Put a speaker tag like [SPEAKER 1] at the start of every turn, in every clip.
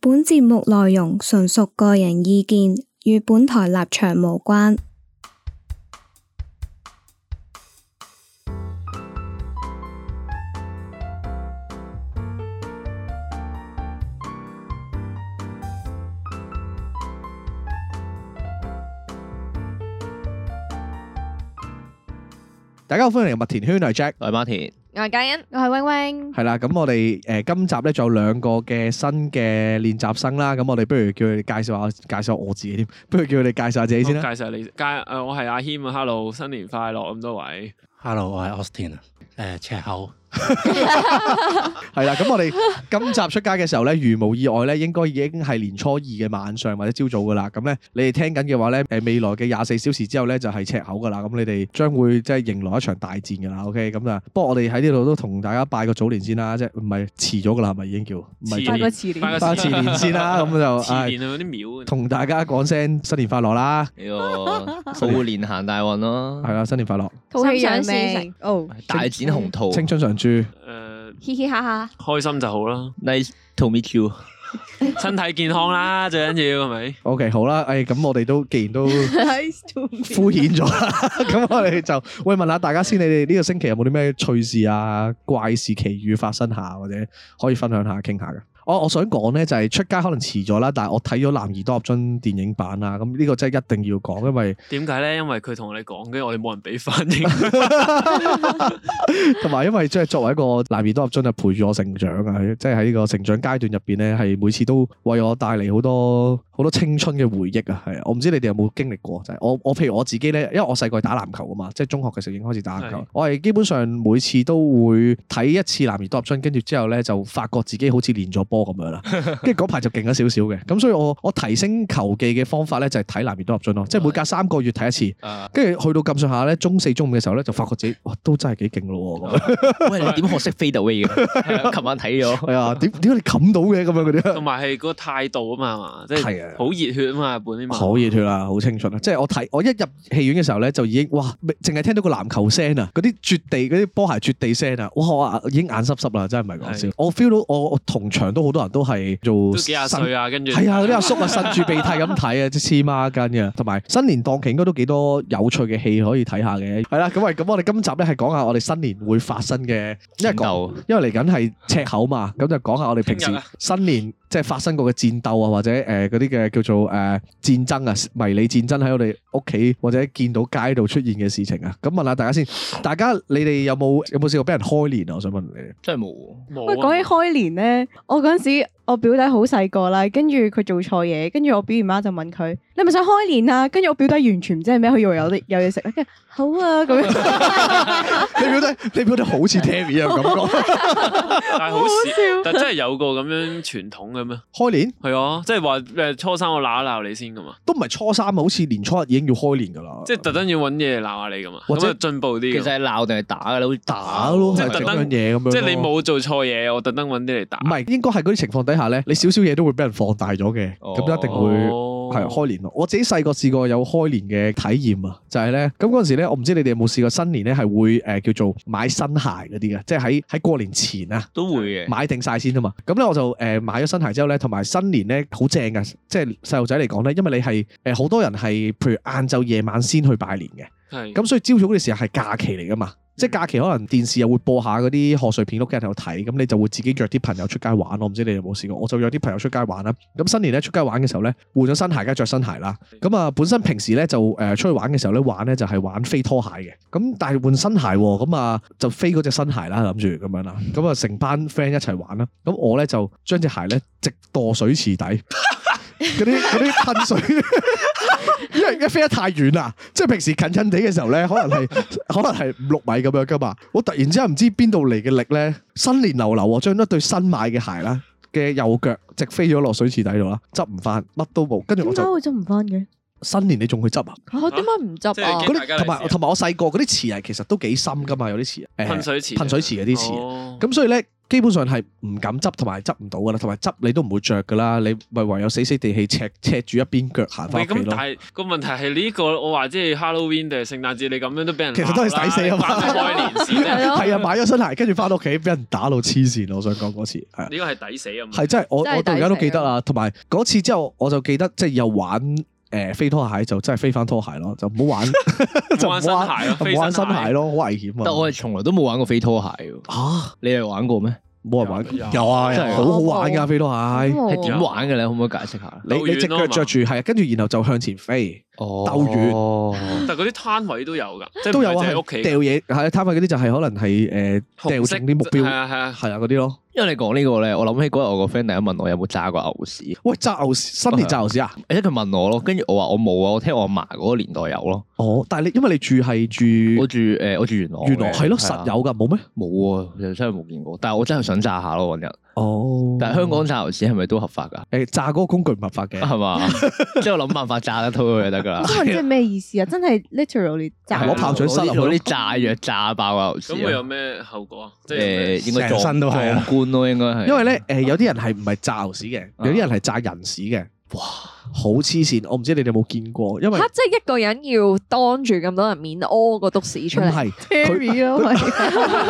[SPEAKER 1] 本節目內容純屬個人意見，與本台立場無關。
[SPEAKER 2] 大家好，歡迎嚟麥田圈，我係 Jack。
[SPEAKER 3] 來 Martin，
[SPEAKER 4] 我係嘉欣，
[SPEAKER 5] 我係 wing wing，
[SPEAKER 2] 係啦，咁我哋誒今集咧仲有兩個嘅新嘅練習生啦，咁我哋不如叫佢哋介紹下，介紹下我自己添，不如叫佢哋介紹下自己先啦。
[SPEAKER 6] 哦介紹你介誒，我係阿軒啊，Hello，新年快樂咁多位。
[SPEAKER 7] Hello，我係 Austin 啊、誒赤口，
[SPEAKER 2] 係啦，咁我哋 今集出街嘅時候咧，如無意外咧，應該已經係年初二嘅晚上或者朝早噶啦。咁咧，你哋聽緊嘅話咧，誒未來嘅廿四小時之後咧就係赤口噶啦，咁你哋將會即係迎來一場大戰噶啦。OK，咁啊，不過我哋喺呢度都同大家拜個早年先啦，即係唔係遲咗噶啦，係咪已經叫？唔係
[SPEAKER 6] 遲
[SPEAKER 5] 拜個次年，
[SPEAKER 6] 拜個
[SPEAKER 2] 拜個遲年先 啦，咁就
[SPEAKER 6] 前
[SPEAKER 2] 唉
[SPEAKER 6] 年啊，有啲廟啊，
[SPEAKER 2] 同大家講聲新年快樂啦。
[SPEAKER 3] 呢個兔年行大運咯
[SPEAKER 2] 系，啦，新年快樂，
[SPEAKER 4] 肚
[SPEAKER 5] 心
[SPEAKER 4] 氣
[SPEAKER 5] 想
[SPEAKER 4] 想
[SPEAKER 5] 事
[SPEAKER 4] 事
[SPEAKER 5] 成
[SPEAKER 4] 成。
[SPEAKER 5] 哦，
[SPEAKER 3] 大展宏圖
[SPEAKER 2] 青春常駐。
[SPEAKER 6] 誒
[SPEAKER 4] 嘻嘻哈哈，
[SPEAKER 6] 呃開心就好啦，
[SPEAKER 3] ，Nice to meet you。
[SPEAKER 6] 身體健康啦，最緊要係咪？
[SPEAKER 2] OK，好啦，诶，咁我哋都既然都
[SPEAKER 5] Nice to meet you
[SPEAKER 2] 敷衍咗啦， 咁我哋就喂問下大家先，你哋呢個星期有冇啲咩趣事啊、怪事、奇遇發生下，或者可以分享下、傾下嘅？我我想講咧，就係出街可能遲咗啦，但係我睇咗《男兒當入樽》電影版啦，咁呢個真係一定要講，因為
[SPEAKER 6] 點解咧？因為佢同我哋講，跟住我哋冇人俾反應。
[SPEAKER 2] 同埋因為即係作為一個男兒當入樽啊，陪住我成長啊，即係喺呢個成長階段入邊咧，係每次都為我帶嚟好多好多青春嘅回憶啊，係啊，我唔知你哋有冇經歷過，就係、我我譬如我自己咧，因為我細個係打籃球噶啊嘛，即係中學嘅時候已經開始打籃球
[SPEAKER 6] 係，
[SPEAKER 2] 我係基本上每次都會睇一次男兒當入樽，跟住之後咧就發覺自己好似練咗波咁樣啦，跟住嗰排就勁咗少少嘅，咁所以我我提升球技嘅方法咧就係睇男兒當入樽咯，即係每隔三個月睇一次。
[SPEAKER 3] 啊，
[SPEAKER 2] 跟住去到咁上下咧，中四中五嘅時候咧，就發覺自己哇都真係幾勁咯喎咁樣
[SPEAKER 3] 喂，你點學識 fade away 嘅？係啊琴晚睇咗，
[SPEAKER 2] 係啊， 點點解你冚到嘅咁樣嗰啲？
[SPEAKER 6] 同埋係個態度啊嘛，係嘛即係
[SPEAKER 2] 係啊
[SPEAKER 6] 好熱血啊嘛，日本啲嘛。
[SPEAKER 2] 好熱血啊，好青春啊！即係我睇我一入戲院嘅時候咧，就已經哇，淨係聽到個籃球聲啊，嗰啲絕地嗰啲波鞋絕地聲啊，哇！我已經眼濕濕啦，真係唔係講笑
[SPEAKER 6] 係。
[SPEAKER 2] 我 feel 到我我同場都好多人都係做
[SPEAKER 6] 都幾廿歲啊，跟住
[SPEAKER 2] 係啊，嗰啲阿叔啊，擤住鼻涕咁睇啊，即係黐孖筋嘅。同埋新年檔期應該都幾多有趣嘅戲可以睇下嘅。係啦，咁喂，咁我哋今集咧係講下我哋新年會發生嘅，因為講
[SPEAKER 3] 戰鬥
[SPEAKER 2] 因為嚟緊係赤口嘛，咁就講下我哋平時
[SPEAKER 6] 聽嗯日啊
[SPEAKER 2] 新年即係發生過嘅戰鬥啊，或者誒嗰啲嘅叫做誒、呃、戰爭啊，迷你戰爭喺我哋屋企或者見到街度出現嘅事情啊。咁問下大家先，大家你哋有冇有冇試過俾人開年啊？我想問你哋。
[SPEAKER 3] 真係冇。
[SPEAKER 6] 冇
[SPEAKER 5] 喂，講起
[SPEAKER 6] 啊。
[SPEAKER 5] 開年咧，我嗰陣時我表弟好細個啦，跟住佢做錯嘢，跟住我表姨媽就問佢：你係咪想開年啊？跟住我表弟完全唔知係咩，佢以為有啲有嘢食啦，跟住好啊咁樣，
[SPEAKER 2] 你表弟，你表弟好似 Terry 啊，感 覺
[SPEAKER 6] 但係好少，但真係有個咁樣傳統嘅咩？
[SPEAKER 2] 開年。
[SPEAKER 6] 係啊，即係話誒初三我鬧一鬧你先噶嘛，
[SPEAKER 2] 都唔係初三啊，好似年初一已經要開年㗎啦。
[SPEAKER 6] 即係特登要揾嘢鬧下你噶嘛，
[SPEAKER 2] 或
[SPEAKER 6] 咁
[SPEAKER 2] 者
[SPEAKER 6] 就進步啲
[SPEAKER 3] 其
[SPEAKER 6] 㗎
[SPEAKER 3] 實
[SPEAKER 6] 嘛。
[SPEAKER 3] 係鬧定係打㗎啦，好似
[SPEAKER 2] 打咯，
[SPEAKER 6] 即
[SPEAKER 2] 係
[SPEAKER 6] 係
[SPEAKER 2] 整
[SPEAKER 6] 特登
[SPEAKER 2] 樣嘢咁樣咯。
[SPEAKER 6] 即係你冇做錯嘢，我特登揾啲嚟打。
[SPEAKER 2] 唔係應該係嗰啲情況底下咧，你少少嘢都會俾人放大咗嘅，咁、
[SPEAKER 3] 哦
[SPEAKER 2] 一定會
[SPEAKER 6] 哦
[SPEAKER 2] 係開年咯。我自己細個試過有開年嘅體驗啊，就係咧咁嗰陣時咧，我唔知你哋有冇試過新年咧係會誒、呃叫做買新鞋嗰啲嘅，即係喺喺過年前啊。
[SPEAKER 3] 都會嘅。
[SPEAKER 2] 買定晒先啊嘛，咁咧我就誒、呃、買咗新鞋之後咧，同埋新年咧好正嘅，即係細路仔嚟講咧，因為你係誒好多人係譬如晏晝夜晚先去拜年嘅。
[SPEAKER 6] 係
[SPEAKER 2] 咁所以朝早嗰啲時候係假期嚟噶嘛，即係假期可能電視又會播下嗰啲賀歲片，屋企人喺度睇，咁你就會自己約啲朋友出街玩咯。我唔知你哋有冇試過，我就約啲朋友出街玩啦。咁新年咧出街玩嘅時候咧，換咗新鞋，梗係着新鞋啦。咁啊，本身平時咧就誒、呃出去玩嘅時候咧玩咧就係玩飛拖鞋嘅，咁但係換新鞋喎，咁啊就飛嗰只新鞋啦，諗住咁樣啦，咁啊成班 friend 一齊玩啦。咁我咧就將只鞋咧直墮水池底，嗰啲嗰啲噴水。 因為一飛得太遠啦，即係平時近近地嘅時候咧，可能係 可能係五六米咁樣噶嘛。我突然之間唔知邊度嚟嘅力咧，新年流流喎，將一對新買嘅鞋啦嘅右腳直飛咗落水池底度啦，執唔翻，乜都冇。跟住我
[SPEAKER 5] 點解啊
[SPEAKER 2] 就
[SPEAKER 5] 會執唔翻嘅？
[SPEAKER 2] 新年你仲去執啊？
[SPEAKER 4] 我點解唔執啊
[SPEAKER 6] 即係？
[SPEAKER 2] 嗰
[SPEAKER 6] 大
[SPEAKER 2] 啲同
[SPEAKER 6] 家利是
[SPEAKER 2] 埋
[SPEAKER 6] 啊
[SPEAKER 2] 同埋我細個嗰啲池啊係其實都幾深噶嘛，有啲池誒
[SPEAKER 6] 噴水池啊，
[SPEAKER 2] 噴水池嗰啲池，
[SPEAKER 6] 哦
[SPEAKER 2] 咁所以咧基本上係唔敢執同埋執唔到噶啦，同埋執你都唔會着噶啦，你咪唯有死死地氣赤赤住一邊腳行翻
[SPEAKER 6] 喂，
[SPEAKER 2] 屋企
[SPEAKER 6] 咁但
[SPEAKER 2] 咯。
[SPEAKER 6] 係個問題係呢個，我話即係 Halloween 定係聖誕節，你咁樣都俾人
[SPEAKER 2] 其實都係
[SPEAKER 6] 鬧啦
[SPEAKER 2] 抵死啊嘛
[SPEAKER 6] 你關咩開年事咧，
[SPEAKER 4] 係咯
[SPEAKER 2] 係啊，買咗新鞋，跟住翻到屋企俾人打到黐線，我想講嗰次係啊。
[SPEAKER 6] 呢個係抵死啊嘛。
[SPEAKER 2] 係真係我
[SPEAKER 4] 真係
[SPEAKER 2] 我到而家都記得啊，同埋嗰次之後我就記得即係又玩誒飛拖鞋就真係飛翻拖鞋咯，就唔好玩就唔
[SPEAKER 6] 玩新
[SPEAKER 2] 好
[SPEAKER 6] 鞋啊
[SPEAKER 2] 玩唔好玩
[SPEAKER 6] 飛新
[SPEAKER 2] 新
[SPEAKER 6] 鞋
[SPEAKER 2] 鞋咯，好危險啊！
[SPEAKER 3] 但我係從來都冇玩過飛拖鞋喎。
[SPEAKER 2] 啊
[SPEAKER 3] 你係玩過咩？
[SPEAKER 2] 冇人玩
[SPEAKER 7] 有有
[SPEAKER 2] 有啊，有
[SPEAKER 3] 真係
[SPEAKER 2] 好好玩
[SPEAKER 4] 有
[SPEAKER 2] 㗎飛拖鞋，
[SPEAKER 4] 冇
[SPEAKER 3] 係點玩嘅咧？可唔可以解釋下？
[SPEAKER 2] 你
[SPEAKER 6] 鬥
[SPEAKER 2] 你
[SPEAKER 6] 遠
[SPEAKER 2] 隻
[SPEAKER 6] 咯嘛
[SPEAKER 2] 腳着住係，啊跟住然後就向前飛，
[SPEAKER 3] 哦
[SPEAKER 2] 鬥遠
[SPEAKER 3] 遠，
[SPEAKER 6] 但係嗰啲攤位都有㗎，即係
[SPEAKER 2] 都有
[SPEAKER 6] 唔
[SPEAKER 2] 啊，
[SPEAKER 6] 係淨係
[SPEAKER 2] 係
[SPEAKER 6] 屋企
[SPEAKER 2] 掉嘢係啊攤位嗰啲就係可能係誒掉中啲目標
[SPEAKER 6] 係啊係啊，
[SPEAKER 2] 係啊嗰啲咯。
[SPEAKER 3] 因為你講呢個咧，我諗起嗰日我個 friend 第一問我有冇揸過牛屎，
[SPEAKER 2] 喂，炸牛屎新年炸牛屎啊！
[SPEAKER 3] 而且佢問我咯，跟住我話我冇啊，我聽我阿嫲嗰個年代有咯，
[SPEAKER 2] 哦，但係你因為你住係住
[SPEAKER 3] 我住誒我住元朗嘅，
[SPEAKER 2] 原來係咯，
[SPEAKER 3] 啊
[SPEAKER 2] 實有㗎，冇咩？
[SPEAKER 3] 冇啊，就真係冇見過，但係我真係想炸下咯揾日，
[SPEAKER 2] 哦，
[SPEAKER 3] 但係香港炸牛屎係咪都合 法㗎？
[SPEAKER 2] 誒炸嗰個工具唔合法嘅。
[SPEAKER 3] 係 嘛？即係我諗辦法炸得到佢就得㗎啦。
[SPEAKER 5] 真係即係咩意思啊？真係 literally 炸
[SPEAKER 2] 係攞
[SPEAKER 3] 啊
[SPEAKER 2] 炮仗塞入去咯
[SPEAKER 3] 攞啲炸藥炸爆啊！牛屎
[SPEAKER 6] 咁會有咩後果啊？即係
[SPEAKER 3] 誒應該
[SPEAKER 7] 成
[SPEAKER 3] 壯
[SPEAKER 7] 身都係
[SPEAKER 3] 壯
[SPEAKER 7] 啊
[SPEAKER 3] 觀咯，應該係。
[SPEAKER 2] 因為咧，誒有啲人係唔啊係炸牛屎嘅，
[SPEAKER 3] 啊
[SPEAKER 2] 有啲人係炸人屎嘅。哇，好黐線！我唔知你哋有冇見過，因為
[SPEAKER 4] 嚇，即係一個人要當住咁多人面屙個篤屎出
[SPEAKER 2] 唔
[SPEAKER 4] 嚟，啊
[SPEAKER 2] 係
[SPEAKER 5] Terry 咯，咪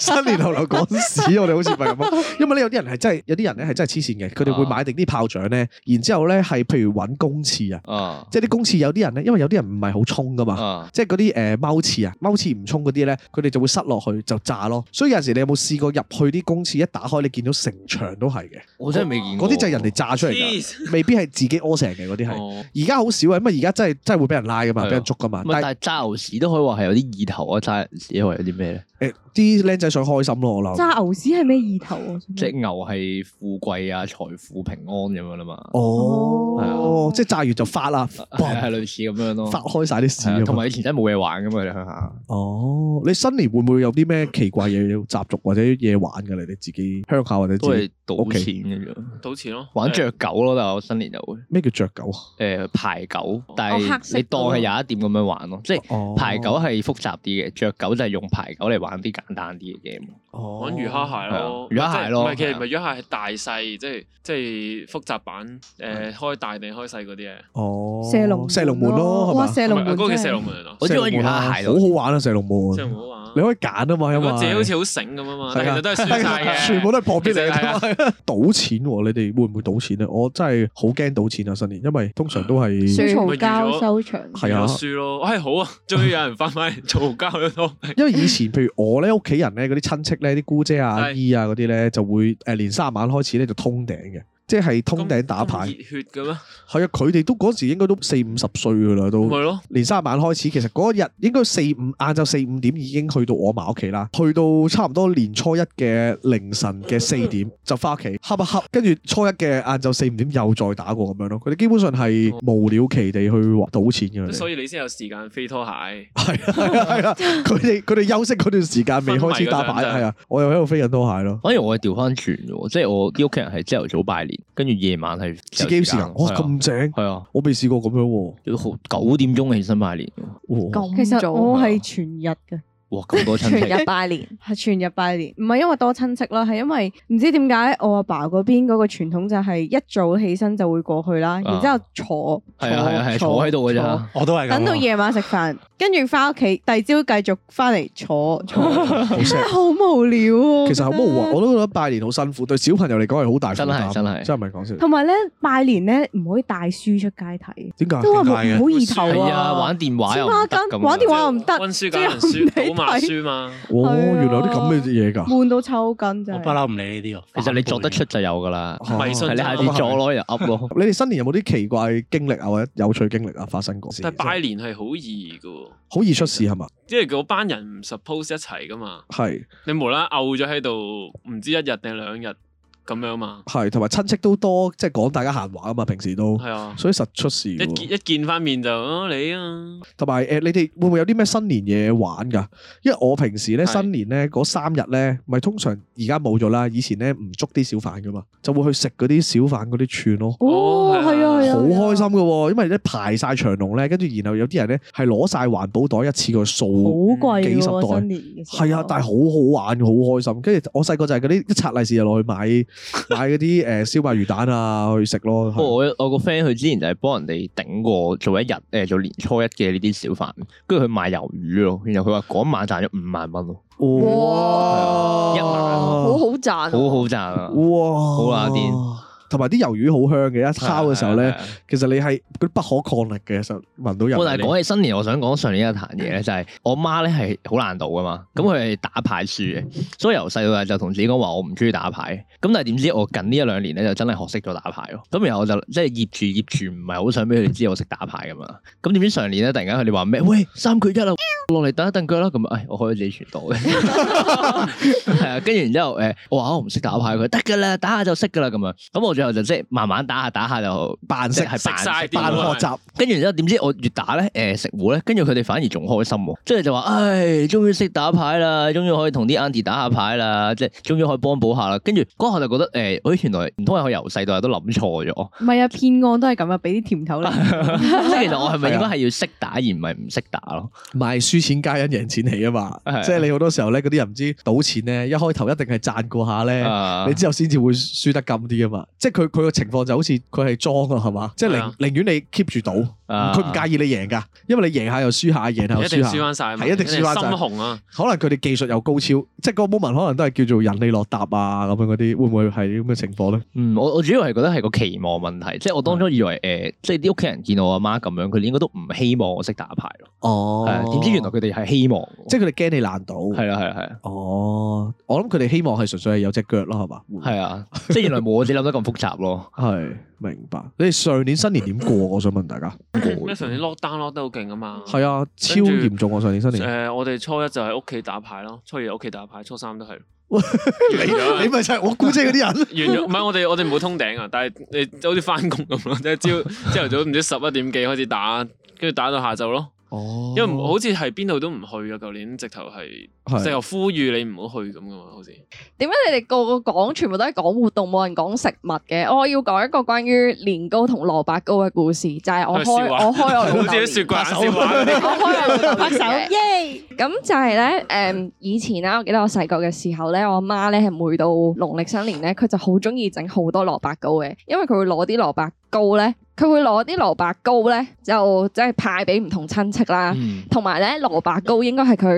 [SPEAKER 2] 新年流流講屎，我哋好似唔係咁 啊。因為咧有啲人係真係，有啲人咧係真係黐線嘅，佢哋會
[SPEAKER 3] 啊
[SPEAKER 2] 買定啲炮仗咧，然之後咧係譬如揾公廁啊，
[SPEAKER 3] 啊
[SPEAKER 2] 即係啲公廁有啲人咧，因為有啲人唔係好衝噶嘛。
[SPEAKER 3] 啊，
[SPEAKER 2] 即係嗰啲誒踎廁啊，踎廁唔衝嗰啲咧，佢哋就會塞落去就炸咯。所以有陣時你有冇試過入去啲公廁一打開，你見到成牆都係嘅，
[SPEAKER 3] 我真係未見過。
[SPEAKER 2] 嗰啲就係人哋炸出嚟㗎，
[SPEAKER 6] 黐
[SPEAKER 2] 未必係自己屙成嘅嗰啲係。
[SPEAKER 6] 哦
[SPEAKER 2] 而家好少啊，因為而家真係真係會俾人拉噶嘛，
[SPEAKER 3] 係啊
[SPEAKER 2] 俾人捉噶嘛
[SPEAKER 3] 唔。係
[SPEAKER 2] 但係
[SPEAKER 3] 但係炸牛屎都可以話係有啲意頭啊，炸人屎或有啲咩咧？
[SPEAKER 2] 誒呃啲僆仔想開心咯，我諗。
[SPEAKER 5] 炸牛屎係咩意頭啊？
[SPEAKER 3] 即係牛係富貴啊、財富平安咁樣啦啊嘛，
[SPEAKER 2] 哦
[SPEAKER 5] 哦，
[SPEAKER 2] 即係炸完就發啦，
[SPEAKER 3] 係係
[SPEAKER 2] 嘣
[SPEAKER 3] 類似咁樣咯。
[SPEAKER 2] 發開晒啲屎
[SPEAKER 3] 係啊
[SPEAKER 2] 咁。
[SPEAKER 3] 同埋以前真係冇嘢玩噶嘛，你鄉下。
[SPEAKER 2] 哦，你新年會唔會有啲咩奇怪嘢要習俗或者嘢玩㗎？你哋自己鄉下或者
[SPEAKER 3] 都
[SPEAKER 2] 自己
[SPEAKER 3] 係賭錢嘅啫，
[SPEAKER 6] 賭錢咯，
[SPEAKER 3] 玩雀狗咯。但係我新年就會
[SPEAKER 2] 咩叫着狗啊？
[SPEAKER 3] 誒排狗，但
[SPEAKER 4] 哦黑
[SPEAKER 3] 係
[SPEAKER 4] 色
[SPEAKER 3] 你當係有一點咁樣玩咯，即係
[SPEAKER 2] 哦
[SPEAKER 3] 排狗啊係複雜啲嘅，雀狗就係用排狗嚟玩啲簡單啲嘅 game。
[SPEAKER 2] 啊哦
[SPEAKER 6] 玩魚蝦蟹咯，
[SPEAKER 3] 係啊魚蝦蟹咯
[SPEAKER 6] 唔係其實
[SPEAKER 3] 係啊
[SPEAKER 6] 唔係魚蝦蟹係大細，即係即係複雜版
[SPEAKER 2] 嗯
[SPEAKER 6] 誒開大定開細嗰啲啊。
[SPEAKER 2] 哦，
[SPEAKER 5] 射龍
[SPEAKER 2] 射龍門咯，係
[SPEAKER 5] 哇！
[SPEAKER 2] 嘛？
[SPEAKER 5] 射
[SPEAKER 6] 唔
[SPEAKER 5] 龍
[SPEAKER 6] 係嗰
[SPEAKER 5] 門
[SPEAKER 6] 個叫
[SPEAKER 5] 真
[SPEAKER 6] 射
[SPEAKER 5] 係
[SPEAKER 6] 龍門啊，
[SPEAKER 3] 我知
[SPEAKER 2] 射
[SPEAKER 3] 玩
[SPEAKER 2] 龍門
[SPEAKER 3] 魚
[SPEAKER 2] 啦
[SPEAKER 3] 蝦蟹
[SPEAKER 2] 好好玩啊！射龍門，
[SPEAKER 6] 即係唔好玩。
[SPEAKER 2] 你可以揀啊嘛，因
[SPEAKER 6] 我自己好
[SPEAKER 2] 為
[SPEAKER 6] 似好醒咁啊嘛，但係其實都係輸
[SPEAKER 2] 係
[SPEAKER 6] 晒
[SPEAKER 2] 啊
[SPEAKER 6] 嘅，
[SPEAKER 2] 全部都係旁邊嚟
[SPEAKER 6] 其實係啊
[SPEAKER 2] 嘅。 賭錢喎，你哋會唔會賭錢咧？我真係好驚賭錢啊！新年，因為通常都係
[SPEAKER 4] 輸
[SPEAKER 5] 輸
[SPEAKER 6] 咪
[SPEAKER 5] 嘈
[SPEAKER 6] 預
[SPEAKER 5] 交
[SPEAKER 6] 咗
[SPEAKER 5] 收場，
[SPEAKER 2] 係啊
[SPEAKER 6] 我。輸咯。唉，好啊，終於有人翻返嚟嘈交咗咯。
[SPEAKER 2] 因為以前譬如我咧，屋企人咧，嗰啲親戚咧，啲姑姐啊、阿
[SPEAKER 6] 係
[SPEAKER 2] 姨啊嗰啲咧，就會誒年三十晚開始咧就通頂嘅，即係 通頂打
[SPEAKER 6] 咁
[SPEAKER 2] 牌。
[SPEAKER 6] 熱血嘅咩？
[SPEAKER 2] 係啊，佢哋都嗰時應該都四五十歲噶啦，都
[SPEAKER 6] 咪咯，
[SPEAKER 2] 年三十晚開始。其實嗰日應該四五晏晝四五點已經去到我嫲屋企啦，去到差唔多年初一嘅凌晨嘅四點就翻屋企，恰一恰，跟住初一嘅晏晝四五點又再打過咁樣咯。佢哋基本上係無了期地去賭錢嘅。佢哋
[SPEAKER 6] 所以你先有時間飛拖鞋。
[SPEAKER 2] 係啊 係啊係啊，佢哋佢哋休息嗰段時間未開始打牌，
[SPEAKER 6] 昏迷嗰陣
[SPEAKER 2] 係啊，我又喺度飛緊拖鞋咯，
[SPEAKER 3] 反而我係調翻轉嘅喎，即係我啲屋企人係朝頭早拜年，跟住夜晚係
[SPEAKER 2] 自己時間，哇咁正，
[SPEAKER 3] 係啊，
[SPEAKER 2] 我未試過咁樣喎
[SPEAKER 3] 要好九點鐘起身拜年喎，
[SPEAKER 2] 哇，
[SPEAKER 4] 咁
[SPEAKER 5] 其實
[SPEAKER 4] 早
[SPEAKER 5] 我
[SPEAKER 4] 啊
[SPEAKER 5] 係全日嘅。
[SPEAKER 3] 哇咁多親戚
[SPEAKER 4] 全日拜年，
[SPEAKER 5] 係啊全日拜年，唔係因為多親戚啦，係因為唔知點解我阿爸嗰邊嗰個傳統就係一早起身就會過去啦，然之後坐，
[SPEAKER 3] 啊係啊係啊係啊坐喺度嘅
[SPEAKER 5] 坐
[SPEAKER 3] 咋，
[SPEAKER 7] 我都係咁啊。
[SPEAKER 5] 等到夜晚食飯，跟住翻屋企，第二朝繼續翻嚟坐坐，
[SPEAKER 2] 好
[SPEAKER 5] 真係
[SPEAKER 2] sad。
[SPEAKER 5] 好無聊啊！
[SPEAKER 2] 其實好冇啊，我都覺得拜年好辛苦，對小朋友嚟講係好大負擔，
[SPEAKER 3] 真係真係
[SPEAKER 2] 真係唔係講笑。
[SPEAKER 5] 同埋咧拜年咧唔可以帶書出街睇，
[SPEAKER 2] 啊點解？
[SPEAKER 5] 都話唔
[SPEAKER 7] 點解嘅
[SPEAKER 5] 好意
[SPEAKER 3] 係
[SPEAKER 5] 頭
[SPEAKER 3] 啊，
[SPEAKER 5] 啊，
[SPEAKER 3] 玩電話又唔得
[SPEAKER 5] 黐孖
[SPEAKER 3] 咁
[SPEAKER 5] 筋
[SPEAKER 3] 樣，
[SPEAKER 5] 玩電話又唔得，
[SPEAKER 6] 温書揀
[SPEAKER 5] 之後
[SPEAKER 6] 人
[SPEAKER 5] 唔
[SPEAKER 6] 書，賭馬
[SPEAKER 5] 俾睇，
[SPEAKER 6] 書嘛。
[SPEAKER 2] 哦，原來有啲咁嘅嘢㗎。
[SPEAKER 5] 悶到抽筋真
[SPEAKER 7] 我
[SPEAKER 5] 係
[SPEAKER 7] 不。嬲唔理呢啲喎。
[SPEAKER 3] 其實你作得出就有㗎啦，
[SPEAKER 2] 哦
[SPEAKER 6] 迷信
[SPEAKER 3] 係你下次
[SPEAKER 6] 就
[SPEAKER 3] 作咯又噏咯，
[SPEAKER 2] 你哋新年有冇啲奇怪經歷啊，或者有趣經歷啊發生過？
[SPEAKER 6] 但係拜年係好易嘅喎，
[SPEAKER 2] 好易出事係嘛？
[SPEAKER 6] 因為嗰班人唔 suppose 一齊噶嘛。
[SPEAKER 2] 係
[SPEAKER 6] 你無啦啦漚咗喺度，唔知一日定兩日，咁咁樣嘛，
[SPEAKER 2] 係同埋親戚都多，即係講大家閒話啊嘛，平時都，
[SPEAKER 6] 係啊，
[SPEAKER 2] 所以實出事
[SPEAKER 6] 一
[SPEAKER 2] 喎。
[SPEAKER 6] 見一見翻面就哦你啊，
[SPEAKER 2] 同埋誒，你哋會唔會有啲咩新年嘢玩㗎？因為我平時咧
[SPEAKER 6] 係
[SPEAKER 2] 新年咧嗰三日咧，咪通常而家冇咗啦，以前咧唔捉啲小販㗎嘛，就會去食嗰啲小販嗰啲串咯。
[SPEAKER 5] 哦，
[SPEAKER 6] 哦
[SPEAKER 5] 係啊，係啊
[SPEAKER 2] 好
[SPEAKER 5] 係啊
[SPEAKER 2] 開心㗎喎，因為咧排晒長龍咧，跟住然後有啲人咧係攞晒環保袋一次過
[SPEAKER 5] 好
[SPEAKER 2] 掃，
[SPEAKER 5] 貴
[SPEAKER 2] 幾十
[SPEAKER 5] 喎
[SPEAKER 2] 袋
[SPEAKER 5] 新年嘅時候
[SPEAKER 2] 係啊，但係好好玩，好開心。跟住我細個就係嗰啲一拆利是就落去買買嗰啲誒燒賣魚蛋啊去食咯。
[SPEAKER 3] 不
[SPEAKER 2] 係
[SPEAKER 3] 過哦我我個 friend 佢之前就係幫人哋頂過做一日誒做年初一嘅呢啲小販，跟住佢賣魷魚咯，然後佢話嗰晚賺咗五萬蚊咯，
[SPEAKER 2] 哇！
[SPEAKER 3] 一晚
[SPEAKER 4] 好好賺啊，
[SPEAKER 3] 好好賺啊！
[SPEAKER 2] 哇！
[SPEAKER 3] 好啊癲
[SPEAKER 2] 同埋啲魷魚好香嘅，一烤嘅時候
[SPEAKER 3] 係
[SPEAKER 2] 咧
[SPEAKER 3] 啊，係啊係啊
[SPEAKER 2] 其實你係嗰啲不可抗力嘅，嗯就聞到人。
[SPEAKER 3] 我但係講起新年，我想講上年一壇嘢咧，就係我媽咧係好難賭噶嘛，咁佢係打牌輸嘅，所以由細到大就同自己講話我唔中意打牌，咁但係點知我近呢一兩年咧就真係學識咗打牌咯，咁然後我就即係醃住醃住，唔係好想俾佢哋知我識打牌咁樣，咁點知上年咧突然間佢哋話咩？喂，三缺一啦，啊落嚟蹬一蹬腳啦，咁唉，我可以自己傳到嘅，係啊，跟住然之後誒，我話我唔識打牌，佢得㗎啦，打下就識㗎啦咁樣，咁我最後就即係慢慢打下打下就
[SPEAKER 2] 扮識
[SPEAKER 3] 即係
[SPEAKER 6] 食
[SPEAKER 3] 扮
[SPEAKER 6] 晒
[SPEAKER 3] 識
[SPEAKER 6] 啲
[SPEAKER 2] 扮
[SPEAKER 6] 喎
[SPEAKER 2] 學習，
[SPEAKER 3] 跟住然之後點知我越打咧，誒、食糊咧，跟住佢哋反而仲開心喎，即係就話，唉，終於識打牌啦，終於可以同啲 a u n t i 打下牌啦，即係終於可以幫補下啦。跟住嗰下就覺得，誒、哎原來唔通係我由細到大都諗錯 咗，
[SPEAKER 5] 唔係啊，騙案都係咁啊，俾啲 甜頭你。
[SPEAKER 3] 即係其實我係咪應該係要識打而唔係唔識打咯？
[SPEAKER 2] 唔係輸錢皆因贏錢起啊嘛
[SPEAKER 3] 係。
[SPEAKER 2] 即係你好多時候咧，嗰啲人唔知賭錢咧，一開頭一定 係賺過下咧。
[SPEAKER 3] 啊
[SPEAKER 2] 你之後先至會輸得咁啲啊嘛，即係佢佢個情況就好似佢係裝啊，係嘛？即係
[SPEAKER 6] 係啊
[SPEAKER 2] 寧寧願你 keep 住賭，
[SPEAKER 3] 啊
[SPEAKER 2] 佢唔介意你贏㗎，因為你贏下又輸下，贏下又
[SPEAKER 6] 一定
[SPEAKER 2] 輸
[SPEAKER 6] 輸
[SPEAKER 2] 下。
[SPEAKER 6] 翻晒啊嘛，
[SPEAKER 2] 係一定輸返晒
[SPEAKER 6] 心紅啊，
[SPEAKER 2] 可能佢哋技術又高超，即係嗰個 moment 可能都係叫做引你落搭啊咁樣嗰啲，會唔會係咁嘅情況咧？
[SPEAKER 3] 嗯，我我主要係覺得係個期望問題，即係我當初以為誒、呃即係啲屋企人見我阿媽咁樣，佢哋應該都唔希望我識打牌咯。
[SPEAKER 2] 哦
[SPEAKER 3] 係啊點、知原來佢哋係希望喎，
[SPEAKER 2] 即係佢哋驚你難賭。
[SPEAKER 3] 係啦係啦係啦。
[SPEAKER 2] 哦，我諗佢哋希望係純粹係有隻腳咯，係嘛？
[SPEAKER 3] 係啊，即係原來冇我自己諗得咁複雜咯。
[SPEAKER 2] 係明白。你哋上年新年點過？啊我想問大家。
[SPEAKER 6] 咩上年 lock down lock 得好勁啊嘛，
[SPEAKER 2] 係啊，超嚴重啊！上年新 年，
[SPEAKER 6] 誒我哋初一就喺屋企打牌咯，初二喺屋企打牌，初三都係。
[SPEAKER 2] 你咪就係我估姐嗰啲人。
[SPEAKER 6] 完咗，唔係我哋我哋冇通頂啊，但係你好似翻工咁咯，即係
[SPEAKER 2] 啊
[SPEAKER 6] 朝朝頭早唔知十一點幾開始打，跟住打到下晝咯，
[SPEAKER 2] 哦
[SPEAKER 6] 因為唔好似係邊度都唔去啊，舊年直頭係
[SPEAKER 2] 係
[SPEAKER 6] 直頭呼籲你唔好去咁噶嘛，好似
[SPEAKER 4] 點解你哋個個講全部都係講活動，冇人講食物嘅？我要講一個關於年糕同蘿蔔糕嘅故事，就係、我
[SPEAKER 6] 係笑
[SPEAKER 4] 開
[SPEAKER 6] 話
[SPEAKER 4] 我開我老豆
[SPEAKER 6] 好似啲
[SPEAKER 4] 年
[SPEAKER 6] 雪櫃眼笑話嗰啲
[SPEAKER 4] 我開我老豆
[SPEAKER 5] 拍手
[SPEAKER 4] 年 嘅
[SPEAKER 5] 耶！
[SPEAKER 4] 咁就係咧，誒、以前啊啦，我記得我細個嘅時候咧，我媽咧係每到農曆新年咧，佢就好中意整好多蘿蔔糕嘅，因為佢會攞啲蘿蔔糕咧，佢會攞啲蘿蔔糕咧就即係派俾唔同親戚
[SPEAKER 2] 啊
[SPEAKER 4] 啦，
[SPEAKER 3] 嗯，
[SPEAKER 4] 同埋咧蘿蔔糕應該係佢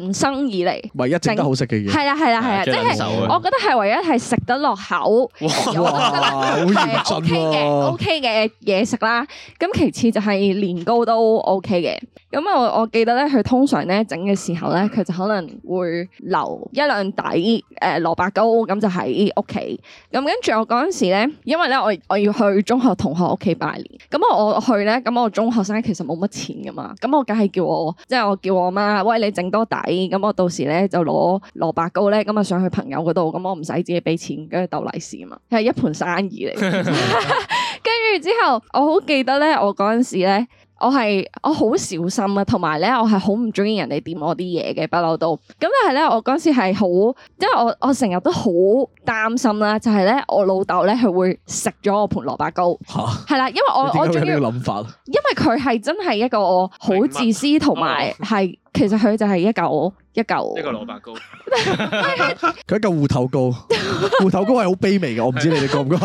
[SPEAKER 4] 人生以嚟，
[SPEAKER 2] 唯一整得好食嘅嘢。
[SPEAKER 4] 係啦係啦係啦，即
[SPEAKER 3] 最難受
[SPEAKER 4] 係
[SPEAKER 3] 啊
[SPEAKER 4] 我覺得係唯一係食得落口。
[SPEAKER 2] 哇，好嚴
[SPEAKER 4] 係 OK
[SPEAKER 2] 峻
[SPEAKER 4] 嘅
[SPEAKER 2] 喎！
[SPEAKER 4] OK 嘅嘢食啦。咁其次就係年糕都 OK 嘅。咁我我記得咧，佢通常咧整嘅時候咧，佢就可能會留一兩底誒蘿蔔糕，咁就喺屋企。咁跟住我嗰陣時咧，因為咧我我要去中學同學屋企拜年，咁我我去咧，咁我中學生其實冇乜錢噶嘛，咁我梗係叫我即係我叫我媽，喂你整多底，咁我到時咧就攞蘿蔔糕咧，咁啊上去朋友嗰度，咁我唔使自己俾錢，跟住鬥利是啊嘛，係一盤生意嚟。跟住之後，我好記得咧，我嗰陣時咧。我係我好小心啊，同埋咧，我係好唔中意人哋掂我啲嘢嘅，不嬲都。咁但係咧，我嗰陣時係好，因為我我成日都好擔心啦，就係咧，我老豆咧佢會食咗我盤蘿蔔糕，
[SPEAKER 2] 嚇，
[SPEAKER 4] 係啦，因為我我
[SPEAKER 2] 你點解
[SPEAKER 4] 仲
[SPEAKER 2] 會有
[SPEAKER 4] 要
[SPEAKER 2] 呢，個諗法？啊
[SPEAKER 4] 因為佢係真係一個好自私同
[SPEAKER 2] 哦
[SPEAKER 4] 埋係，其實佢就係一嚿一嚿
[SPEAKER 6] 一個蘿蔔糕，
[SPEAKER 2] 佢一嚿芋頭糕， 芋頭糕係好卑微嘅，我唔知你哋覺 唔覺。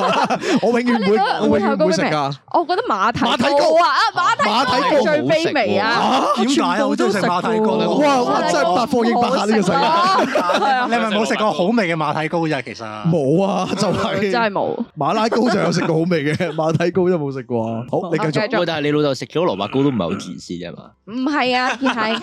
[SPEAKER 2] 我永遠唔會，
[SPEAKER 4] 啊你覺得
[SPEAKER 2] 我永遠唔會食
[SPEAKER 4] 芋頭
[SPEAKER 2] 㗎。
[SPEAKER 4] 我覺得馬蹄
[SPEAKER 2] 馬蹄
[SPEAKER 4] 糕啊，啊馬蹄
[SPEAKER 2] 馬
[SPEAKER 4] 糕
[SPEAKER 2] 蹄
[SPEAKER 4] 係
[SPEAKER 2] 糕
[SPEAKER 4] 最卑微啊！
[SPEAKER 2] 啊
[SPEAKER 7] 點解啊？我中意食馬蹄糕
[SPEAKER 5] 全部都食喎
[SPEAKER 2] 哇！哇真係百貨應百下呢個世界，
[SPEAKER 4] 啊
[SPEAKER 7] 你係咪冇食過好味嘅馬蹄糕啫？其實
[SPEAKER 2] 冇啊，就
[SPEAKER 4] 真
[SPEAKER 2] 係
[SPEAKER 4] 哦係冇，
[SPEAKER 2] 馬拉糕就有食過好味嘅，馬蹄糕都冇食過啊。好，你繼續。
[SPEAKER 4] 繼續
[SPEAKER 3] 喂，但係你老豆食咗蘿蔔糕都唔係好自私啫嘛。
[SPEAKER 4] 唔係啊，而係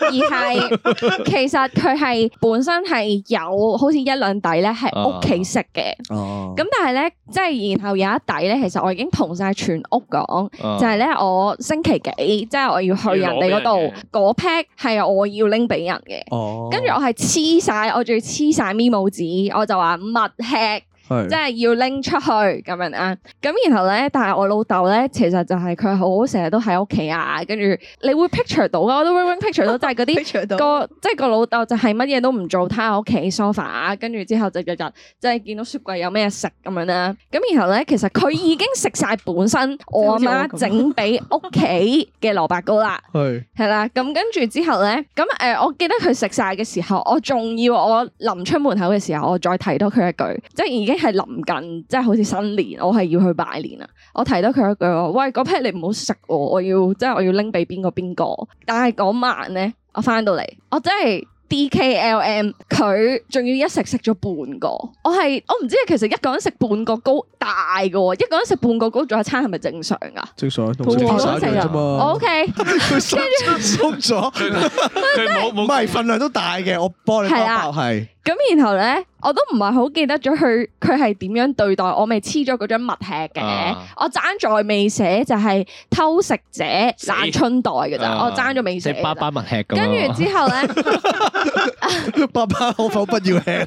[SPEAKER 4] 而 係其實佢係本身係有好似一兩底咧，
[SPEAKER 2] 啊
[SPEAKER 4] 係屋企食嘅。
[SPEAKER 2] 哦
[SPEAKER 4] 咁但係咧，即係然後有一底咧，其實我已經同晒全屋講。
[SPEAKER 3] 哦
[SPEAKER 4] 就係咧，我星期幾即係我要去人哋嗰度，嗰 pack 係我要拎俾人嘅。
[SPEAKER 2] 哦
[SPEAKER 4] 跟住我係黐晒，我仲要黐晒咪帽紙，我就話勿吃，
[SPEAKER 2] 哦係
[SPEAKER 4] 即係要拎出去咁樣啊。咁然後咧，但係我老豆咧，其實就係佢好成日都喺屋企啊，跟住你會 picture 到啊，我都會 picture 到，就係嗰啲。
[SPEAKER 5] picture 到
[SPEAKER 4] 個即係個老豆就係乜嘢都唔做，攤喺屋企 sofa，跟住之後就日日即係見到雪櫃有咩食咁樣啦。咁然後咧，其實佢已經食晒本身我阿媽整俾屋企嘅蘿蔔糕啦，
[SPEAKER 2] 係
[SPEAKER 4] 係啦。咁跟住之後咧，咁誒、呃我記得佢食晒嘅時候，我仲要我臨出門口嘅時候，我再提多佢一句，即係已經係臨近，即係好似新年，我係要去拜年啦。啊我提到佢一句話，喂，嗰 p 你唔好食喎，我要即係我要拎俾邊個邊個。但係嗰晚咧，我翻到嚟，我真係 DKLM，佢仲要一食食咗半個。我係我唔知，其實一個人食半個糕大嘅喎，一個人食半個糕做一餐係咪正常㗎？
[SPEAKER 2] 正常，同食披薩一樣啫
[SPEAKER 4] 我
[SPEAKER 2] 嘛。
[SPEAKER 4] OK，
[SPEAKER 2] 佢縮縮咗，
[SPEAKER 6] 佢佢冇
[SPEAKER 2] 唔
[SPEAKER 6] 冇
[SPEAKER 2] 係份量都大嘅，我幫你包
[SPEAKER 4] 係啊啦
[SPEAKER 2] 包係。
[SPEAKER 4] 咁然後咧，我都唔係好記得咗佢佢係點樣對待我，咪黐咗嗰張密吃嘅。
[SPEAKER 3] 啊
[SPEAKER 4] 我爭在未寫就係偷食者爛春袋嘅咋，
[SPEAKER 3] 啊
[SPEAKER 4] 我爭咗未
[SPEAKER 3] 即
[SPEAKER 4] 寫
[SPEAKER 3] 係
[SPEAKER 4] 㗎
[SPEAKER 3] 巴
[SPEAKER 4] 咋。
[SPEAKER 3] 巴物吃咁啊
[SPEAKER 4] 跟
[SPEAKER 3] 樣
[SPEAKER 4] 住之後咧。
[SPEAKER 2] 爸爸可否不要吃 啊？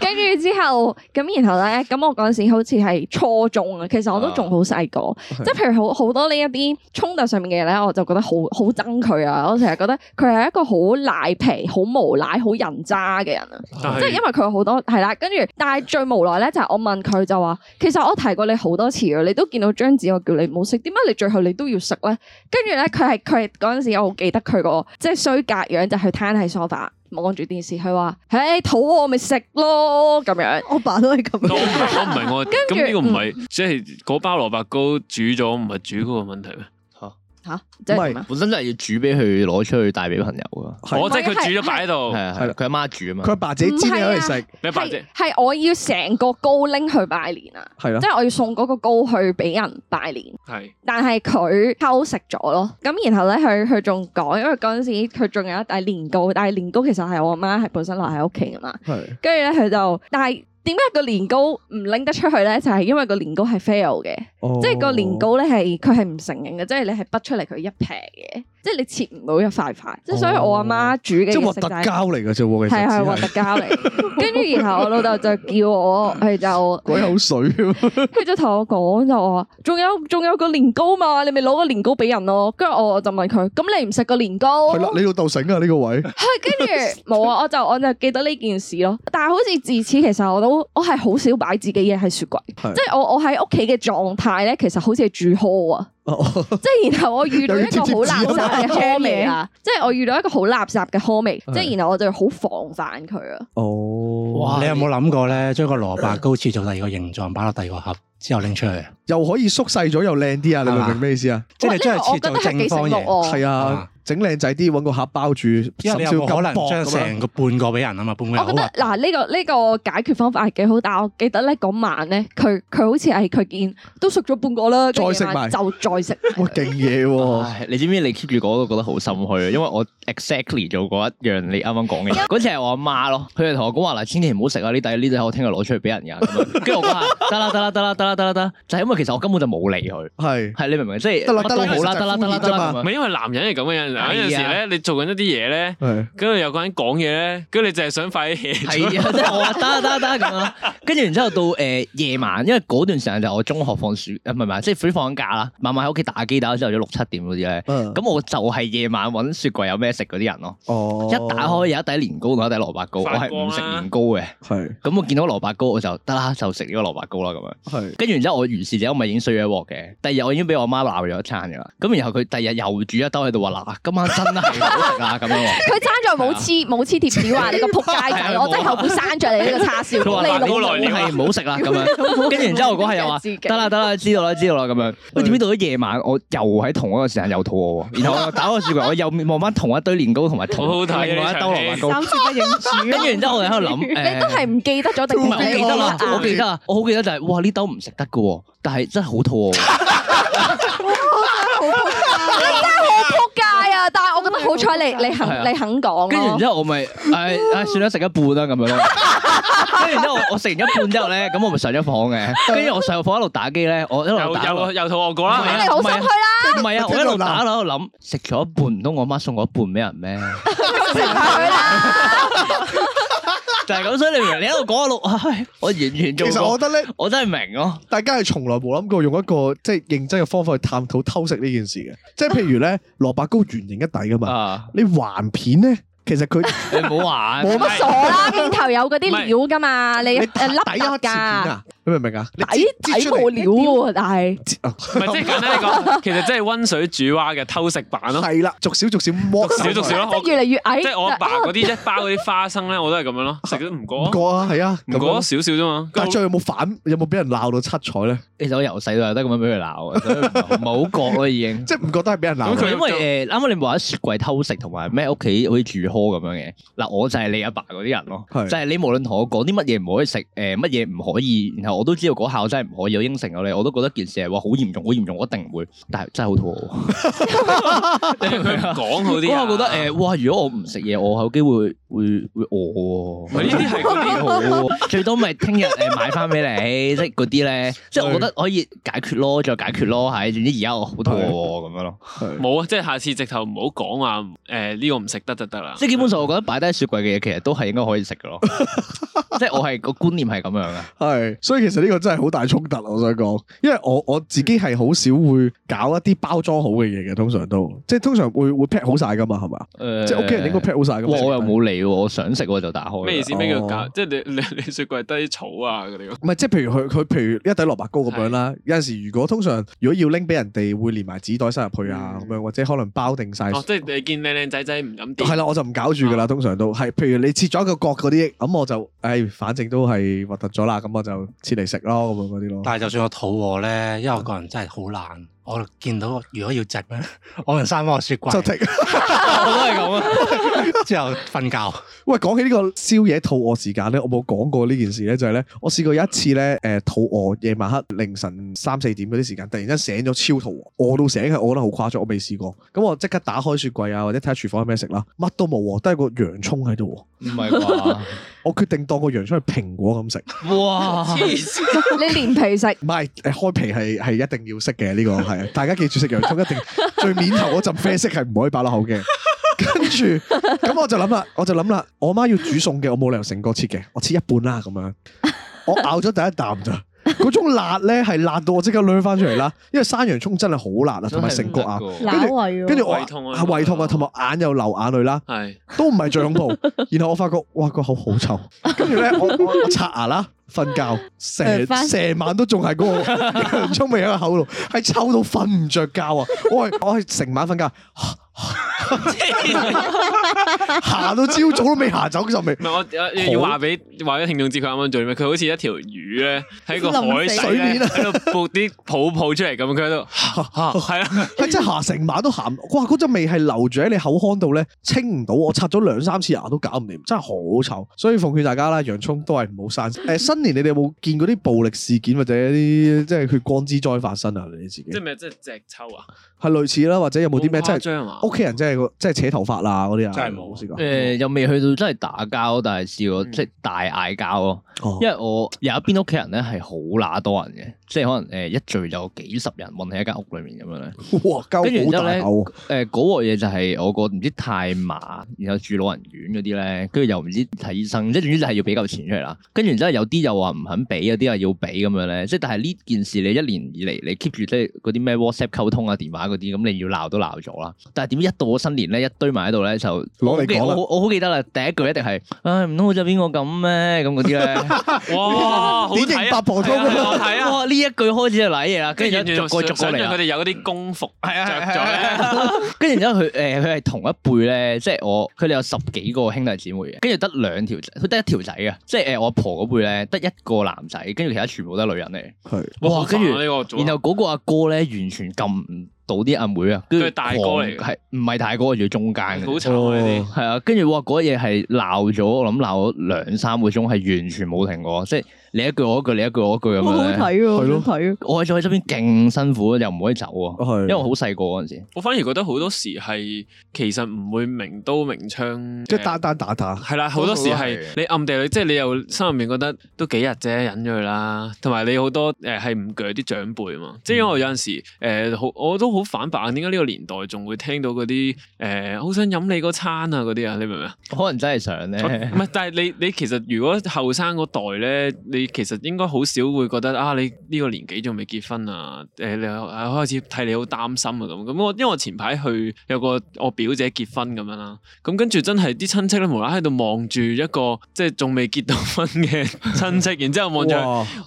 [SPEAKER 4] 跟住之後，咁然後咧，咁我嗰陣時好似係初中啊，其實我都仲好 細個，即係譬如好好多呢一啲衝突上面嘅嘢咧，我就覺得好好憎佢啊！我成日覺得佢係一個好賴皮、好無賴、好人渣嘅人啊！
[SPEAKER 6] 但
[SPEAKER 4] 即係因為佢有好多係啦，跟住但係最無奈咧就係我問佢就話，其實我提過你好多次嘅，你都見到張紙我叫你唔好食，點解你最後你都要食咧？跟住咧佢係佢係嗰陣時我好記得佢個即係衰格樣就去攤喺 sofa 望住電視，佢話：，唉，肚餓咪食咯咁樣。
[SPEAKER 5] 我爸都 係咁
[SPEAKER 6] 我唔
[SPEAKER 5] 樣。
[SPEAKER 6] 係我唔係我，
[SPEAKER 4] 住
[SPEAKER 6] 咁呢個唔係即係嗰包蘿蔔糕煮咗，唔係煮嗰個問題咩？
[SPEAKER 4] 吓，即係點啊
[SPEAKER 3] 本身就係要煮俾佢攞出去帶俾朋友噶，
[SPEAKER 2] 係
[SPEAKER 6] 我哦即係佢
[SPEAKER 4] 係
[SPEAKER 6] 煮咗擺喺
[SPEAKER 3] 係
[SPEAKER 6] 度，
[SPEAKER 3] 啊
[SPEAKER 2] 係
[SPEAKER 3] 係
[SPEAKER 2] 啦
[SPEAKER 3] 啊，佢阿媽煮啊
[SPEAKER 2] 佢
[SPEAKER 3] 嘛，
[SPEAKER 2] 阿爸自己煎嘢去食，
[SPEAKER 6] 你擺
[SPEAKER 4] 係
[SPEAKER 6] 隻
[SPEAKER 4] 係我要成個糕拎去拜年啊！
[SPEAKER 2] 係啦
[SPEAKER 4] 即。係我要送嗰個糕去俾人拜年。
[SPEAKER 6] 係
[SPEAKER 4] 但係佢偷食咗咯，咁然後咧佢佢仲講，因為嗰陣時佢仲有一大年糕，但係年糕其實係我阿媽係本身留喺屋企噶嘛，
[SPEAKER 2] 係
[SPEAKER 4] 跟住咧佢就，但係點解個年糕唔拎得出去咧？就係、因為個年糕係 fail 嘅，
[SPEAKER 2] 哦
[SPEAKER 4] 即係個年糕咧係佢係唔成形嘅，即係你係滗出嚟佢一劈嘅，即係你切唔到一塊塊，即係所以我阿媽煮嘅
[SPEAKER 2] 哦即係核
[SPEAKER 4] 嘢食
[SPEAKER 2] 突
[SPEAKER 4] 就係
[SPEAKER 2] 膠嚟嘅啫喎，其
[SPEAKER 4] 係
[SPEAKER 2] 實
[SPEAKER 4] 啊係核突
[SPEAKER 2] 只係
[SPEAKER 4] 膠嚟，跟住然後我老豆就叫我 佢就。
[SPEAKER 2] 鬼口 水喎。
[SPEAKER 4] 佢就同我講就話，仲有仲有個年糕嘛，你咪攞個年糕俾人咯。跟住我就問佢，咁你唔食個年糕？
[SPEAKER 2] 係啦，你老豆醒啊呢個位。
[SPEAKER 4] 係跟住冇啊，我就我就記得呢件事咯。但係好似自此，其實我都我係好少擺自己嘢喺雪櫃，
[SPEAKER 2] 係
[SPEAKER 4] 即係我我喺屋企嘅狀態咧，其實好似係住 hall 啊，
[SPEAKER 2] 哦
[SPEAKER 4] 即係然後我遇到一個好
[SPEAKER 2] 又要貼
[SPEAKER 4] 垃
[SPEAKER 2] 紙
[SPEAKER 4] 圾嘅 hall 味啊，即係我遇到一個好垃圾嘅 hall 味，
[SPEAKER 2] 係
[SPEAKER 4] 即係然後我就好防範佢啊。
[SPEAKER 2] 哦，
[SPEAKER 7] 你有冇諗過咧？將個蘿蔔糕切做第二個形狀，擺落第二個盒之後拎出去，
[SPEAKER 2] 又可以縮細咗又靚啲啊！你明唔明咩意思啊？
[SPEAKER 7] 即係你將
[SPEAKER 4] 哇
[SPEAKER 7] 佢
[SPEAKER 4] 呢
[SPEAKER 7] 切
[SPEAKER 4] 個我覺得
[SPEAKER 7] 做
[SPEAKER 4] 係
[SPEAKER 7] 正
[SPEAKER 4] 幾醒目
[SPEAKER 7] 方形，
[SPEAKER 4] 喎
[SPEAKER 2] 係啊
[SPEAKER 7] 啊，
[SPEAKER 2] 整靚仔啲，揾個盒包住，
[SPEAKER 7] 因為你
[SPEAKER 2] 甚
[SPEAKER 7] 有
[SPEAKER 2] 至
[SPEAKER 7] 冇可
[SPEAKER 2] 金箔
[SPEAKER 7] 能將
[SPEAKER 2] 咁樣
[SPEAKER 7] 成個半個俾人啊嘛？半
[SPEAKER 4] 我
[SPEAKER 7] 個人好
[SPEAKER 4] 覺
[SPEAKER 7] 核
[SPEAKER 4] 得
[SPEAKER 7] 突
[SPEAKER 4] 嗱呢、個呢、個解決方法係幾好，但係我記得咧嗰晚咧，佢佢好似係佢見都熟咗半個啦，
[SPEAKER 2] 再食埋
[SPEAKER 4] 跟住就再食埋
[SPEAKER 2] 哇勁嘢
[SPEAKER 7] 啊
[SPEAKER 2] 喎！
[SPEAKER 3] 唉你知唔知你 keep 住嗰個覺得好心虛啊？因為我 exactly 做過一樣你啱啱講嘅嘢，嗰次係我阿媽咯，佢就同我講話嗱，千祈唔好食啊！呢底呢底我聽日攞出去俾 人㗎，咁樣跟住我講下得啦得啦得啦得啦得啦得啦，就係因為其實我根本就冇理佢，
[SPEAKER 2] 係
[SPEAKER 3] 係你明唔明？即係
[SPEAKER 2] 得啦
[SPEAKER 3] 乜都
[SPEAKER 2] 得啦
[SPEAKER 3] 好啦得啦得啦得
[SPEAKER 2] 其實
[SPEAKER 3] 啦
[SPEAKER 2] 就係敷衍啫
[SPEAKER 6] 唔
[SPEAKER 3] 咁樣
[SPEAKER 6] 係因為男人係咁嘅人？
[SPEAKER 3] 係啊
[SPEAKER 6] 有陣時咧，你做緊一啲嘢咧，
[SPEAKER 2] 係
[SPEAKER 6] 跟住有個人講嘢咧，跟住你就係想快啲 hea 咗
[SPEAKER 3] 係 啊，即係
[SPEAKER 4] 哦
[SPEAKER 3] 我話得啊得啊得啊咁樣啦，跟住然之後到誒夜晚，因為嗰段時間就係我中學放暑，呃唔係唔係，即係 free 放緊假啦，晚晚喺屋企打機打到朝頭早六七點嗰啲咧，
[SPEAKER 2] 嗯
[SPEAKER 3] 咁我就係夜晚揾雪櫃有咩食嗰啲人咯。
[SPEAKER 2] 哦，
[SPEAKER 3] 一打開有一底年糕同一底蘿蔔糕，我
[SPEAKER 6] 發
[SPEAKER 3] 係
[SPEAKER 4] 啊
[SPEAKER 6] 光
[SPEAKER 3] 唔
[SPEAKER 6] 啦
[SPEAKER 3] 食年糕嘅。
[SPEAKER 2] 係
[SPEAKER 3] 咁我見到蘿蔔糕我就得啦，就食呢個蘿蔔糕啦咁樣。
[SPEAKER 2] 係
[SPEAKER 3] 跟住然之後我如是者我咪已經衰咗一鑊嘅。第二日我已經俾我媽鬧咗一餐噶啦。咁然後佢第二日又煮一兜喺度話嗱，今晚真係好食啦咁樣喎。
[SPEAKER 4] 佢爭在冇
[SPEAKER 3] 啊
[SPEAKER 4] 黐冇黐貼紙話你個仆街
[SPEAKER 3] 係
[SPEAKER 4] 仔，
[SPEAKER 3] 啊
[SPEAKER 4] 我真係後悔生着你呢個叉 燒，
[SPEAKER 3] 佢話
[SPEAKER 4] 你
[SPEAKER 3] 嗱，
[SPEAKER 4] 老啊
[SPEAKER 6] 好
[SPEAKER 3] 好
[SPEAKER 6] 耐
[SPEAKER 3] 耐
[SPEAKER 6] 料
[SPEAKER 3] 係唔好食啦咁樣。 跟住然之後我嗰下又話
[SPEAKER 4] 自己
[SPEAKER 3] 得啦得啦，知道啦知道啦咁
[SPEAKER 4] 嗯
[SPEAKER 3] 樣。喂，點知到咗夜晚我又喺同一個時間又肚餓喎。然後我又打開雪櫃，我又望翻同一堆年糕同埋同
[SPEAKER 6] 好好睇啊
[SPEAKER 3] 另外一兜蘿蔔糕。
[SPEAKER 5] 三節不認主。
[SPEAKER 3] 啊
[SPEAKER 5] 啊
[SPEAKER 3] 跟住然之後我哋喺度諗誒。
[SPEAKER 4] 你都係唔記得咗定
[SPEAKER 3] 唔
[SPEAKER 4] 係
[SPEAKER 3] 係我記得 啦，
[SPEAKER 4] 啊
[SPEAKER 3] 我記得啦，我好記得就係哇呢兜唔食得㗎喎，但係真係好肚餓 喎。
[SPEAKER 4] 仆街啊！但係我覺得好彩你你
[SPEAKER 3] 係
[SPEAKER 4] 肯
[SPEAKER 3] 啊
[SPEAKER 4] 你肯講
[SPEAKER 3] 跟住然
[SPEAKER 4] 咯。
[SPEAKER 3] 之後我咪誒
[SPEAKER 4] 哦
[SPEAKER 3] 誒算啦，食一半啦咁樣咯。跟住然之後我食完一半之後咧，咁我咪上咗房嘅。跟住我上房一路打機咧，我一路打一
[SPEAKER 6] 又
[SPEAKER 3] 路
[SPEAKER 6] 又又肚餓過
[SPEAKER 3] 唔係
[SPEAKER 4] 咁
[SPEAKER 6] 啦
[SPEAKER 3] 啊，
[SPEAKER 4] 你好心虛
[SPEAKER 3] 唔
[SPEAKER 4] 啦，
[SPEAKER 3] 係啊，我一路打一路喺度諗，食咗一半唔通我媽送我一半俾人咩？
[SPEAKER 4] 食埋佢啦。
[SPEAKER 3] 就係咁，所以你明唔明？你喺度講一路，唉我完全
[SPEAKER 2] 其
[SPEAKER 3] 做
[SPEAKER 2] 實
[SPEAKER 3] 過
[SPEAKER 2] 我覺得咧，
[SPEAKER 3] 我真係明咯，
[SPEAKER 2] 大家係從來冇諗過用一個即係認真嘅方法去探討偷食呢件事嘅。即係譬如咧， 蘿蔔糕圓形一底噶嘛，
[SPEAKER 3] 啊，
[SPEAKER 2] 你橫片咧，其實 佢
[SPEAKER 3] 你唔好啊玩，
[SPEAKER 2] 冇
[SPEAKER 4] 乜傻啦，邊頭有嗰啲料噶嘛，你
[SPEAKER 2] 你
[SPEAKER 4] 誒
[SPEAKER 2] 底
[SPEAKER 4] 粒
[SPEAKER 2] 一
[SPEAKER 4] 突
[SPEAKER 2] 切片
[SPEAKER 4] 㗎，
[SPEAKER 2] 啊，你明唔明啊？你
[SPEAKER 4] 底
[SPEAKER 2] 擠
[SPEAKER 4] 底
[SPEAKER 2] 出嚟
[SPEAKER 4] 冇
[SPEAKER 3] 啊
[SPEAKER 4] 料喎，但係
[SPEAKER 2] 切啊，
[SPEAKER 6] 唔係即係簡單嚟 講，其實即係温水煮蛙嘅偷食版咯，
[SPEAKER 2] 係啦，逐少逐少剝
[SPEAKER 6] 逐少逐少咯。
[SPEAKER 4] 即係
[SPEAKER 6] 我
[SPEAKER 4] 越嚟越矮。
[SPEAKER 6] 即係我阿爸
[SPEAKER 4] 啊
[SPEAKER 6] 嗰啲一包嗰啲花生咧，我都係咁樣咯，食都唔
[SPEAKER 2] 唔
[SPEAKER 6] 過啊，
[SPEAKER 2] 覺啊，係啊，
[SPEAKER 6] 唔
[SPEAKER 2] 咁
[SPEAKER 6] 過
[SPEAKER 2] 樣
[SPEAKER 6] 啊少少啫嘛。
[SPEAKER 2] 但係最後有冇反有冇俾人鬧到七彩咧？
[SPEAKER 3] 其實我由細到大都咁樣俾佢鬧嘅，所以唔係好覺咯已經。
[SPEAKER 2] 即係唔覺得係俾人鬧啊
[SPEAKER 6] 咁佢
[SPEAKER 2] 嘅？
[SPEAKER 3] 因為誒呃啱啱你話喺雪櫃偷食同埋咩屋企好似住 hall 咁樣嘅，嗱我就係你阿爸嗰啲人咯，
[SPEAKER 2] 係
[SPEAKER 3] 就係你無論同我講啲乜嘢唔可以食，誒呃乜嘢唔可以，然後我都知道嗰下我真係唔可以，我應承咗你，我都覺得件事係話好嚴重，好嚴重，我一定唔會，但係真係好肚餓。
[SPEAKER 6] 你明唔明啊講好啲
[SPEAKER 3] 嗰
[SPEAKER 6] 啊，
[SPEAKER 3] 下覺得誒，哇！如果我唔食嘢，我有機會會會餓
[SPEAKER 6] 唔係呢啲係嗰啲
[SPEAKER 3] 好，最多咪聽日誒買翻俾你，即係嗰啲咧，即係我覺得可以解決咯，再解決咯，係總之而家我好肚餓喎咁樣咯。
[SPEAKER 6] 冇啊，即係下次直頭唔好講話誒呢個唔食得就得啦。
[SPEAKER 3] 即係基本上，我覺得擺低喺雪櫃嘅嘢，其實都係應該可以 食嘅咯。即係我係個觀念係咁樣啊。
[SPEAKER 2] 係，所以其實呢個真係好大衝突，我想講，因為我我自己係好少會搞一啲包裝好嘅嘢嘅，通常都即係通常會會 pack 好晒噶嘛，係嘛？
[SPEAKER 3] 誒
[SPEAKER 2] 即係屋企人應該 pack 好晒咁。
[SPEAKER 3] 哇！我又冇理喎，我想食我就打開。
[SPEAKER 6] 咩意思？咩叫搞
[SPEAKER 2] 哦？
[SPEAKER 6] 即係你 你你雪櫃低草啊嗰啲咁。
[SPEAKER 2] 唔係，即係譬如佢佢譬如一底蘿蔔糕咁樣啦，有陣時如果通常如果要拎俾人哋，會連埋紙袋塞入去啊咁
[SPEAKER 6] 嗯
[SPEAKER 2] 樣，或者可能包定晒。
[SPEAKER 6] 哦，即係你見靚靚仔仔唔敢掂。
[SPEAKER 2] 係啦，我就唔搞住噶
[SPEAKER 3] 哦
[SPEAKER 2] 啦，通常都係，譬如你切咗一個角嗰啲，咁我就，唉，反正都係核突咗啦，咁我就切嚟食咯，咁樣嗰啲咯。
[SPEAKER 7] 但係就算我肚餓咧，因為我個人真係好懶，我見到如果要食咧， 我能閂翻個雪
[SPEAKER 2] 就
[SPEAKER 7] 櫃，
[SPEAKER 2] 停。
[SPEAKER 3] 我都係咁啊。
[SPEAKER 7] 之後瞓覺。
[SPEAKER 2] 喂，講起呢個宵夜肚餓時間咧，我冇講過呢件事咧，就係咧，我試過有一次咧，誒、肚餓，夜晚黑凌晨三四點嗰啲時間，突然間醒咗超肚餓，餓到醒係我覺得好誇張，我未試過。咁我即刻打開雪櫃啊，或者睇下廚房有咩食啦，乜都冇喎，都係個洋葱喺度
[SPEAKER 3] 唔係啩？
[SPEAKER 2] 喎。我決定當個洋葱係蘋果咁食，
[SPEAKER 3] 哇！
[SPEAKER 4] 你連皮食，
[SPEAKER 2] 唔係誒開皮係係一定要識嘅呢、個係，大家記住食洋葱一定最面頭嗰陣啡色係唔可以擺落口嘅。跟住咁我就諗啦，我就諗啦，我媽要煮餸嘅，我冇理由成個切嘅，我切一半啦咁樣。我咬咗第一啖咋，嗰種辣咧係辣到我即刻掠翻出嚟啦，因為生洋葱真係好辣啊，同埋成個牙，
[SPEAKER 5] 乸胃喎，
[SPEAKER 2] 跟住我
[SPEAKER 6] 胃痛啊
[SPEAKER 2] 係胃痛啊，同埋眼又流眼淚啦。
[SPEAKER 6] 係
[SPEAKER 2] 都唔係最恐 怖。然後我發覺，哇個口好臭，跟住咧我我我刷牙啦，瞓覺成
[SPEAKER 5] 誒翻
[SPEAKER 2] 成晚都仲係嗰個 洋葱味喺個口度，係臭到瞓唔着覺啊！我係我係成晚瞓覺，行到朝早都未行走 就未
[SPEAKER 6] 唔。係我我要話俾話俾聽眾知佢啱啱做啲咩？佢好似一條魚咧喺個海
[SPEAKER 5] 淋
[SPEAKER 6] 水
[SPEAKER 5] 死
[SPEAKER 2] 水面
[SPEAKER 6] 面
[SPEAKER 2] 啊
[SPEAKER 6] 喺度撥啲泡泡出嚟咁，佢 喺度係啦，
[SPEAKER 2] 係真係行成晚都行，哇！嗰陣味係留住喺你口腔度咧，清唔到。我刷咗兩三次牙都搞唔掂，真係好臭。所以奉勸大家啦，洋葱都係唔好 生。誒、新年你哋有冇見過啲暴力事件或者啲即係血光之災發生啊？你哋自己
[SPEAKER 6] 即係咩？即係隻抽啊！
[SPEAKER 2] 係類似啦，或者有冇啲咩即
[SPEAKER 6] 好誇
[SPEAKER 2] 係
[SPEAKER 6] 張啊？
[SPEAKER 2] 屋企人即係個即係扯頭髮啦嗰啲啊？
[SPEAKER 7] 真係冇
[SPEAKER 2] 試過。
[SPEAKER 3] 誒又未去到真係打交，但係試過
[SPEAKER 6] 嗯
[SPEAKER 3] 即係大嗌交咯。
[SPEAKER 2] 哦
[SPEAKER 3] 因為我有一邊屋企人咧係好乸多人嘅，即係可能誒一聚有幾十人混喺一間屋裏面咁樣咧。
[SPEAKER 2] 哇，
[SPEAKER 3] 跟住
[SPEAKER 2] 鳩
[SPEAKER 3] 然
[SPEAKER 2] 好
[SPEAKER 3] 之後
[SPEAKER 2] 大
[SPEAKER 3] 咧，
[SPEAKER 2] 口啊
[SPEAKER 3] 誒嗰鑊嘢就係我個唔知太麻，然後住老人院嗰啲咧，跟住又唔知睇醫生，即係總之就係要俾嚿錢出嚟啦。跟住然之後有啲又話唔肯俾，有啲又要俾咁樣咧。即係但係呢件事你一年以嚟你 keep 住即係嗰啲咩 WhatsApp 溝通啊、電話嗰啲，咁你要鬧都鬧咗啦。但係點知一到咗新年咧，一堆埋喺度咧就
[SPEAKER 2] 攞嚟講
[SPEAKER 3] 我
[SPEAKER 2] 啦
[SPEAKER 3] 好我好記得啦，第一句一定係唉唔通好似邊個咁咩咁嗰啲咧。
[SPEAKER 6] 哇！好
[SPEAKER 2] 典型
[SPEAKER 6] 睇啊
[SPEAKER 2] 八婆通
[SPEAKER 6] 係啊 我睇啊！
[SPEAKER 3] 哇！呢一句開始就舐嘢啦，跟
[SPEAKER 6] 跟
[SPEAKER 3] 住
[SPEAKER 6] 住
[SPEAKER 3] 就逐個逐個
[SPEAKER 6] 想
[SPEAKER 3] 嚟
[SPEAKER 6] 像
[SPEAKER 3] 啦
[SPEAKER 6] 佢。哋有嗰啲功服
[SPEAKER 3] 係
[SPEAKER 6] 着
[SPEAKER 3] 啊係啊
[SPEAKER 6] 咗咧，
[SPEAKER 3] 跟住然之後佢誒佢係同一輩咧，即係我佢哋有十幾個兄弟姊妹嘅，跟住得兩條仔，佢得一條仔嘅，即係誒我阿婆嗰輩咧得一個男仔，跟住其他全部都係女人嚟。
[SPEAKER 2] 係
[SPEAKER 6] 哇！
[SPEAKER 3] 哇
[SPEAKER 6] 好煩啊
[SPEAKER 3] 跟住
[SPEAKER 6] 呢個組合
[SPEAKER 3] 然後嗰個阿哥咧完全撳唔到啲阿妹啊，跟住
[SPEAKER 6] 佢係大哥嚟嘅
[SPEAKER 3] 狂係唔係大哥，仲要中間嘅
[SPEAKER 6] 好
[SPEAKER 2] 哦
[SPEAKER 6] 慘啊呢啲。
[SPEAKER 3] 係啊，跟住哇嗰嘢係鬧咗，我諗鬧咗兩三個鐘，係完全冇停過，即係你一句我一句，你一句我一句咁
[SPEAKER 5] 好好
[SPEAKER 3] 樣咧。
[SPEAKER 5] 睇喎，
[SPEAKER 2] 係咯
[SPEAKER 5] 想睇喎
[SPEAKER 3] 我喺咗喺側邊勁辛苦，又唔可以走喎，
[SPEAKER 2] 哦係
[SPEAKER 3] 因為我好細個嗰陣時。
[SPEAKER 6] 我反而覺得好多時係其實唔會明刀明槍，
[SPEAKER 2] 即係單單打打，
[SPEAKER 6] 係啦，好多時係
[SPEAKER 3] 多數都係
[SPEAKER 6] 你暗地裏，即係你又心入面覺得都幾日啫，忍咗佢啦。同埋你好多誒係唔鋸啲長輩嘛，即係因為我有陣時誒好、我都好反白眼，點解呢個年代仲會聽到嗰啲誒好想飲你嗰餐啊嗰啲啊？你明唔明啊？
[SPEAKER 3] 可能真係想
[SPEAKER 6] 我
[SPEAKER 3] 咧
[SPEAKER 6] 唔。係，但係你你其實如果後生嗰代咧，你其實應該好少會覺得啊，你呢個年紀仲未結婚啊，誒、你啊開始替你好擔心啊咁。咁我因為我前排去有個我表姐結婚咁樣啦，咁跟住真係啲親戚咧無啦啦喺度望住一個即係仲未結到婚嘅親戚，然之後望住佢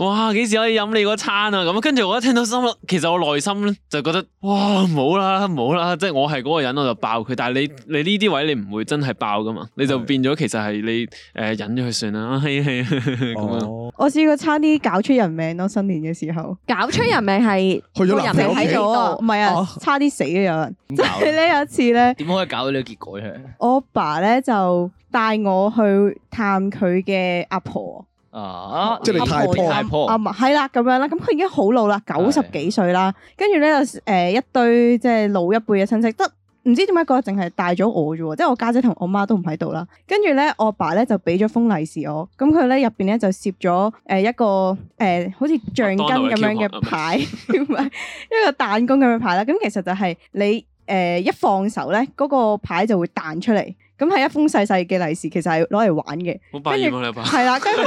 [SPEAKER 2] 哇！
[SPEAKER 6] 哇幾時可以飲你嗰餐啊咁。跟住我一聽到心諗，其實我內心咧就覺得哇冇啦冇啦，即係我係嗰個人我就爆佢，但係你你呢啲位你唔會真係爆噶嘛，你就
[SPEAKER 2] 係
[SPEAKER 6] 變咗其實係你誒、呃忍咗佢算啦，係係 咁樣。
[SPEAKER 2] 哦
[SPEAKER 5] 我試過差啲搞出人命咯，新年嘅時候。
[SPEAKER 4] 搞出人命係
[SPEAKER 2] 去咗男
[SPEAKER 5] 你
[SPEAKER 2] 仔
[SPEAKER 4] 個
[SPEAKER 2] 屋
[SPEAKER 4] 人
[SPEAKER 5] 睇
[SPEAKER 4] 喺
[SPEAKER 2] 企
[SPEAKER 4] 度
[SPEAKER 5] 咗啊？
[SPEAKER 4] 哦
[SPEAKER 5] 唔係 啊
[SPEAKER 2] 哦，
[SPEAKER 5] 差啲死啊！有人，
[SPEAKER 3] 點
[SPEAKER 5] 即
[SPEAKER 3] 搞
[SPEAKER 5] 係呢有一次咧，
[SPEAKER 3] 點可以搞到呢個結果出嚟
[SPEAKER 5] 我爸咧就帶我去探佢嘅阿婆，哦
[SPEAKER 3] 啊？
[SPEAKER 2] 哦即係你太婆
[SPEAKER 3] 太婆
[SPEAKER 5] 阿嫲啊係啦咁樣啦，咁佢已經好老啦，九十幾歲啦，跟住咧就誒一堆即係老一輩嘅親戚得。唔知點解嗰日淨係帶咗我啫喎，即係我家姐同我媽都唔喺度啦。跟住咧，我爸咧就俾咗封利是我，咁佢咧入邊咧就攝咗誒一個誒、呃好似橡筋咁樣
[SPEAKER 2] 哦
[SPEAKER 5] 嘅牌，唔係一個彈弓咁樣牌啦。咁其實就係你誒、呃一放手咧，嗰、個牌就會彈出嚟。咁係一封細細嘅利是，其實係攞嚟玩嘅。
[SPEAKER 6] 好百厭啊！你爸
[SPEAKER 5] 係啦，跟住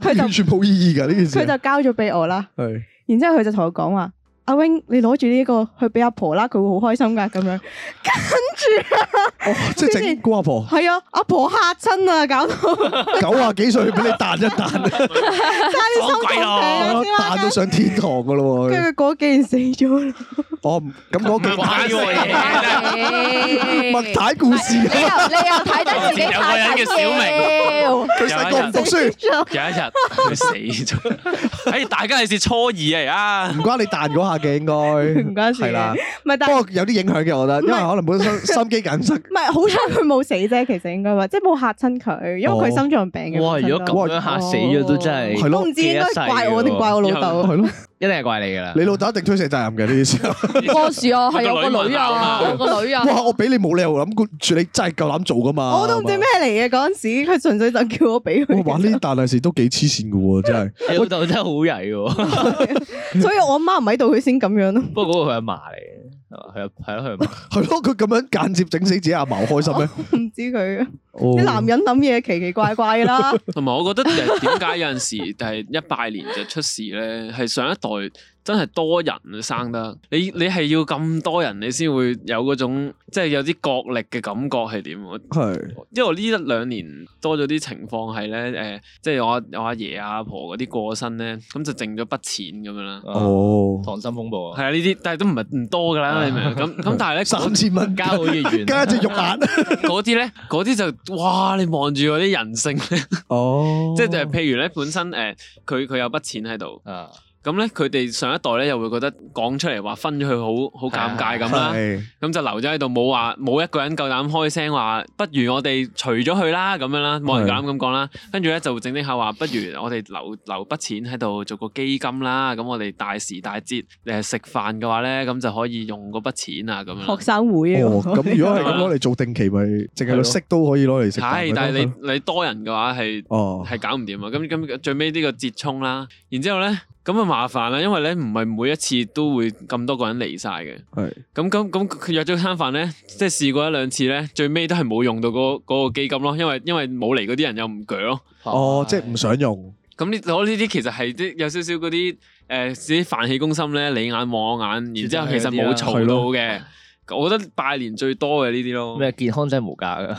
[SPEAKER 5] 佢 就
[SPEAKER 2] 完全冇意義㗎呢件事。
[SPEAKER 5] 佢就交咗俾我啦。
[SPEAKER 2] 係
[SPEAKER 5] 然之後佢就同我講話：阿 wing，你攞住呢個去俾阿婆啦，佢會好開心噶咁樣。
[SPEAKER 2] 哦，即係整姑阿婆
[SPEAKER 5] 係啊，阿婆嚇親啊，搞到
[SPEAKER 2] 九啊幾歲俾你彈一彈，
[SPEAKER 5] 啲心臟 病啊，先啦
[SPEAKER 2] 彈到上天堂㗎咯
[SPEAKER 5] 跟
[SPEAKER 2] 喎！
[SPEAKER 5] 住嗰幾年死咗啦。
[SPEAKER 2] 哦，唔咁嗰句
[SPEAKER 6] 玩
[SPEAKER 3] 呢個嘢
[SPEAKER 2] 麥
[SPEAKER 4] 你
[SPEAKER 2] 太故事
[SPEAKER 4] 又你又
[SPEAKER 2] 啊！
[SPEAKER 4] 睇得自己太緊要，
[SPEAKER 2] 佢細個唔讀書，
[SPEAKER 6] 有一日佢死咗，哎大家係是初二啊而
[SPEAKER 2] 唔關你彈嗰下嘅應該，
[SPEAKER 5] 唔關事 嘅
[SPEAKER 2] 係啦。
[SPEAKER 5] 唔係，
[SPEAKER 2] 不
[SPEAKER 5] 但係
[SPEAKER 2] 過有啲影響嘅，我覺得，因為可能本身心肌梗塞。
[SPEAKER 5] 唔係好彩佢冇死啫，其實應該話，即係冇嚇親佢，因為佢
[SPEAKER 2] 哦
[SPEAKER 5] 心臟病嘅。
[SPEAKER 3] 哇！如果咁
[SPEAKER 2] 哇
[SPEAKER 3] 樣嚇死咗都真係
[SPEAKER 2] 係
[SPEAKER 5] 我
[SPEAKER 2] 咯
[SPEAKER 5] 唔知應該怪我定怪我老豆。
[SPEAKER 2] 係咯，
[SPEAKER 3] 一定係怪你㗎啦。
[SPEAKER 2] 你老豆一定推卸責任嘅呢啲 時候。
[SPEAKER 6] 家
[SPEAKER 4] 關事啊，係有個女啊，我個女啊，
[SPEAKER 2] 哇！我俾你冇理由諗住你真係夠膽做噶啊嘛？
[SPEAKER 5] 我都唔知咩嚟嘅嗰陣時，佢純粹就叫我俾
[SPEAKER 2] 哇。哇！
[SPEAKER 5] 佢，
[SPEAKER 2] 呢啲大利是都幾黐線嘅喎， 真係。
[SPEAKER 3] 你老豆真係好曳喎。
[SPEAKER 5] 所以我阿媽唔喺度，佢先咁樣咯。
[SPEAKER 3] 不過嗰個佢阿嫲嚟嘅，係嘛？佢阿係咯，佢阿嫲。
[SPEAKER 2] 係咯，佢咁樣間接整死自己阿嫲，開 心咩？
[SPEAKER 5] 唔知佢
[SPEAKER 2] 哦
[SPEAKER 5] 啲男人諗嘢奇奇怪怪㗎啦。
[SPEAKER 6] 同埋我覺得誒點解有陣時 係一拜年就出事咧，係上一代真係多人生得，你你係要咁多人你先會有嗰種即係有啲角力嘅感覺係點？我
[SPEAKER 2] 係
[SPEAKER 6] 因為我呢一兩年多咗啲情況係咧誒，即係我阿我阿爺啊阿婆嗰啲過身咧，咁就剩咗筆錢咁樣啦。
[SPEAKER 2] 哦，
[SPEAKER 3] 溏心風暴
[SPEAKER 6] 係
[SPEAKER 3] 啊，
[SPEAKER 6] 啊，呢啲但係都唔係唔多㗎啦，你明唔明？咁咁但係咧
[SPEAKER 2] 三千 蚊
[SPEAKER 3] 交好啊嘅遠
[SPEAKER 2] 加一隻肉眼。
[SPEAKER 6] 嗰啲咧，嗰啲就哇！你望住嗰啲人性咧，
[SPEAKER 2] 哦
[SPEAKER 6] 即係就係譬如咧本身誒佢佢有筆錢喺度。
[SPEAKER 3] 啊！
[SPEAKER 6] 咁咧，佢哋上一代咧又會覺得講出嚟話分咗佢好好尷尬咁啦，
[SPEAKER 2] 啊係
[SPEAKER 6] 咁就留咗喺度，冇話冇一個人夠膽開聲話，不如我哋除咗佢啦咁樣啦，冇人
[SPEAKER 2] 係
[SPEAKER 6] 夠膽咁講啦。跟住咧就整整下話，不如我哋留留筆錢喺度做個基金啦，咁我哋大時大節誒食飯嘅話咧，咁就可以用嗰筆錢啊咁
[SPEAKER 5] 學
[SPEAKER 6] 樣。
[SPEAKER 5] 生會啊！
[SPEAKER 2] 哦，
[SPEAKER 5] 我
[SPEAKER 2] 咁如果係咁攞嚟做定期，咪淨係個息都可以攞嚟食飯咪
[SPEAKER 6] 係，
[SPEAKER 2] 得。
[SPEAKER 6] 但係你你多人嘅話係。
[SPEAKER 2] 哦，
[SPEAKER 6] 係搞唔掂啊！咁咁最尾呢個折衝啦，然之後咧咁啊麻煩啦，因為咧唔係每一次都會咁多個人嚟晒嘅。
[SPEAKER 2] 係
[SPEAKER 6] 咁咁咁佢約咗餐飯咧，即係試過一兩次咧，最尾都係冇用到嗰、嗰個基金咯，因為因為冇嚟嗰啲人又唔鋸咯。
[SPEAKER 2] 哦，即係唔想用。
[SPEAKER 6] 咁呢我呢啲其實係啲有少少嗰啲誒自己飯氣攻心咧，你眼望我眼，然之後其實冇
[SPEAKER 2] 係
[SPEAKER 6] 嘈到
[SPEAKER 2] 咯
[SPEAKER 6] 嘅。我覺得拜年最多嘅呢啲咯。
[SPEAKER 3] 啊咩健康真係無價噶，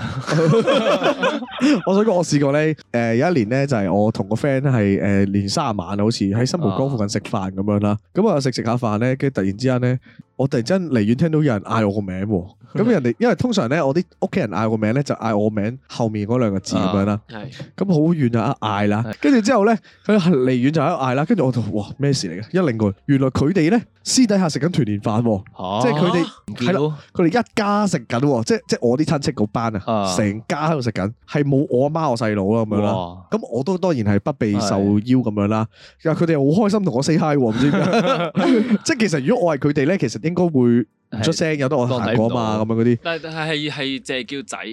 [SPEAKER 2] 我想講，我試過咧，誒、有一年咧就係我同個 friend 係誒年卅晚啊，好似喺新蒲崗附近食飯咁樣啦。咁啊食食下飯咧，跟住突然之間咧，我突然之間離遠聽到有人嗌我個名喎，咁人哋因為通常咧，我啲屋企人嗌我名咧就嗌我名後面嗰兩個字咁樣
[SPEAKER 6] 啊
[SPEAKER 2] 啦，
[SPEAKER 6] 系
[SPEAKER 2] 咁好遠就一嗌啦，跟住之後咧佢係離遠就一嗌啦，跟住我就哇咩事嚟嘅？一擰過去，原來佢哋咧私底下食緊團年飯喎。
[SPEAKER 3] 哦
[SPEAKER 2] 即係佢哋係啦
[SPEAKER 3] 啦，
[SPEAKER 2] 佢哋一家食緊喎，即係即係我啲親戚嗰班啊，
[SPEAKER 3] 啊
[SPEAKER 2] 成家喺度食緊，係冇我阿媽我細佬啊啦咁樣啦。
[SPEAKER 3] 哇
[SPEAKER 2] 咁我都當然係不被受邀咁樣啦，但係佢哋好開心同我 say hi 喎，唔知點解。 即係其實如果我係佢哋咧，其實應該會唔出聲，有得我行過啊嘛咁樣嗰啲，
[SPEAKER 6] 但但係係淨係叫仔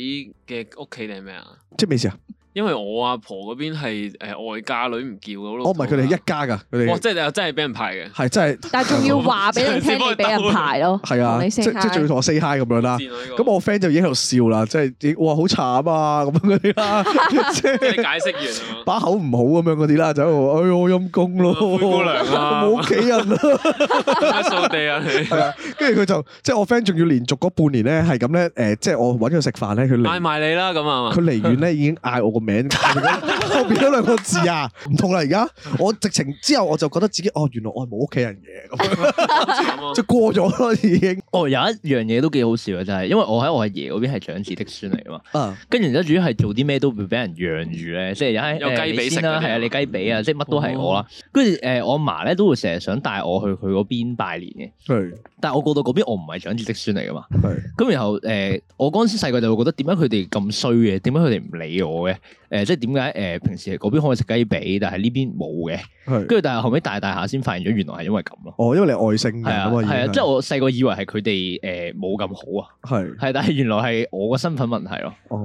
[SPEAKER 6] 嘅屋企定係咩啊？
[SPEAKER 2] 即係咩事啊？
[SPEAKER 6] 因為我阿婆嗰邊係诶外嫁女唔叫嘅咯。
[SPEAKER 2] 哦我唔係佢哋係一家㗎，佢
[SPEAKER 6] 啊哇！
[SPEAKER 2] 哋
[SPEAKER 6] 即係真係俾人派嘅，
[SPEAKER 2] 係真係
[SPEAKER 4] 但係 仲要話俾你聽，你俾人排咯，
[SPEAKER 2] 係啊，
[SPEAKER 4] 同
[SPEAKER 2] 即
[SPEAKER 4] 你
[SPEAKER 2] 即
[SPEAKER 4] say
[SPEAKER 2] 係仲要
[SPEAKER 4] hi。
[SPEAKER 2] 同我 say hi 咁樣啦。
[SPEAKER 6] 賤啊呢個
[SPEAKER 2] 咁我 friend 就已經喺度笑啦，即係已哇好慘啊咁樣嗰啲 啦，即
[SPEAKER 6] 即係
[SPEAKER 2] 係
[SPEAKER 6] 你解釋 完啊嘛。
[SPEAKER 2] 把口唔好咁樣嗰啲啦，就喺度哎呦陰公 咯，
[SPEAKER 6] 灰姑娘啊
[SPEAKER 2] 冇屋企人啦。
[SPEAKER 6] 乜掃地 啊
[SPEAKER 2] 係啊，跟住佢就即係我 friend 仲要連續嗰半年咧係咁咧，誒，即係我揾佢食飯咧，佢
[SPEAKER 6] 你？
[SPEAKER 2] 離
[SPEAKER 6] 嗌埋你啦咁啊嘛
[SPEAKER 2] 佢。離遠咧已經嗌我個名， 後邊嗰兩個字啊，唔痛啦而家，我直情之後我就覺得自己哦，原來我係冇屋企人嘅， 咁
[SPEAKER 6] 慘啊
[SPEAKER 2] 就過咗咯已經。
[SPEAKER 3] 哦，有一樣嘢都幾好笑嘅，就係因為我喺我阿爺嗰邊係長子嫡孫嚟啊嘛，
[SPEAKER 2] 啊，
[SPEAKER 3] 跟住然之後主要係做啲咩都會俾人讓住咧，即係有喺
[SPEAKER 6] 嗯有雞髀食
[SPEAKER 3] 先啦，
[SPEAKER 6] 嗰啲
[SPEAKER 3] 係啊，
[SPEAKER 6] 啊哦
[SPEAKER 3] 你雞髀啊，即係乜都係我啦。跟住誒，我阿嫲咧都會成日想帶我去佢嗰邊拜年嘅，
[SPEAKER 2] 係
[SPEAKER 3] 但係我過到嗰邊我唔係長子嫡孫嚟噶嘛，
[SPEAKER 2] 係
[SPEAKER 3] 咁然後誒、呃我嗰陣時細個就會覺得點解佢哋咁衰嘅？點解佢哋唔理我嘅？誒、即係點解誒平時嗰邊可以食雞髀，但係呢邊冇嘅？
[SPEAKER 2] 係。
[SPEAKER 3] 跟住但係後尾大大下先發現咗，原來係因為咁咯。
[SPEAKER 2] 哦，因為你係外
[SPEAKER 6] 嗯
[SPEAKER 2] 星人
[SPEAKER 3] 係
[SPEAKER 2] 啊
[SPEAKER 3] 啊，
[SPEAKER 2] 嘛，已經
[SPEAKER 3] 係啊，即係我細個以為係佢哋誒冇咁好啊，
[SPEAKER 2] 係
[SPEAKER 3] 係，但係原來係我個身份問題咯。
[SPEAKER 2] 哦，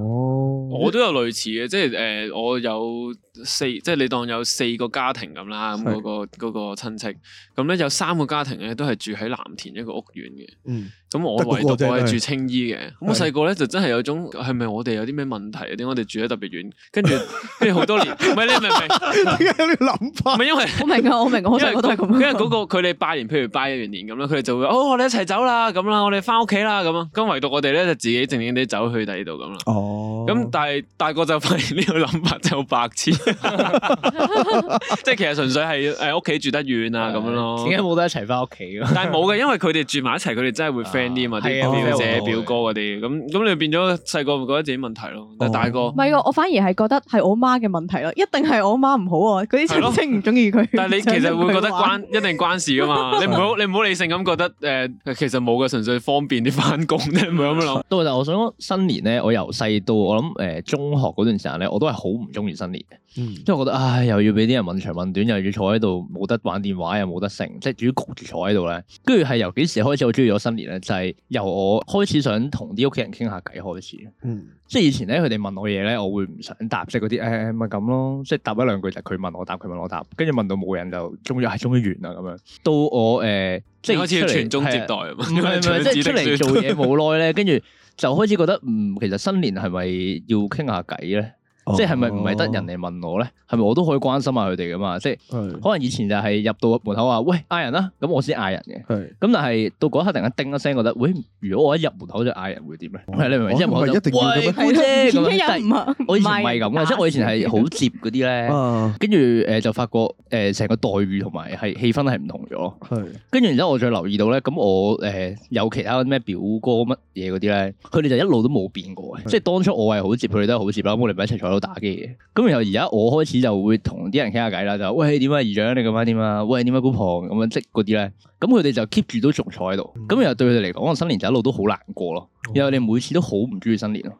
[SPEAKER 6] 我都有類似嘅，即係誒、呃我有四，即係你當有四個家庭咁啦，咁
[SPEAKER 2] 係
[SPEAKER 6] 嗰、個嗰、個親戚，咁咧有三個家庭咧都係住喺藍田一個屋苑嘅，
[SPEAKER 2] 嗯
[SPEAKER 6] 咁我
[SPEAKER 2] 得嗰個
[SPEAKER 6] 唯獨
[SPEAKER 2] 啫
[SPEAKER 6] 我係
[SPEAKER 2] 係
[SPEAKER 6] 住青衣嘅，咁我
[SPEAKER 2] 係
[SPEAKER 6] 細個咧就真係有種係咪我哋有啲咩問題？點解我哋住得特別遠？跟住跟住好多年，唔係你明唔明？
[SPEAKER 2] 點解有呢個諗
[SPEAKER 6] 唔
[SPEAKER 2] 法？
[SPEAKER 6] 係因為。
[SPEAKER 5] 我明啊，我明啊，我
[SPEAKER 6] 因
[SPEAKER 5] 細
[SPEAKER 6] 為
[SPEAKER 5] 個都係
[SPEAKER 6] 嗰
[SPEAKER 5] 咁。
[SPEAKER 6] 因為嗰個佢哋拜年，譬如拜完年咁啦，佢哋就會哦，我哋一齊走啦，咁啦，我哋翻屋企啦，咁啊，咁唯獨我哋咧就自己靜靜地走去第二度咁啦。
[SPEAKER 2] 哦，
[SPEAKER 6] 咁但係大個就發現呢個諗法就好白痴，即係其實純粹係誒屋企住得遠啊咁樣咯
[SPEAKER 3] 點。解冇得一齊翻屋企啊？
[SPEAKER 6] 但係冇嘅，因為佢哋住埋一齊，佢哋真係會 friend 啲嘛，
[SPEAKER 3] 啊
[SPEAKER 6] 啲
[SPEAKER 3] 係
[SPEAKER 2] 啊
[SPEAKER 6] 表姐
[SPEAKER 2] 會
[SPEAKER 6] 表哥嗰啲。咁咁你變咗細個會覺得自己問題咯，但係大個
[SPEAKER 5] 唔。係啊，我反而係覺得係我媽嘅問題咯，一定係我媽唔好啊，佢啲
[SPEAKER 6] 係咯
[SPEAKER 5] 親戚唔中意佢。
[SPEAKER 6] 但係你
[SPEAKER 5] 唔想
[SPEAKER 6] 其實會覺得
[SPEAKER 5] 同佢啊玩
[SPEAKER 6] 關，一定關事 噶嘛，你唔好你唔好理性咁覺得誒、其實冇嘅，純粹方便啲翻工 啫，唔好咁諗。
[SPEAKER 3] 到就我想講新年咧，我由細到我諗誒、呃中學嗰段時間咧，我都係好唔中意新年嘅，
[SPEAKER 2] 嗯
[SPEAKER 3] 因為我覺得唉又要俾啲人問長問短，又要坐喺度冇得玩電話，又冇得成，即係主要焗住坐喺度咧。跟住係由幾時開始我中意咗新年咧？就係、由我開始想同啲屋企人傾下偈開始。
[SPEAKER 2] 嗯
[SPEAKER 3] 即係以前咧，佢哋問我嘢咧，我會唔想答，即係嗰啲誒咪咁咯，即係答一兩句就係佢問我答，佢問我答，跟住問到冇人就終於係終於完啦咁樣。到我誒、呃即係
[SPEAKER 6] 你開始
[SPEAKER 3] 出
[SPEAKER 6] 要
[SPEAKER 3] 嚟
[SPEAKER 6] 傳宗接
[SPEAKER 3] 係啊
[SPEAKER 6] 代啊 嘛
[SPEAKER 3] 唔係唔係，即係出嚟做嘢冇耐咧，跟住就開始覺得嗯，其實新年係咪要傾下偈咧？即係係咪唔係得人嚟問我咧？係咪我都可以關心下佢哋噶嘛？即係
[SPEAKER 2] 係
[SPEAKER 3] 可能以前就係入到門口話喂嗌人啦，咁我先嗌人嘅。
[SPEAKER 2] 係
[SPEAKER 3] 咁但係到嗰一刻突然間叮一聲，覺得喂，如果我一入門口就嗌人會點咧？係你明唔明？
[SPEAKER 2] 哦
[SPEAKER 3] 一入門口就
[SPEAKER 2] 唔係一定要嘅咩
[SPEAKER 3] 喂
[SPEAKER 5] 係
[SPEAKER 3] 姑
[SPEAKER 5] 咯
[SPEAKER 3] 姐咁樣
[SPEAKER 5] 前一
[SPEAKER 3] 但
[SPEAKER 5] 日唔
[SPEAKER 3] 係
[SPEAKER 5] 啊，
[SPEAKER 3] 我以前唔係咁嘅，即係我以前係好接嗰啲咧。
[SPEAKER 2] 啊
[SPEAKER 3] 跟住誒就發覺誒成個待遇同埋係氣氛係唔同咗，
[SPEAKER 2] 係
[SPEAKER 3] 跟住然之後我再留意到咧，咁我誒有其他咩表哥乜嘢嗰啲咧，佢哋就一路都冇變過嘅，即係當初我係好接，佢哋都係好接啦，咁我哋咪一齊坐喺度打機嘅。咁然後而家我開始就會同啲人傾下偈啦，就喂點啊姨丈你咁樣點啊，喂點啊姑婆咁樣即係嗰啲咧，咁佢哋就 keep 住都仲坐喺度，咁然後對佢哋嚟講，我新年就一路都好難過咯，
[SPEAKER 2] 嗯
[SPEAKER 3] 然後你每次都好唔中意新年咯。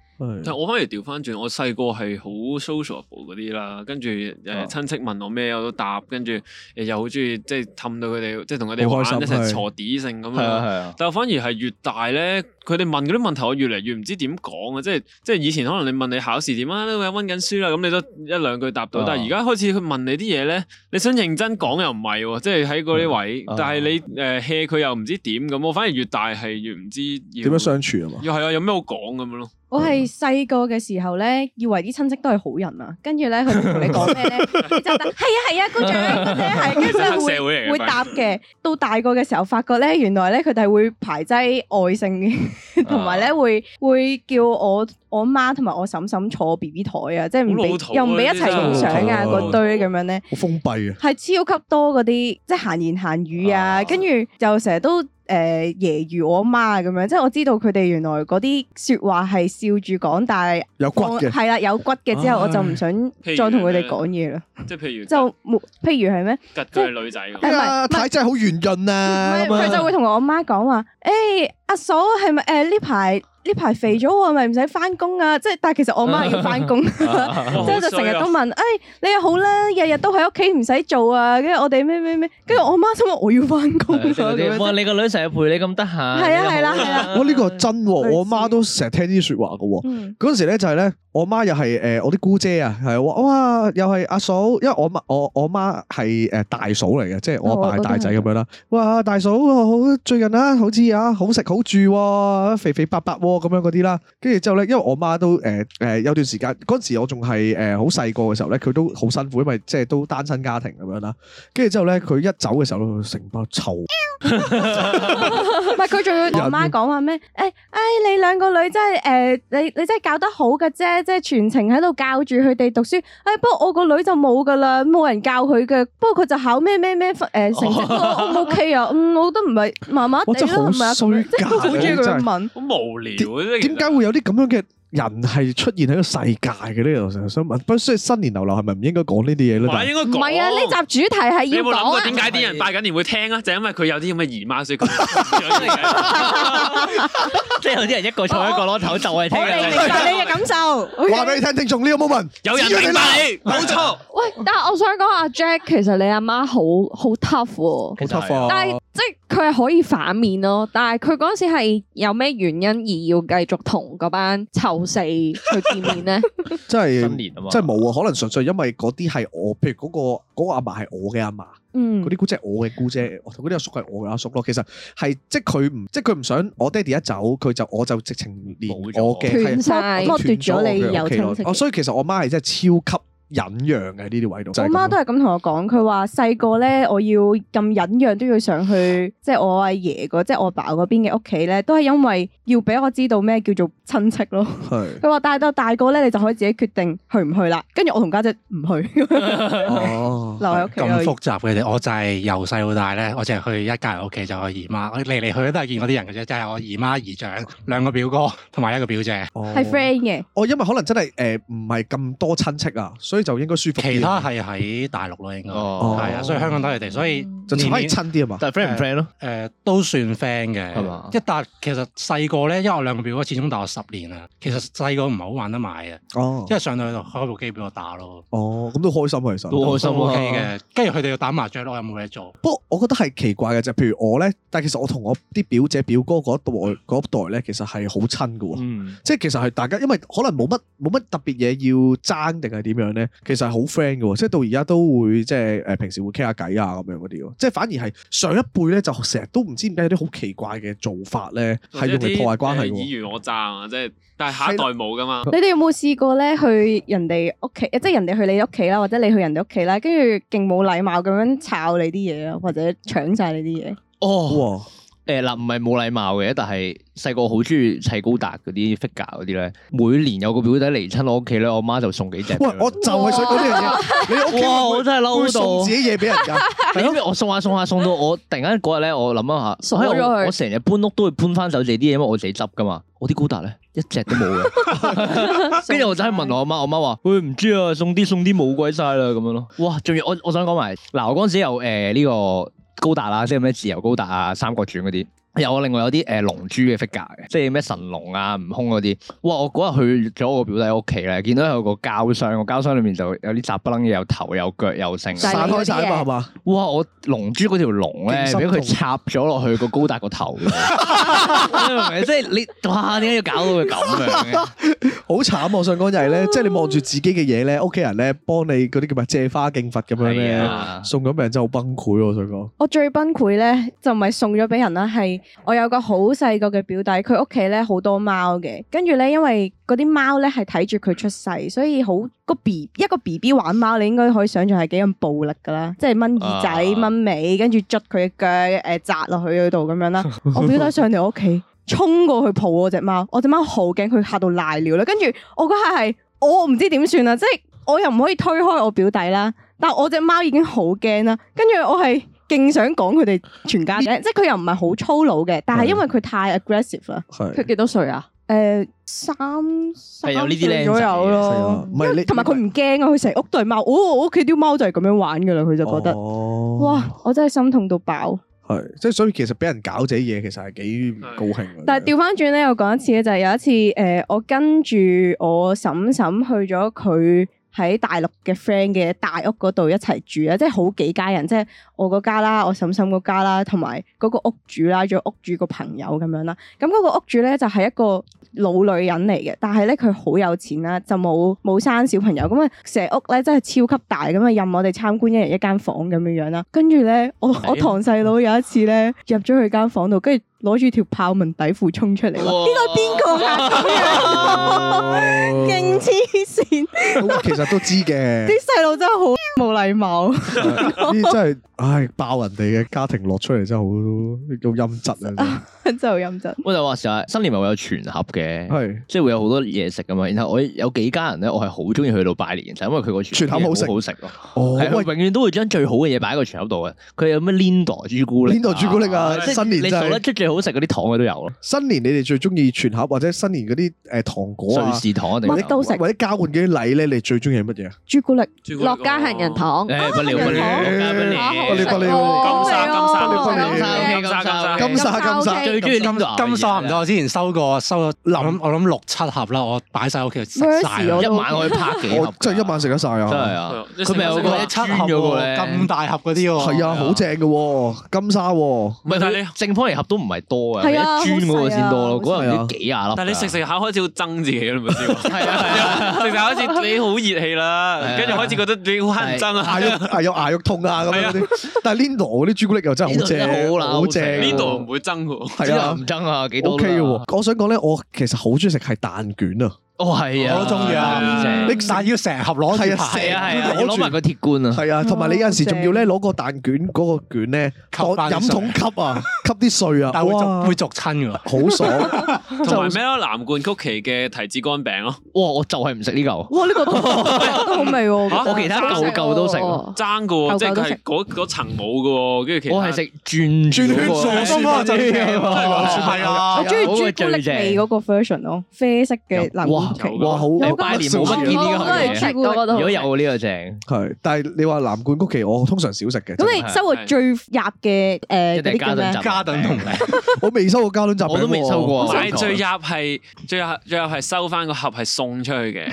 [SPEAKER 6] 但
[SPEAKER 2] 係
[SPEAKER 6] 我反而調翻轉，我細個係好 sociable 嗰啲啦，跟住誒
[SPEAKER 3] 啊
[SPEAKER 6] 親戚問我咩我都答，跟住誒呃又好中意即係氹到佢哋，即係同佢哋
[SPEAKER 2] 好
[SPEAKER 6] 玩
[SPEAKER 2] 開心
[SPEAKER 6] 一
[SPEAKER 2] 係
[SPEAKER 6] 齊坐地性咁
[SPEAKER 3] 係啊係
[SPEAKER 6] 樣。
[SPEAKER 3] 啊，
[SPEAKER 6] 但我反而係越大咧，佢哋問嗰啲問題，我越嚟越唔知點講啊！即係即係以前可能你問你考試點啊，你温緊書啦，咁你都一兩句答到。
[SPEAKER 3] 啊
[SPEAKER 6] 但係而家開始佢問你啲嘢咧，你想認真講又唔係喎，即係喺嗰
[SPEAKER 2] 嗯
[SPEAKER 6] 啲位。
[SPEAKER 3] 啊
[SPEAKER 6] 但係你誒 hea 佢又唔知點咁，我反而越大係越唔知要
[SPEAKER 2] 點樣相處啊嘛？
[SPEAKER 6] 要係啊，有咩好講咁樣咯。
[SPEAKER 5] 我係細個嘅時候咧，以為啲親戚都係好人啊，跟住咧佢哋同你講咩咧，你就答係啊係啊，姑丈姑姐 係，跟住
[SPEAKER 6] 其實黑
[SPEAKER 5] 咧
[SPEAKER 6] 社會嚟嘅
[SPEAKER 5] 會會答嘅。到大個嘅時候，發覺咧
[SPEAKER 6] 啊
[SPEAKER 5] 啊 原來咧佢哋係會排擠外性嘅，同埋咧會會叫我我媽同埋我嬸嬸坐 B B 台啊，即係唔
[SPEAKER 6] 好老土啊
[SPEAKER 5] 俾又唔俾一齊影相啊
[SPEAKER 2] 真係好老
[SPEAKER 5] 嗰
[SPEAKER 2] 土
[SPEAKER 5] 堆咁樣咧。
[SPEAKER 2] 好封閉啊！
[SPEAKER 5] 係超級多嗰啲即係閒言閒語
[SPEAKER 6] 啊
[SPEAKER 5] 啊，跟住就成日都誒呃揶揄我媽咁樣，即係我知道佢哋原來嗰啲説話係笑住講，但係
[SPEAKER 2] 有骨
[SPEAKER 5] 我
[SPEAKER 2] 嘅，啊
[SPEAKER 5] 係啦有骨嘅之後，
[SPEAKER 2] 唉
[SPEAKER 5] 我就唔想
[SPEAKER 6] 譬如
[SPEAKER 5] 再同佢哋講嘢啦，
[SPEAKER 6] 即係譬如
[SPEAKER 5] 就冇譬如係咩？
[SPEAKER 6] 吉佢係女仔咁
[SPEAKER 5] 係
[SPEAKER 2] 哎
[SPEAKER 5] 咪
[SPEAKER 2] 呀，
[SPEAKER 5] 唔係
[SPEAKER 2] 太真係好圓潤啊！
[SPEAKER 5] 唔係
[SPEAKER 2] 咁啊
[SPEAKER 5] 佢就會同我媽講話，誒阿嫂係咪誒呢排呢排肥咗喎，咪唔使翻工啊？即係但係其實我媽係要翻工。
[SPEAKER 2] 啊
[SPEAKER 6] 哇
[SPEAKER 5] 之後就成
[SPEAKER 6] 啊
[SPEAKER 5] 日都問，哎，你又好啦，日日都喺屋企唔使做啊，跟住我哋咩咩咩，跟住我媽心諗我要翻工啊，咁樣
[SPEAKER 3] 哇！你個女成日陪你咁得閒，係
[SPEAKER 5] 啊係啦係啦
[SPEAKER 2] 哇！呢個真喎，我媽
[SPEAKER 5] 類似
[SPEAKER 2] 都成日聽呢啲説話嘅喎。
[SPEAKER 5] 嗯
[SPEAKER 2] 嗰陣時咧就係咧，我媽又係誒、呃我啲姑姐啊，係話哇，又係阿嫂，因為我媽我我媽係誒大嫂嚟嘅，即係我阿爸係大仔咁樣啦。哇，大嫂好最近啊，好似啊好食好住喎、肥肥白白喎、咁樣嗰啲啦。跟住之後咧，因為我媽都誒誒、呃有段時間嗰陣時我仲係誒好細個嘅時候咧，佢都好辛苦，因為即係都單身家庭咁樣啦。跟住之後咧，佢一走嘅時候，佢成包臭
[SPEAKER 5] 唔係佢仲要同我媽講話咩？誒，哎，你兩個女真係誒，你你真係教得好嘅啫，即係全程喺度教住佢哋讀書。哎，不過我個女就冇噶啦，冇人教佢嘅。不過佢就考咩咩咩誒成 績，我我 OK 啊，嗯，我都唔係麻麻地
[SPEAKER 2] 我
[SPEAKER 5] 啦，
[SPEAKER 2] 真係好
[SPEAKER 5] 係咪啊？
[SPEAKER 2] 衰
[SPEAKER 5] 即係
[SPEAKER 2] 格
[SPEAKER 5] 好中意佢
[SPEAKER 2] 真係
[SPEAKER 5] 咁問。
[SPEAKER 6] 好無聊啊！即係其實
[SPEAKER 2] 點解會有啲咁樣嘅人係出現喺個世界嘅呢？我成日想問，不所以新年流流係咪唔應該講呢啲嘢咧？
[SPEAKER 6] 哇
[SPEAKER 2] 但係
[SPEAKER 6] 應該
[SPEAKER 4] 唔
[SPEAKER 6] 講
[SPEAKER 4] 係啊，呢集主題係
[SPEAKER 6] 你
[SPEAKER 4] 要
[SPEAKER 6] 有冇諗
[SPEAKER 4] 講
[SPEAKER 6] 過
[SPEAKER 4] 啊。
[SPEAKER 6] 點解啲人拜緊年會聽啊？就係因為佢有啲咁嘅姨媽，所以佢係
[SPEAKER 3] 即係有啲人一個坐喺角落頭就係聽
[SPEAKER 5] 我哋明白你嘅感受。
[SPEAKER 2] 話俾你聽，聽眾呢個 moment
[SPEAKER 6] 有人明白你，冇錯。
[SPEAKER 4] 喂，但係我想講阿 Jack，其實你阿媽好好 tough 喎。
[SPEAKER 3] 其
[SPEAKER 2] 好
[SPEAKER 3] 實
[SPEAKER 2] 啊
[SPEAKER 3] 係
[SPEAKER 2] t o
[SPEAKER 4] 但係即係佢係可以反面咯，但係佢嗰陣時係有咩原因而要繼續同嗰班臭四去見面咧？
[SPEAKER 2] 真
[SPEAKER 3] 新
[SPEAKER 2] 係
[SPEAKER 3] 年啊嘛，
[SPEAKER 2] 真係冇啊！可能純粹因為嗰啲係我，譬如嗰個嗰個阿嫲係我嘅阿嫲，
[SPEAKER 5] 嗯
[SPEAKER 2] 嗰啲姑姐係我嘅姑姐，我同嗰啲阿叔係我嘅阿叔咯。其實係即係佢唔即係佢唔想我爹哋一走，佢就我就直情連
[SPEAKER 3] 冇咗
[SPEAKER 2] 我嘅係
[SPEAKER 4] 斷晒
[SPEAKER 5] 剝奪咗你
[SPEAKER 2] 斷我嘅
[SPEAKER 5] 有
[SPEAKER 2] 屋企咯
[SPEAKER 5] 親戚
[SPEAKER 2] 哦，所以其實我媽係真係超級忍讓嘅呢啲位度。就
[SPEAKER 5] 我
[SPEAKER 2] 係咁
[SPEAKER 5] 媽
[SPEAKER 2] 咯
[SPEAKER 5] 都係咁同我講，佢話細個咧，我要咁忍讓都要 上去，即係我阿爺嗰，即係我爸嗰邊嘅屋企咧，都係因為要俾我知道咩叫做親戚咯。
[SPEAKER 2] 係
[SPEAKER 5] 佢話但係到大個咧，你就可以自己決定去唔去啦。跟住我同家姐唔 去，
[SPEAKER 2] 哦
[SPEAKER 5] 留喺屋企
[SPEAKER 7] 咁
[SPEAKER 5] 咯。
[SPEAKER 7] 複雜嘅哋，我就係由細到大咧，我淨係去一家人屋企就我姨媽，我嚟嚟去去都係見嗰啲人嘅啫，就係我姨媽、姨丈、兩個表哥同埋一個表姐，
[SPEAKER 2] 哦
[SPEAKER 5] 係 friend 嘅，
[SPEAKER 2] 哦，因為可能真係誒唔係咁多親戚啊，所以就應該舒服啲。
[SPEAKER 7] 其他係喺大陸咯，應該
[SPEAKER 3] 哦
[SPEAKER 7] 係啊，所以香港都係佢哋，所以
[SPEAKER 3] 嗯
[SPEAKER 2] 就
[SPEAKER 7] 年
[SPEAKER 2] 可以
[SPEAKER 7] 年
[SPEAKER 2] 親啲啊嘛。
[SPEAKER 3] 但係 friend 唔 friend 咯？
[SPEAKER 7] 誒、都算 friend 嘅，
[SPEAKER 3] 係嘛
[SPEAKER 7] 一但其實細個咧，因為我兩個表哥始終大我十年啊，其實細個唔係好玩得埋嘅，
[SPEAKER 2] 哦
[SPEAKER 7] 因為上到去就開部機俾我打咯，
[SPEAKER 2] 哦，咁都開心啊，其實。
[SPEAKER 3] 都開心啊
[SPEAKER 7] OK 嘅。跟住佢哋要打麻雀咯，我又冇嘢做。
[SPEAKER 2] 不過我覺得係奇怪嘅就係譬如我咧，但係其實我同我啲表姐表哥嗰一代嗰一代咧，其實係好親嘅喎。
[SPEAKER 3] 嗯，
[SPEAKER 2] 即係其實係大家，因為可能冇乜冇乜特別嘢要爭定係點樣咧，其實係好 friend 嘅喎，即係到而家都會即係誒平時會傾下偈啊咁樣嗰啲喎，即係反而係上一輩咧就成日都唔知點解有啲好奇怪嘅做法咧，係用嚟破壞關係嘅
[SPEAKER 6] 議
[SPEAKER 2] 喎。
[SPEAKER 6] 員我爭啊，即係但係下一代冇噶嘛。
[SPEAKER 5] 你哋有冇試過咧去人哋屋企，即係人哋去你屋企啦，或者你去人哋屋企啦，跟住勁冇禮貌咁樣抄你啲嘢啊，或者搶晒你啲嘢。啊
[SPEAKER 3] 哦，
[SPEAKER 2] 哇！
[SPEAKER 3] 誒嗱，唔係冇禮貌嘅，但係細個好中意砌高達嗰啲 figure 嗰啲咧，每年有個表弟嚟親我屋企咧，我媽就送幾隻俾
[SPEAKER 2] 喂
[SPEAKER 3] 佢。，
[SPEAKER 2] 我就係想講呢樣嘢，你屋企
[SPEAKER 3] 哇！
[SPEAKER 2] 會
[SPEAKER 3] 我真係
[SPEAKER 2] 會
[SPEAKER 3] 嬲
[SPEAKER 2] 送自
[SPEAKER 3] 到，
[SPEAKER 2] 己嘢俾人㗎，
[SPEAKER 3] 你知唔知我送下送下送到我突然間嗰日咧，我諗一下，
[SPEAKER 4] 傻
[SPEAKER 3] 哎我
[SPEAKER 4] 咗佢
[SPEAKER 3] 我成日搬屋都會搬翻走自己啲嘢，因為我自己執噶嘛。我啲高達咧一隻都冇嘅， 跟住我就係問我阿媽，我媽話：，喂唔知啊，送啲送啲冇鬼晒啦咁樣咯。哇！仲要我我想講埋嗱，我嗰陣時有誒呢個高達啦，即係咩自由高達啊、三角傳嗰啲。有啊，另外有啲誒龍珠嘅 figure 嘅，即係咩神龍啊、悟空嗰啲。哇！我嗰日去咗我個表弟屋企咧，見到有個膠箱，個膠箱裏面就有啲雜不楞嘢，有頭有腳有剩。
[SPEAKER 4] 但係
[SPEAKER 2] 散
[SPEAKER 4] 你
[SPEAKER 2] 開晒啊嘛，係嘛？
[SPEAKER 3] 哇！我龍珠嗰條龍
[SPEAKER 2] 勁
[SPEAKER 3] 咧，
[SPEAKER 2] 心
[SPEAKER 3] 俾
[SPEAKER 2] 痛
[SPEAKER 3] 佢插咗落去個高達個頭 度，你明唔明？即係你哇，點解要搞到佢咁 樣嘅？
[SPEAKER 2] 好慘！啊我想講就係咧，即係你望住自己嘅嘢咧，屋企人咧幫你嗰啲叫咩借花敬佛咁樣
[SPEAKER 3] 係
[SPEAKER 2] 咧，
[SPEAKER 3] 啊
[SPEAKER 2] 送咗俾人真係好崩潰喎！啊我想講，
[SPEAKER 5] 我最崩潰咧，就唔係送咗俾人啦，係我有個好細個嘅表弟，佢屋企咧好多貓嘅，跟住咧因為嗰啲貓咧係睇住佢出世，所以好個 B 一個 B B 玩貓，你應該可以想象係幾咁暴力噶啦，即係掹耳仔、
[SPEAKER 3] 啊
[SPEAKER 5] 掹尾，跟住捽佢嘅腳，誒、扎落去嗰度咁樣啦。我表弟上嚟我屋企。衝過去抱我只貓，我只貓好驚，佢嚇到瀨尿啦。跟住我嗰下係我唔知點算啊啦，即係我又唔可以推開我表弟啦，但我只貓已經好驚啦。跟住我係勁想講佢哋全家嘅，即係佢又唔係好粗魯嘅，但係因為佢太 aggressive 啦。
[SPEAKER 2] 係
[SPEAKER 4] 佢幾多歲啊？
[SPEAKER 5] 誒、三三
[SPEAKER 3] 有呢啲僆
[SPEAKER 5] 歲左
[SPEAKER 3] 仔
[SPEAKER 5] 右
[SPEAKER 3] 嘅
[SPEAKER 2] 係
[SPEAKER 5] 咯
[SPEAKER 2] 啊，，唔係你
[SPEAKER 5] 同埋佢唔驚啊，佢成屋對貓，哦我屋企啲貓就係咁樣玩噶啦，佢就覺得，
[SPEAKER 2] 哦
[SPEAKER 5] 哇，我真係心痛到爆。
[SPEAKER 2] 係即係所以其實俾人搞自己嘢，其實係幾唔高興啊嘅。
[SPEAKER 5] 但係調翻轉咧，我講一次咧，就係、有一次誒、呃我跟住我嬸嬸去咗佢喺大陸嘅 friend 嘅大屋嗰度一齊住啊，即係好幾家人，即係我嗰家啦，我嬸嬸嗰家啦，同埋嗰個屋主啦，仲有屋主個朋友咁樣啦。咁嗰個屋主咧就係、一個老女人嚟嘅，但係咧佢好有錢啦，就冇冇生小朋友，咁啊成屋咧真係超級大，咁啊任我哋參觀一人一間房咁樣樣啦。跟住咧，我
[SPEAKER 3] 啊
[SPEAKER 5] 我堂細佬有一次咧入咗佢間房度，跟住攞住條豹紋底褲衝出嚟，話呢個係邊個㗎咁 樣？勁黐線！
[SPEAKER 2] 都哦其實都知嘅，
[SPEAKER 5] 啲細路真係好冇禮貌。
[SPEAKER 2] 呢 啲真係唉爆人哋嘅家庭落出嚟真係好好陰質啊！
[SPEAKER 5] 真係好陰質。
[SPEAKER 3] 我就話成日新年咪會有全盒嘅，
[SPEAKER 2] 係
[SPEAKER 3] 即係會有好多嘢食噶嘛。然後我有幾家人咧，我係好中意去到拜年，就係因為佢個
[SPEAKER 2] 全盒好食
[SPEAKER 3] 好食咯。
[SPEAKER 2] 哦
[SPEAKER 3] 係啊
[SPEAKER 2] 喂
[SPEAKER 3] 佢。永遠都會將最好嘅嘢擺喺個全盒度嘅。佢有咩 Linda 朱古力啊、
[SPEAKER 2] Lindo 朱古力啊
[SPEAKER 3] 即係
[SPEAKER 2] 新年
[SPEAKER 3] 你
[SPEAKER 2] 真係
[SPEAKER 3] 數得出最好食嗰啲糖嘅都有咯，
[SPEAKER 2] 新年你哋最中意全盒或者新年嗰啲誒糖果
[SPEAKER 3] 瑞
[SPEAKER 2] 啊，
[SPEAKER 3] 士糖一定
[SPEAKER 5] 乜都
[SPEAKER 3] 有。
[SPEAKER 5] 食
[SPEAKER 2] 或者交換嗰啲禮咧，你最中意係乜嘢啊？
[SPEAKER 5] 朱古力
[SPEAKER 6] 嗯
[SPEAKER 4] 落家杏仁， 糖，
[SPEAKER 3] 誒不了不
[SPEAKER 5] 糖
[SPEAKER 3] 了，加不
[SPEAKER 2] 不了
[SPEAKER 3] 了。
[SPEAKER 2] 不了
[SPEAKER 4] 哦
[SPEAKER 6] 金沙金沙
[SPEAKER 2] 不了
[SPEAKER 3] 金沙
[SPEAKER 6] 金沙金沙
[SPEAKER 3] 啊
[SPEAKER 2] 金沙金沙
[SPEAKER 3] 最中意 Lindo
[SPEAKER 7] 金沙唔得，我之前收過收咗，我諗我諗六七盒啦，我擺晒屋企食晒
[SPEAKER 5] Mercy
[SPEAKER 7] 啦
[SPEAKER 5] 我。
[SPEAKER 3] 一晚可以拍 幾
[SPEAKER 2] 我
[SPEAKER 3] 盒，
[SPEAKER 2] 哦真係一晚食得晒
[SPEAKER 3] 真係
[SPEAKER 2] 啊！
[SPEAKER 3] 啊！
[SPEAKER 6] 你
[SPEAKER 3] 佢咪有
[SPEAKER 6] 食
[SPEAKER 3] 個
[SPEAKER 6] 過
[SPEAKER 7] 哇
[SPEAKER 3] 一
[SPEAKER 7] 七盒
[SPEAKER 3] 穿咗個
[SPEAKER 7] 喎
[SPEAKER 3] 咧，
[SPEAKER 7] 咁大盒嗰啲喎，
[SPEAKER 2] 係啊，好正嘅喎，金沙喎，
[SPEAKER 3] 唔係，但
[SPEAKER 6] 但係
[SPEAKER 3] 係
[SPEAKER 6] 你
[SPEAKER 3] 你正方形盒都唔係多啊，
[SPEAKER 5] 係啊
[SPEAKER 3] 一磚嗰個先多咯，
[SPEAKER 5] 好
[SPEAKER 3] 嗰
[SPEAKER 2] 細啊
[SPEAKER 3] 人唔知幾廿粒㗎。
[SPEAKER 6] 但係你食食下開始好憎自己啦，咪先？
[SPEAKER 3] 係 啊
[SPEAKER 6] 食食下 開始你好熱氣啦
[SPEAKER 3] 係啊，
[SPEAKER 6] 跟住開始覺得你好乞人憎啊
[SPEAKER 2] 牙。肉啊有牙肉痛啊咁樣嗰啲。但係 Lindo 嗰啲朱古力又真係
[SPEAKER 3] Lindo 真係好
[SPEAKER 2] 正，
[SPEAKER 3] 啦
[SPEAKER 2] 好正
[SPEAKER 3] 好
[SPEAKER 2] 喎。
[SPEAKER 3] 食
[SPEAKER 6] 呢
[SPEAKER 3] Lindo
[SPEAKER 6] 度唔會憎喎，
[SPEAKER 3] 係
[SPEAKER 2] 係
[SPEAKER 3] 啊，
[SPEAKER 2] 啊
[SPEAKER 3] 唔爭啊，幾多
[SPEAKER 2] ，O
[SPEAKER 3] 都
[SPEAKER 2] K 嘅
[SPEAKER 3] 得
[SPEAKER 2] 喎。我想講咧，我其實好中意食係蛋卷啊。
[SPEAKER 3] 哦係啊，
[SPEAKER 7] 我都中意啊
[SPEAKER 3] 好正
[SPEAKER 7] 你但係要成盒攞
[SPEAKER 2] 係
[SPEAKER 7] 住
[SPEAKER 2] 啊
[SPEAKER 7] 排
[SPEAKER 3] 係啊係啊，
[SPEAKER 2] 攞
[SPEAKER 3] 要
[SPEAKER 2] 住
[SPEAKER 3] 攞埋個鐵罐啊，
[SPEAKER 2] 係啊，同埋你有陣時
[SPEAKER 5] 正
[SPEAKER 2] 仲要咧攞個蛋卷嗰個卷咧，當
[SPEAKER 7] 吸返啲
[SPEAKER 2] 飲桶吸啊，吸啲碎啊，
[SPEAKER 7] 但會
[SPEAKER 2] 哇
[SPEAKER 7] 逐會，逐親㗎。
[SPEAKER 2] 好爽。
[SPEAKER 6] 同埋咩咯？藍罐曲奇嘅提子乾餅咯，
[SPEAKER 3] 哇！我就係唔食呢嚿，
[SPEAKER 5] 哇！呢個都
[SPEAKER 6] 嚇
[SPEAKER 5] 都好味喎，我覺得
[SPEAKER 3] 我其他嚿嚿都食啊喎，
[SPEAKER 5] 哦
[SPEAKER 3] 我
[SPEAKER 6] 爭嘅喎，即係
[SPEAKER 5] 舊舊都
[SPEAKER 6] 佢
[SPEAKER 5] 食
[SPEAKER 6] 係嗰嗰層冇嘅喎，跟住其他
[SPEAKER 3] 係食轉啊
[SPEAKER 2] 轉圈
[SPEAKER 3] 嗰個
[SPEAKER 2] 數
[SPEAKER 7] 嗰個最正喎 係啊
[SPEAKER 5] 我中意朱
[SPEAKER 3] 嗰個
[SPEAKER 5] 古力
[SPEAKER 3] 最正
[SPEAKER 5] 味嗰個 version 咯，啡色嘅藍罐曲奇。
[SPEAKER 2] 哇，好
[SPEAKER 5] 有
[SPEAKER 3] 誒
[SPEAKER 5] 㗎
[SPEAKER 3] 拜年冇乜見呢
[SPEAKER 5] 我都係
[SPEAKER 3] 個
[SPEAKER 5] 朱
[SPEAKER 3] 嘢，
[SPEAKER 5] 古力
[SPEAKER 4] 我都係
[SPEAKER 3] 如
[SPEAKER 4] 朱古
[SPEAKER 3] 果
[SPEAKER 4] 力
[SPEAKER 3] 有呢個正，
[SPEAKER 2] 係，但係你話藍罐曲奇，我通常少食嘅。真係
[SPEAKER 5] 咁你收過最入嘅誒呃
[SPEAKER 3] 一
[SPEAKER 5] 嗰
[SPEAKER 3] 定
[SPEAKER 5] 啲
[SPEAKER 3] 係加頓
[SPEAKER 5] 叫咩啊
[SPEAKER 3] 集？
[SPEAKER 7] 嘉頓同你
[SPEAKER 2] 我未收過嘉頓雜餅喎，
[SPEAKER 3] 我都未收過啊，
[SPEAKER 6] 買
[SPEAKER 3] 我
[SPEAKER 6] 最入係最入最入係收翻個盒係送出去嘅，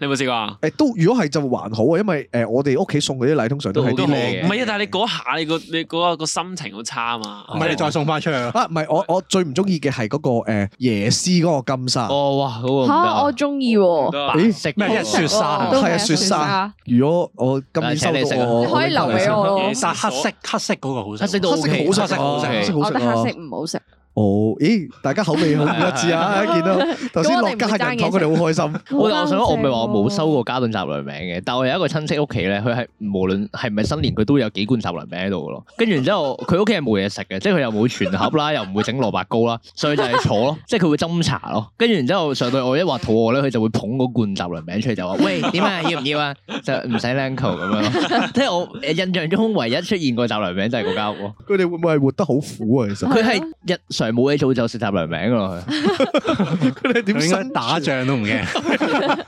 [SPEAKER 6] 你有冇試過啊？
[SPEAKER 2] 誒都如果係就還好啊，因為誒我哋屋企送嗰啲禮通常都係
[SPEAKER 3] 都
[SPEAKER 2] 啲
[SPEAKER 3] 好
[SPEAKER 2] 靚
[SPEAKER 3] 嘅
[SPEAKER 6] 唔係啊，但係你嗰下你個你嗰個個心情好差啊嘛。
[SPEAKER 7] 唔係你再送翻出去咯。
[SPEAKER 2] 啊，唔係我我最唔中意嘅係嗰個誒椰絲嗰個金沙，
[SPEAKER 3] 哦哇，嗰個唔得
[SPEAKER 4] 吓，
[SPEAKER 3] 啊
[SPEAKER 4] 我中意喎，
[SPEAKER 6] 得啊
[SPEAKER 2] 咦
[SPEAKER 3] 食
[SPEAKER 7] 咩一雪
[SPEAKER 5] 哦
[SPEAKER 7] 沙
[SPEAKER 5] 都
[SPEAKER 2] 係啊雪沙，如果我今年收
[SPEAKER 3] 但係請你食啊
[SPEAKER 2] 到我，
[SPEAKER 4] 你可以留俾我咯
[SPEAKER 6] 嘢食
[SPEAKER 7] 但黑色黑色嗰個好食，
[SPEAKER 3] 黑色都
[SPEAKER 2] 黑色
[SPEAKER 3] OK，
[SPEAKER 2] 好食啊，
[SPEAKER 3] 黑
[SPEAKER 2] 黑色
[SPEAKER 3] 色好
[SPEAKER 4] 我
[SPEAKER 2] 好食
[SPEAKER 4] 覺得黑
[SPEAKER 2] 啊
[SPEAKER 4] 色。唔好食。
[SPEAKER 2] 哦，咦，大家口味好唔一致啊！見到頭先落家黑人糖，佢哋好開心。
[SPEAKER 3] 我啊我想我唔係話我冇收過嘉頓雜糧餅嘅，但我有一個親戚屋企咧，佢係無論係咪新年佢都有幾罐雜糧餅喺度嘅咯。跟住然 之後佢屋企係冇嘢食嘅，即係佢又冇全盒啦，又唔會整蘿蔔糕啦，所以就係 坐咯，即係佢會斟茶咯。跟住然之後上到我一話肚餓咧，佢就會捧嗰罐雜糧餅出嚟 就話：喂，點啊？要唔要啊？就唔使兩球咁 樣咯。即係我印象中唯一出現過雜糧餅就係嗰間屋咯。
[SPEAKER 2] 佢哋會唔會係活得好苦啊？其實
[SPEAKER 3] 佢係日常冇嘢做就食雜糧餅噶咯。佢
[SPEAKER 2] 佢哋點
[SPEAKER 7] 佢應該
[SPEAKER 2] 生
[SPEAKER 7] 打仗都 唔驚，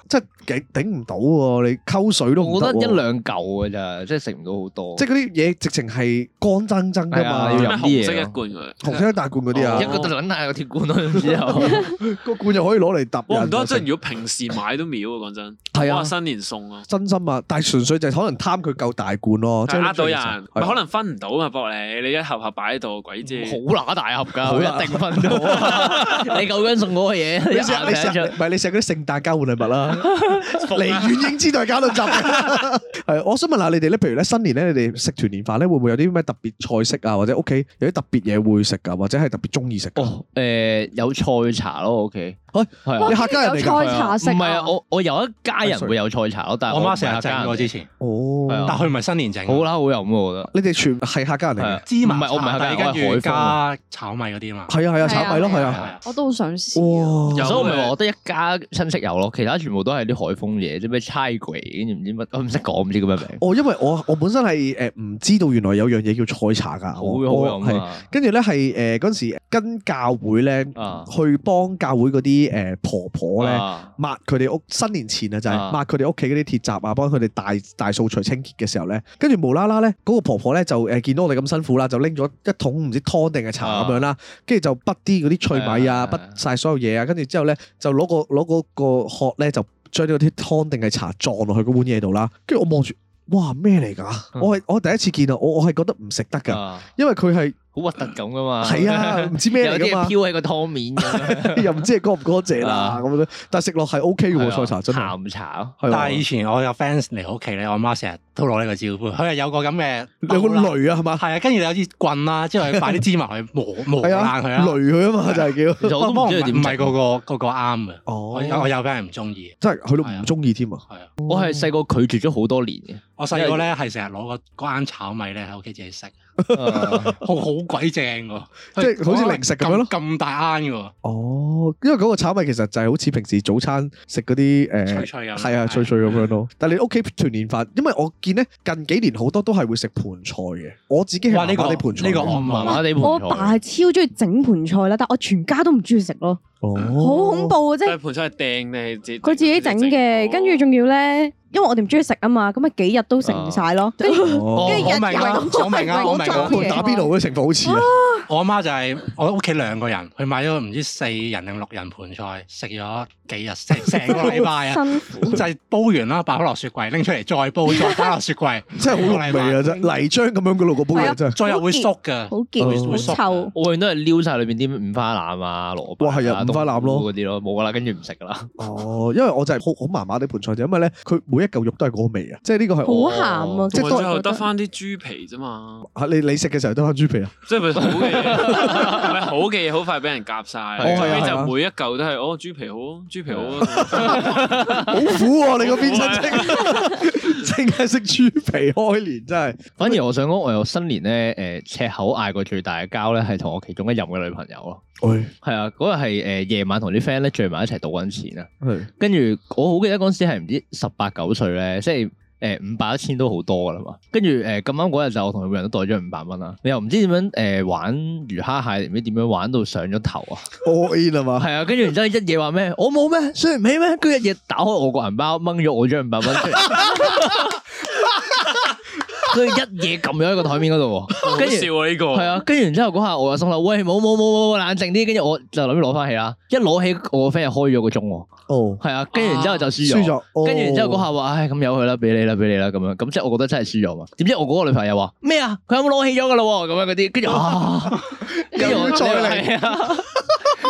[SPEAKER 2] 真係頂頂唔到喎！你溝水都唔
[SPEAKER 3] 我覺
[SPEAKER 2] 得
[SPEAKER 3] 得一
[SPEAKER 2] 喎，
[SPEAKER 3] 兩嚿嘅咋，即係食唔到好多。
[SPEAKER 2] 即係嗰啲嘢直情係乾爭爭噶
[SPEAKER 3] 係啊要
[SPEAKER 2] 嘛，
[SPEAKER 6] 咩紅色一罐佢？
[SPEAKER 2] 紅色大罐嗰啲
[SPEAKER 6] 哦
[SPEAKER 3] 一
[SPEAKER 2] 啊，
[SPEAKER 3] 個就撚大個鐵罐咯，然之 後
[SPEAKER 2] 個罐又可以攞嚟揼
[SPEAKER 6] 我
[SPEAKER 2] 人。啊
[SPEAKER 6] 唔得，即係如果平時買都秒啊！講真，
[SPEAKER 2] 係
[SPEAKER 6] 哇
[SPEAKER 2] 啊，
[SPEAKER 6] 新年送啊，
[SPEAKER 2] 真心啊！但係純粹就係可能貪佢夠大罐咯，即
[SPEAKER 6] 但
[SPEAKER 2] 係
[SPEAKER 6] 係呃到
[SPEAKER 2] 其實
[SPEAKER 6] 人，
[SPEAKER 2] 係啊
[SPEAKER 6] 可能分唔到嘛，博你，你一盒盒擺喺度，鬼知。
[SPEAKER 3] 好乸大盒
[SPEAKER 2] 好
[SPEAKER 3] 㗎，
[SPEAKER 2] 乸
[SPEAKER 3] 一定分 到。啊你究竟送嗰個嘢，
[SPEAKER 2] 你
[SPEAKER 3] 一
[SPEAKER 2] 成日你
[SPEAKER 3] 眼
[SPEAKER 2] 成日
[SPEAKER 3] 睇
[SPEAKER 2] 唔係你成日嗰啲聖誕交換禮物啦，
[SPEAKER 7] 啊
[SPEAKER 2] 離遠影知道係搞到集。 係，我想問下你哋咧，譬如咧新年咧，你哋食團年飯咧，會唔會有啲咩特別菜式啊，或者屋企有啲特別嘢會食啊噶，或者係特別中意食㗎？
[SPEAKER 3] 哦，誒有菜茶咯，我屋企
[SPEAKER 2] 哎
[SPEAKER 3] 係
[SPEAKER 2] 你
[SPEAKER 3] 啊。
[SPEAKER 2] 客家人嚟
[SPEAKER 4] 哇
[SPEAKER 2] 㗎？
[SPEAKER 4] 有菜茶食啊
[SPEAKER 3] 唔係啊！我我有一家人會有菜茶咯，但係
[SPEAKER 7] 我
[SPEAKER 3] 唔係
[SPEAKER 7] 媽成日
[SPEAKER 3] 客家
[SPEAKER 7] 整
[SPEAKER 3] 人
[SPEAKER 7] 過之前，
[SPEAKER 3] 係
[SPEAKER 2] 哦，
[SPEAKER 7] 但佢唔係啊新年整，
[SPEAKER 3] 好啦，好飲喎，我覺得
[SPEAKER 2] 你哋全係客家人
[SPEAKER 3] 係
[SPEAKER 2] 嚟
[SPEAKER 3] 啊
[SPEAKER 2] 嘅。
[SPEAKER 7] 芝麻
[SPEAKER 3] 唔係我唔係
[SPEAKER 7] 茶
[SPEAKER 3] 客家人
[SPEAKER 7] 底
[SPEAKER 3] 我係
[SPEAKER 7] 跟住
[SPEAKER 3] 海風啊
[SPEAKER 7] 加炒米嗰啲啊嘛。
[SPEAKER 2] 係啊係啊，
[SPEAKER 4] 係啊
[SPEAKER 2] 炒米咯係
[SPEAKER 7] 係
[SPEAKER 2] 啊，
[SPEAKER 7] 啊
[SPEAKER 4] 我都好想試啊。
[SPEAKER 2] 哇！
[SPEAKER 3] 所以我咪話我得一家親戚有咯，其他全部都係啲海風嘢，即係咩差鬼，跟住唔知乜，我唔識講，唔知叫咩名，
[SPEAKER 2] 哦，因為我我本身係誒唔知道原來有樣嘢叫採茶㗎，
[SPEAKER 3] 好
[SPEAKER 2] 我
[SPEAKER 3] 好
[SPEAKER 2] 我
[SPEAKER 3] 飲
[SPEAKER 2] 係
[SPEAKER 3] 啊！
[SPEAKER 2] 跟住咧係誒嗰陣時跟教會咧
[SPEAKER 3] 啊
[SPEAKER 2] 去幫教會嗰啲誒婆婆咧。
[SPEAKER 3] 啊
[SPEAKER 2] 抹佢哋屋新年前啊，就係
[SPEAKER 3] 啊
[SPEAKER 2] 抹佢哋屋企嗰啲鐵閘啊，幫佢哋大大掃除清潔嘅時候咧，跟住無啦啦咧，嗰個婆婆咧就誒見到我哋咁辛苦啦，就拎咗一桶唔知湯定係茶
[SPEAKER 3] 啊
[SPEAKER 2] 咁樣啦，跟住就滗啲嗰啲脆米啊，
[SPEAKER 3] 係啊係
[SPEAKER 2] 滗
[SPEAKER 3] 啊
[SPEAKER 2] 晒所有嘢啊，跟住之後咧就攞個攞嗰個殼咧就將呢啲湯定係茶撞落去嗰碗嘢度啦，跟住我望住，哇咩嚟㗎？
[SPEAKER 3] 嗯
[SPEAKER 2] 我係我第一次見啊，我我係覺得唔食得㗎，
[SPEAKER 3] 啊
[SPEAKER 2] 因為佢係
[SPEAKER 3] 好核突咁噶嘛，
[SPEAKER 2] 係啊唔知咩嚟
[SPEAKER 3] 有啲
[SPEAKER 2] 㗎嘛
[SPEAKER 3] 嘢飄喺個湯面 咁樣，
[SPEAKER 2] 又唔知係乾唔乾淨啦
[SPEAKER 3] 啊
[SPEAKER 2] 咁樣，但係食落係 O K 嘅喎，菜茶真係。
[SPEAKER 3] 鹹茶咯，
[SPEAKER 2] 係啊
[SPEAKER 7] 但係以前我有 fans 嚟我屋企咧，我媽成日都攞呢個照杯，佢係有個咁嘅
[SPEAKER 2] 有個雷啊，係嘛？
[SPEAKER 7] 係啊，跟住有支棍啦，之後擺啲芝麻去磨磨
[SPEAKER 2] 係
[SPEAKER 7] 爛
[SPEAKER 2] 啊，
[SPEAKER 7] 佢
[SPEAKER 2] 雷
[SPEAKER 7] 啦。
[SPEAKER 2] 佢啊嘛，就係叫。
[SPEAKER 3] 其實我都
[SPEAKER 7] 不過
[SPEAKER 3] 唔
[SPEAKER 7] 唔
[SPEAKER 3] 知佢
[SPEAKER 7] 係
[SPEAKER 3] 點
[SPEAKER 7] 唔
[SPEAKER 3] 整
[SPEAKER 7] 係個個個個啱嘅，
[SPEAKER 2] 啊哦
[SPEAKER 7] 我有我有 friend 唔中意，
[SPEAKER 2] 真係佢都唔中意添啊！
[SPEAKER 7] 係啊。
[SPEAKER 3] 我係細個拒絕咗好多年嘅。
[SPEAKER 7] 我細個咧係成日攞個嗰啱炒米咧喺屋企自己食，
[SPEAKER 3] 啊
[SPEAKER 7] 好好鬼正喎，
[SPEAKER 2] 即係好似零食咁樣咯
[SPEAKER 7] 咁大啱嘅喎，
[SPEAKER 2] 哦，因為嗰個炒米其實就係好似平時早餐食嗰啲誒，
[SPEAKER 7] 脆脆咁。
[SPEAKER 2] 係啊脆脆咁樣咯。但係你屋企團年飯，因為我見咧近幾年好多都係會食盤菜嘅，我自己係
[SPEAKER 7] 哇呢
[SPEAKER 2] 麻
[SPEAKER 7] 個
[SPEAKER 2] 麻地盤菜
[SPEAKER 7] 呢個
[SPEAKER 2] 嘅。
[SPEAKER 7] 我唔
[SPEAKER 3] 麻麻地盤
[SPEAKER 5] 我爸
[SPEAKER 3] 菜，
[SPEAKER 5] 係超中意整盤菜啦，但我全家都唔中意食咯，
[SPEAKER 2] 哦，
[SPEAKER 5] 好恐怖啊！即係
[SPEAKER 6] 但係盤菜係掟咧，自己
[SPEAKER 5] 佢自己整嘅，跟住仲要咧，因為我哋唔中意食啊嘛，咁咪幾日都食唔晒咯。跟住
[SPEAKER 2] 哦
[SPEAKER 5] 跟住
[SPEAKER 7] 我
[SPEAKER 5] 日
[SPEAKER 7] 明
[SPEAKER 5] 日
[SPEAKER 7] 啊
[SPEAKER 5] 都
[SPEAKER 7] 我明啊
[SPEAKER 5] 係
[SPEAKER 7] 我
[SPEAKER 5] 我
[SPEAKER 7] 明啊
[SPEAKER 5] 做
[SPEAKER 2] 盤
[SPEAKER 5] 嘢。
[SPEAKER 2] 打邊爐嘅情況好似啊，
[SPEAKER 7] 我阿媽就係我屋企兩個人，佢買咗唔知四人定六人盤菜，食咗幾日， 成成個禮拜啊，
[SPEAKER 5] 辛苦。
[SPEAKER 7] 就係煲完啦，擺好落雪櫃，拎出嚟再煲，再擺落雪櫃，
[SPEAKER 2] 真係好濃味啊！真係泥漿咁樣嘅咯，個杯
[SPEAKER 5] 係
[SPEAKER 2] 嘢
[SPEAKER 5] 啊
[SPEAKER 2] 真係。
[SPEAKER 7] 再又會縮㗎。
[SPEAKER 5] 好
[SPEAKER 2] 會
[SPEAKER 5] 澀，
[SPEAKER 2] 會
[SPEAKER 5] 好臭。
[SPEAKER 3] 我永遠都係撩晒裏邊啲五花腩啊、蘿蔔
[SPEAKER 2] 哇係啊
[SPEAKER 3] 冬
[SPEAKER 2] 五花腩咯
[SPEAKER 3] 菇嗰啲咯，冇噶啦，跟住唔食噶啦。
[SPEAKER 2] 哦，因為我就係好好麻麻地盤菜，就因為咧佢每一嚿肉都係嗰個味啊，即係呢個係我
[SPEAKER 5] 好鹹啊
[SPEAKER 2] 即
[SPEAKER 6] 即
[SPEAKER 2] 係
[SPEAKER 6] 係
[SPEAKER 2] 多
[SPEAKER 6] 最後得翻啲豬皮啫嘛，
[SPEAKER 2] 啊你你食嘅時候都翻豬皮啊。
[SPEAKER 6] 即係咪好嘅 嘢？唔係好嘅嘢，好快俾人夾晒，
[SPEAKER 2] 係啊
[SPEAKER 6] 最尾
[SPEAKER 2] 係啊
[SPEAKER 6] 就每一嚿都係哦豬皮好，啊豬皮好。
[SPEAKER 2] 好苦啊喎、你嗰邊親 戚，淨係食豬皮開年真係。
[SPEAKER 3] 反而我想講，我有新年咧，誒赤口嗌過最大嘅交咧，係同我其中一任嘅女朋友咯。
[SPEAKER 2] 喂，
[SPEAKER 3] 係啊，嗰日係誒夜晚同啲 friend 咧聚埋一齊賭緊錢啊。
[SPEAKER 2] 係
[SPEAKER 3] 跟住我好記得嗰陣時係唔知十八九歲咧，即係誒五百一千都好多噶啦嘛。跟住誒咁啱嗰日就我同佢每人都袋咗五百蚊啦。你又唔知點樣誒、呃玩魚蝦蟹，唔知點樣玩到上咗頭啊！
[SPEAKER 2] all in 啊嘛，
[SPEAKER 3] 係啊，跟住然之後一夜話咩？ 我冇咩，輸唔起咩？佢一夜打開我個銀包，掹咗我張五百蚊 出嚟。佢一夜撳咗喺個台面嗰度喎，
[SPEAKER 6] 跟
[SPEAKER 3] 跟
[SPEAKER 6] 住
[SPEAKER 3] 住
[SPEAKER 6] 笑啊呢個，
[SPEAKER 3] 係啊，跟住然之後嗰下我心諗，喂，冇冇冇冇冇，冷靜啲。跟住我就諗住攞翻起啦，一攞起我個 friend 就開咗個鐘喎，
[SPEAKER 2] 哦，
[SPEAKER 3] 係啊，跟住然之後就輸
[SPEAKER 2] 輸
[SPEAKER 3] 咗。
[SPEAKER 2] 咗，哦
[SPEAKER 3] 跟住然之後嗰下話，唉，咁由佢啦，俾你啦，俾你啦，咁樣，咁即係我覺得真係輸咗嘛。點知我嗰個女朋友話咩啊？佢有冇攞起咗噶啦喎？咁樣嗰啲，跟住啊， 跟住我
[SPEAKER 2] 咁再嚟
[SPEAKER 3] 係啊，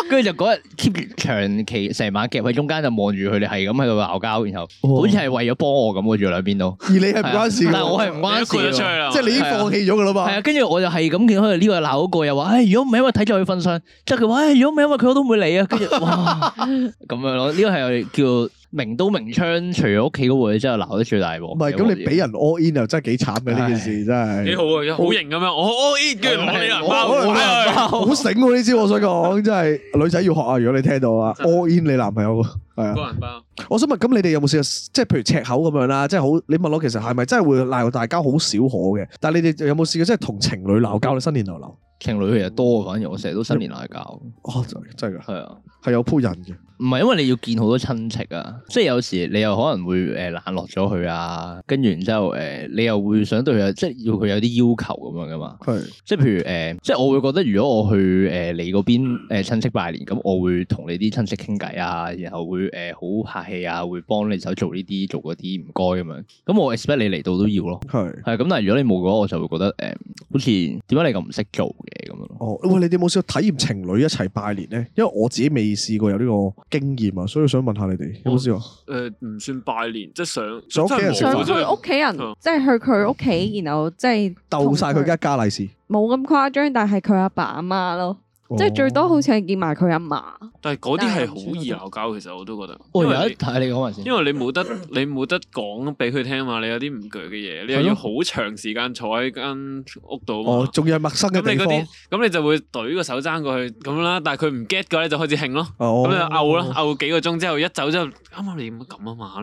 [SPEAKER 3] 跟住就嗰日 keep 住長期成晚夾喺中間就望住佢哋係咁喺度鬧交，然後
[SPEAKER 2] 哦
[SPEAKER 3] 好似係為咗幫我咁喎，住兩邊都。
[SPEAKER 2] 而你係唔關事嘅
[SPEAKER 3] 係啊但係我係唔
[SPEAKER 6] 你都
[SPEAKER 3] 關
[SPEAKER 6] 豁咗出
[SPEAKER 3] 事
[SPEAKER 6] 去
[SPEAKER 3] 喎。
[SPEAKER 6] 啦，
[SPEAKER 2] 即係你已經放棄咗㗎啦嘛。
[SPEAKER 3] 係啊，跟住我就係咁見佢呢個鬧嗰個，又話：，唉，如果唔係因為睇在佢份上，即係佢話：，唉，如果唔係因為佢，我都唔會嚟啊。跟住哇，咁樣咯，呢個係叫明刀明槍，除咗屋企嗰個之後鬧得最大鑊。
[SPEAKER 2] 唔係咁，你俾人 all in 又真係幾慘嘅呢件事，真
[SPEAKER 6] 幾
[SPEAKER 2] 係。
[SPEAKER 6] 好啊，好型咁樣，我 all in，跟住攞你銀包，
[SPEAKER 3] 我
[SPEAKER 2] 可能
[SPEAKER 6] 擺去
[SPEAKER 2] 啊好醒喎呢招，我想講真係女仔要學啊！如果你聽到啊，all in 你男朋友係啊。
[SPEAKER 6] 個銀包。
[SPEAKER 2] 我想問，咁你哋有冇試過，即係譬如赤口咁樣啦，即係好，你問我其實係咪真係會鬧大家好少可嘅？但係你哋有冇試過即係同情侶鬧交咧？新年流流，
[SPEAKER 3] 情侶其實多，反而我成日都新年嗌交，
[SPEAKER 2] 哦，真係真係㗎，
[SPEAKER 3] 係啊。
[SPEAKER 2] 係有鋪人嘅。
[SPEAKER 3] 唔係因為你要見好多親戚啊，即係有時你又可能會誒冷落咗佢啊，跟住然之後誒、你又會想對佢有即係要佢有啲要求咁樣噶嘛，
[SPEAKER 2] 係
[SPEAKER 3] 即係譬如誒、即係我會覺得如果我去誒、呃你嗰邊誒親戚拜年，咁我會同你啲親戚傾偈啊，然後會誒好、客氣啊，會幫你手做呢啲做嗰啲唔該咁樣，咁我 expect 你嚟到都要咯，
[SPEAKER 2] 係。
[SPEAKER 3] 係啊咁，但係如果你冇嘅話，我就會覺得誒、呃好似點解你咁唔識做嘅咁樣咯，
[SPEAKER 2] 哦，喂，你哋有冇試過體驗情侶一齊拜年咧？因為我自己未試過有呢個經驗啊，所以想問下你哋有冇試過？
[SPEAKER 6] 誒唔算拜年，即係上
[SPEAKER 2] 上屋企人
[SPEAKER 6] 真係
[SPEAKER 5] 想
[SPEAKER 6] 冇
[SPEAKER 5] 去
[SPEAKER 6] 真係
[SPEAKER 5] 屋企人，即係去佢屋企，然後即係
[SPEAKER 2] 鬥晒佢
[SPEAKER 5] 同
[SPEAKER 2] 一家利是，
[SPEAKER 7] 哦
[SPEAKER 5] 冇咁誇張，但係佢阿爸阿媽咯，
[SPEAKER 4] 即係最多好似係見埋佢阿嫲。
[SPEAKER 6] 但係嗰啲係好易鬧交，其實我都覺得，
[SPEAKER 3] 我
[SPEAKER 6] 因
[SPEAKER 3] 哦有
[SPEAKER 6] 為
[SPEAKER 3] 一
[SPEAKER 6] 你
[SPEAKER 3] 睇你講埋先
[SPEAKER 6] 因。為你冇得你冇得講俾佢聽嘛，你有啲唔鋸嘅嘢，你又
[SPEAKER 2] 係咯
[SPEAKER 6] 要好長時間坐喺間屋度
[SPEAKER 2] 哦
[SPEAKER 6] 嘛，。
[SPEAKER 2] 仲要係陌生嘅
[SPEAKER 6] 咁你
[SPEAKER 2] 地
[SPEAKER 6] 嗰
[SPEAKER 2] 方
[SPEAKER 6] 啲，，咁你就會懟個手踭過去咁啦。但係佢唔 get 嘅咧，就開始興咯。
[SPEAKER 2] 哦
[SPEAKER 6] 咁你就拗啦，拗幾個鐘之後，一走之後，啱啱你咁咁 啊嘛。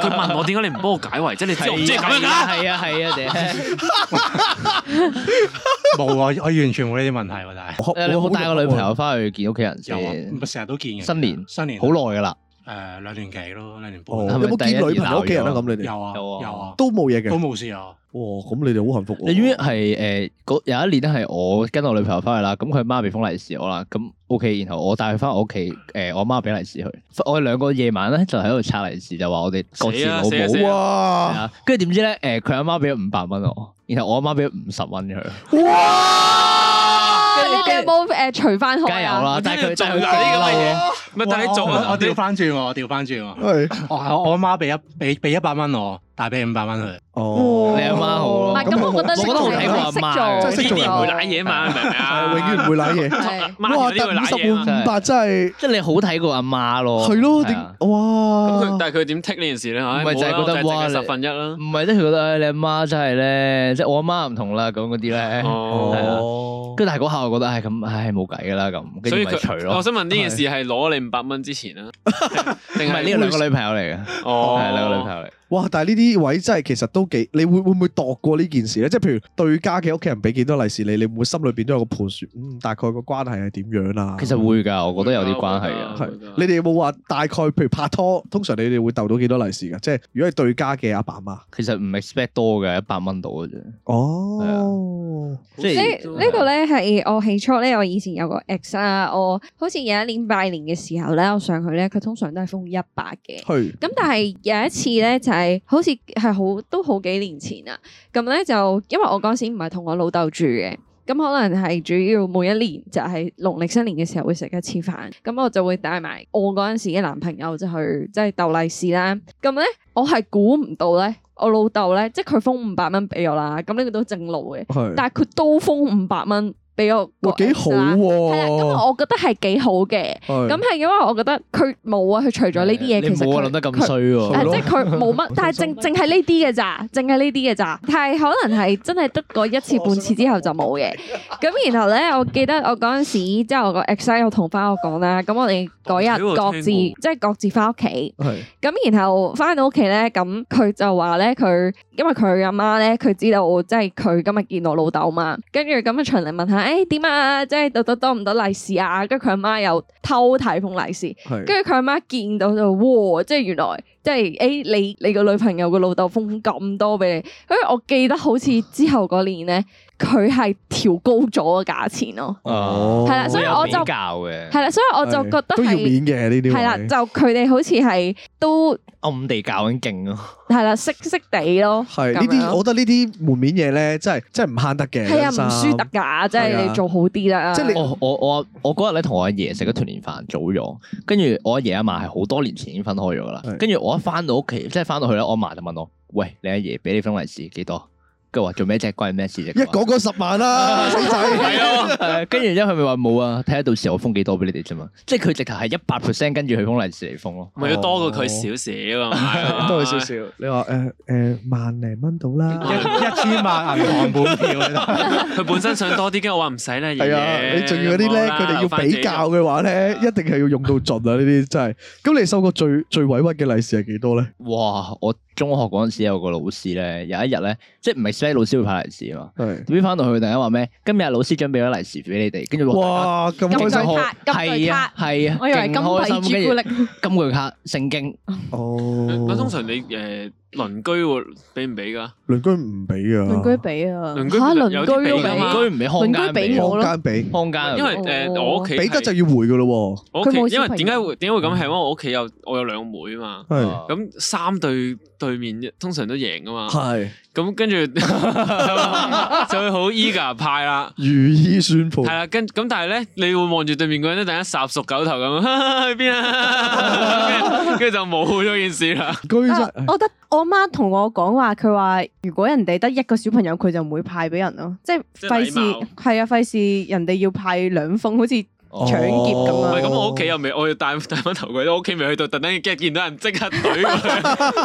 [SPEAKER 6] 佢問我點解你唔幫我解圍，即係你知我唔知係咁樣㗎。
[SPEAKER 3] 啊係啊係啊，姐，
[SPEAKER 7] 冇啊，我完全冇呢啲問題喎，但 係
[SPEAKER 3] 誒你有冇帶個女朋友翻去見屋企人
[SPEAKER 7] 有啊，
[SPEAKER 3] 先
[SPEAKER 7] 唔？係成日都見嘅。
[SPEAKER 3] 新年
[SPEAKER 7] 新年
[SPEAKER 3] 好
[SPEAKER 7] 誒
[SPEAKER 3] 耐噶啦，
[SPEAKER 7] 兩年幾咯，兩年半
[SPEAKER 2] 哦，
[SPEAKER 3] 係
[SPEAKER 2] 有
[SPEAKER 3] 咪
[SPEAKER 2] 冇見女朋友屋企人啊？
[SPEAKER 3] 第一
[SPEAKER 2] 咁你哋
[SPEAKER 7] 有啊
[SPEAKER 3] 有啊
[SPEAKER 7] 有啊，
[SPEAKER 2] 都冇嘢嘅。
[SPEAKER 7] 都
[SPEAKER 2] 哇，
[SPEAKER 7] 冇事啊。
[SPEAKER 2] 咁你哋好幸
[SPEAKER 6] 哦
[SPEAKER 2] 福喎。
[SPEAKER 3] 你知唔知係誒嗰有一年咧係我跟我女朋友翻去啦，咁佢媽俾封利是我啦，咁 OK，然後我帶佢翻我屋企，誒我媽俾利是佢，
[SPEAKER 6] 啊
[SPEAKER 3] 我哋兩個夜晚咧就喺度拆利是，就話我哋各自
[SPEAKER 6] 死啊
[SPEAKER 3] 老母
[SPEAKER 6] 死啊死
[SPEAKER 3] 係
[SPEAKER 6] 啊
[SPEAKER 2] 哇
[SPEAKER 3] 啊，跟住點知咧誒佢阿媽俾咗五百蚊我，然後我阿媽俾咗五十蚊 佢，
[SPEAKER 2] 哇！
[SPEAKER 4] 啊你哋有冇誒除翻
[SPEAKER 3] 梗係
[SPEAKER 4] 開
[SPEAKER 3] 有
[SPEAKER 4] 啊？
[SPEAKER 3] 啦，但係佢但係佢
[SPEAKER 6] 做呢啲咁嘅嘢
[SPEAKER 3] 勁嬲啊
[SPEAKER 6] 咪但係你做
[SPEAKER 7] 我我
[SPEAKER 6] 啊
[SPEAKER 7] 我，調翻轉喎，我調翻 轉喎。
[SPEAKER 2] 係
[SPEAKER 7] 我我阿媽俾一俾俾一百蚊我，但係俾五百蚊佢。
[SPEAKER 2] 哦，
[SPEAKER 3] 你阿媽好咯
[SPEAKER 4] 唔係咁，我覺得呢
[SPEAKER 3] 我覺得好睇過阿
[SPEAKER 4] 個
[SPEAKER 3] 媽
[SPEAKER 4] 係
[SPEAKER 2] 真係識
[SPEAKER 4] 識
[SPEAKER 2] 做
[SPEAKER 4] 做，
[SPEAKER 2] 人
[SPEAKER 6] 唔會舐嘢嘛，明唔明啊？
[SPEAKER 2] 係永遠唔會賴嘢。
[SPEAKER 4] 係
[SPEAKER 6] 媽
[SPEAKER 2] 哇！得
[SPEAKER 6] 咪都會
[SPEAKER 2] 五
[SPEAKER 6] 舐
[SPEAKER 2] 十
[SPEAKER 6] 嘢啊嘛。
[SPEAKER 2] 換五百真係
[SPEAKER 3] 即係你好睇過阿媽咯，
[SPEAKER 2] 係咯，
[SPEAKER 3] 係啊
[SPEAKER 2] 點
[SPEAKER 6] 咁佢
[SPEAKER 2] 哇？
[SPEAKER 6] 但係佢點剔呢件事咧？
[SPEAKER 3] 咪
[SPEAKER 6] 唉
[SPEAKER 3] 就係
[SPEAKER 6] 冇
[SPEAKER 3] 覺得
[SPEAKER 6] 啦我就係
[SPEAKER 3] 哇
[SPEAKER 6] 淨係
[SPEAKER 3] 你
[SPEAKER 6] 十分一啦
[SPEAKER 3] 唔。係，即係佢覺得哎唉你阿媽真係咧，即係我阿媽唔同啦，咁嗰啲咧。係啊
[SPEAKER 2] 哦，
[SPEAKER 3] 跟住但係嗰下我覺得唉咁唉冇計噶啦咁，跟住
[SPEAKER 6] 所以
[SPEAKER 3] 咪除
[SPEAKER 6] 佢，我
[SPEAKER 3] 咯。
[SPEAKER 6] 想問呢件事係攞你五百蚊之前啊，定
[SPEAKER 3] 唔係
[SPEAKER 6] 係
[SPEAKER 3] 呢個兩個女朋友嚟嘅，係
[SPEAKER 6] 哦，
[SPEAKER 3] 兩個女朋友嚟。
[SPEAKER 2] 哇！但係呢啲位真係其實都幾，你會會唔會度過呢件事咧？即係譬如對家嘅屋企人俾幾多利是你，你會唔會心裏邊都有個盤算？嗯，大概個關係係點樣啊？
[SPEAKER 3] 其實會㗎，我覺得有啲關係
[SPEAKER 6] 會
[SPEAKER 3] 嘅。
[SPEAKER 6] 㗎
[SPEAKER 2] 係你哋有冇話大概，譬如拍拖，通常你哋會鬥到幾多利是㗎？即係如果係對家嘅阿爸媽，
[SPEAKER 3] 其實唔 expect 多嘅，一百蚊到嘅啫。
[SPEAKER 2] 哦，
[SPEAKER 6] 好
[SPEAKER 3] 即係
[SPEAKER 4] 呢呢個咧係我起初咧，我以前有個 ex 啦，我好似有一年拜年嘅時候咧，我上去咧，佢通常都係封一百嘅。
[SPEAKER 2] 去
[SPEAKER 4] 咁但係啊有一次咧，就係、好似係好都好幾年前啦。咁咧就因為我嗰陣時唔係同我老豆住嘅，咁可能係主要每一年就係農曆新年嘅時候會食一次飯。咁我就會帶埋我嗰陣時嘅男朋友就去即係鬥利是啦。咁咧我係估唔到咧，我老豆咧即係佢封五百蚊俾我啦。咁呢個都正路嘅，
[SPEAKER 2] 去，
[SPEAKER 4] 但係佢都封五百蚊俾我個
[SPEAKER 2] 哇，幾好
[SPEAKER 4] ex 啦。係啦，咁
[SPEAKER 2] 喎！
[SPEAKER 4] 我覺得係幾好嘅。
[SPEAKER 2] 係
[SPEAKER 4] 咁係因為我覺得佢冇啊，佢除咗呢啲嘢，
[SPEAKER 3] 你
[SPEAKER 4] 其實
[SPEAKER 3] 冇啊
[SPEAKER 4] 佢
[SPEAKER 3] 諗得咁
[SPEAKER 4] 佢
[SPEAKER 3] 衰
[SPEAKER 2] 係
[SPEAKER 4] 誒
[SPEAKER 2] 咯
[SPEAKER 3] 喎。
[SPEAKER 4] 呃即係佢冇乜，但係淨淨係呢啲嘅咋，淨係呢啲嘅咋，但係可能係真係得個一次半次之後就冇嘅。咁然後咧，我記得我嗰陣時，即係我個 ex 咧有同翻我講啦，咁我哋嗰
[SPEAKER 6] 我睇
[SPEAKER 4] 日
[SPEAKER 6] 過
[SPEAKER 4] 各自
[SPEAKER 6] 聽
[SPEAKER 4] 即係各自翻屋企，
[SPEAKER 2] 係
[SPEAKER 4] 咁然後翻到屋企咧，咁佢就話咧佢因為佢阿媽咧，佢知道即係佢今日見我老豆嘛，跟住咁啊循例問下，誒點啊，即係到底多唔多利是啊？跟住佢阿媽又偷睇封利是。
[SPEAKER 2] 係
[SPEAKER 4] 跟住佢阿媽見到就哇，即係原來即係誒、你你個女朋友個老豆封咁多俾你，因為我記得好似之後嗰年咧，佢係調高咗個價錢咯，
[SPEAKER 3] 哦
[SPEAKER 4] 係啦所以我
[SPEAKER 3] 會
[SPEAKER 4] 就
[SPEAKER 3] 有比較嘅，
[SPEAKER 4] 係啦，所以我就覺得
[SPEAKER 2] 都要
[SPEAKER 4] 係
[SPEAKER 2] 面嘅呢啲位，
[SPEAKER 4] 係啦，就佢哋好似係都
[SPEAKER 3] 暗地教緊勁咯。
[SPEAKER 4] 係啦，識識地咯，
[SPEAKER 2] 係呢
[SPEAKER 4] 咁樣
[SPEAKER 2] 啲，我覺得呢啲門面嘢咧，真係真係唔慳得嘅。
[SPEAKER 4] 係啊，唔
[SPEAKER 2] 真心
[SPEAKER 4] 輸得㗎，即
[SPEAKER 2] 係
[SPEAKER 4] 係
[SPEAKER 2] 啊
[SPEAKER 4] 你做好啲啦，
[SPEAKER 2] 即係你
[SPEAKER 3] 我我我我嗰日咧同我阿爺食咗團年飯早咗，跟住我阿爺阿嫲係好多年前已經分開咗噶啦
[SPEAKER 2] 係。
[SPEAKER 3] 跟住我一翻到屋企，即係翻到去咧，我阿嫲就問我：喂，你阿爺俾你封利是幾多？跟住話做咩啫？關你咩事啫？
[SPEAKER 2] 一講嗰十萬 啦，死仔。
[SPEAKER 3] 係啊跟住之後佢咪話冇啊，睇下到時我封幾多俾你哋啫嘛。即係佢直頭係一百 percent 跟住佢封利是嚟封咯。
[SPEAKER 6] 咪要多過佢少少啊嘛，
[SPEAKER 2] 哦 多佢少少，你話誒誒萬零蚊到啦，
[SPEAKER 7] 一一千萬銀行本票喺度。
[SPEAKER 6] 佢本身想多啲，跟住我話唔使啦，
[SPEAKER 2] 係啊，你仲要嗰啲咧，佢哋要比較嘅話咧，一定係要用到盡啊！呢啲真係。咁你收過最最委屈嘅利是係幾多咧？
[SPEAKER 3] 哇！我中學嗰陣時有個老師咧，有一日咧，即係唔係 expect 老師會派利是啊嘛。
[SPEAKER 2] 係
[SPEAKER 3] 點知翻到去突然間話咩？今日老師準備咗利是俾你哋，跟住
[SPEAKER 2] 哇，咁
[SPEAKER 4] 金
[SPEAKER 2] 開
[SPEAKER 4] 句
[SPEAKER 2] 心
[SPEAKER 4] 金卡金句
[SPEAKER 3] 係啊
[SPEAKER 4] 卡
[SPEAKER 3] 係啊，
[SPEAKER 5] 我以為金
[SPEAKER 3] 勁開心
[SPEAKER 5] 幣朱古，力，
[SPEAKER 3] 跟住金句卡聖經
[SPEAKER 2] 哦！
[SPEAKER 6] 咁通常你誒鄰居會俾唔俾㗎？
[SPEAKER 2] 鄰居唔俾啊，
[SPEAKER 5] 鄰居俾啊，
[SPEAKER 6] 鄰居
[SPEAKER 4] 嚇
[SPEAKER 6] 有啲俾
[SPEAKER 4] 鄰居
[SPEAKER 6] 㗎嘛
[SPEAKER 4] 都
[SPEAKER 3] 鄰居唔俾康
[SPEAKER 5] 鄰居
[SPEAKER 3] 間
[SPEAKER 5] 俾
[SPEAKER 3] 俾
[SPEAKER 5] 我
[SPEAKER 3] 我，
[SPEAKER 2] 坊
[SPEAKER 5] 咯
[SPEAKER 2] 間俾，
[SPEAKER 3] 康間
[SPEAKER 6] 因為誒我屋企
[SPEAKER 2] 俾得就要回噶咯
[SPEAKER 6] 我
[SPEAKER 5] 哦佢
[SPEAKER 6] 屋
[SPEAKER 5] 冇
[SPEAKER 6] 企，因
[SPEAKER 5] 小
[SPEAKER 6] 為
[SPEAKER 5] 朋友
[SPEAKER 6] 點解會點解會咁係因為我屋企
[SPEAKER 3] 嗯
[SPEAKER 6] 有我有兩個妹啊嘛，
[SPEAKER 2] 喎，係
[SPEAKER 6] 咁三對對面通常都贏㗎嘛，
[SPEAKER 2] 係
[SPEAKER 6] 咁跟住就會好 eager 派啦。
[SPEAKER 2] 如意算盤
[SPEAKER 6] 系啦，跟咁但系咧，你會望住對面嗰人咧，突然間霎熟狗頭咁，去 邊啊？跟住就冇咗件事啦。
[SPEAKER 2] 居
[SPEAKER 5] 啊
[SPEAKER 2] 真
[SPEAKER 5] 我覺得我媽同我講話，佢話如果人哋得一個小朋友，佢就唔會派俾人咯，即係
[SPEAKER 6] 即係
[SPEAKER 5] 費事
[SPEAKER 6] 禮貌
[SPEAKER 5] 係啊，費事人哋要派兩封， 好似搶劫咁
[SPEAKER 6] 唔
[SPEAKER 2] 哦
[SPEAKER 6] 係
[SPEAKER 5] 啊！
[SPEAKER 6] 咁，我屋企又未，我要戴 戴翻頭盔，我屋企未去到，特登驚見到人即刻懟佢。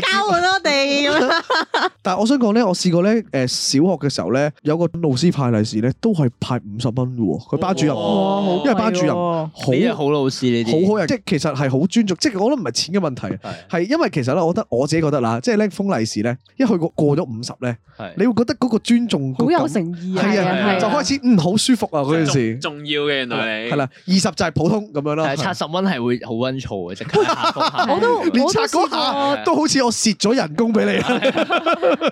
[SPEAKER 2] 係
[SPEAKER 5] 交換我 哋咁樣
[SPEAKER 2] 但係我想講咧，我試過咧，诶、小學嘅時候咧，有個老師派利是咧，都係派五十蚊嘅喎，佢班主任
[SPEAKER 5] 哦
[SPEAKER 6] 哇
[SPEAKER 2] 哦因為班主任
[SPEAKER 5] 好
[SPEAKER 2] 好
[SPEAKER 3] 你係好老師呢啲，
[SPEAKER 2] 好好人，即係其實係好尊重，即係我覺得唔係錢嘅問題，
[SPEAKER 3] 係
[SPEAKER 2] 係因為其實咧，我覺得我自己覺得啦，即係咧封利是咧，一去過過咗五十咧，
[SPEAKER 3] 係
[SPEAKER 2] 你會覺得嗰個尊重嗰
[SPEAKER 5] 好有
[SPEAKER 2] 感
[SPEAKER 5] 誠意啊！
[SPEAKER 2] 係
[SPEAKER 6] 係啊係
[SPEAKER 2] 啊，
[SPEAKER 6] 啊
[SPEAKER 2] 就開始嗯 好舒服啊嗰件 事，
[SPEAKER 6] 重重要嘅原來你
[SPEAKER 2] 係，啦，二十就係普通咁樣啦
[SPEAKER 3] 但係，七十蚊係會好温燥嘅，即刻嚇到嚇
[SPEAKER 5] 我哦都我
[SPEAKER 2] 連
[SPEAKER 5] 都
[SPEAKER 2] 拆嗰
[SPEAKER 5] 試
[SPEAKER 2] 下
[SPEAKER 5] 過，
[SPEAKER 2] 都好似我蝕咗人工俾你啊，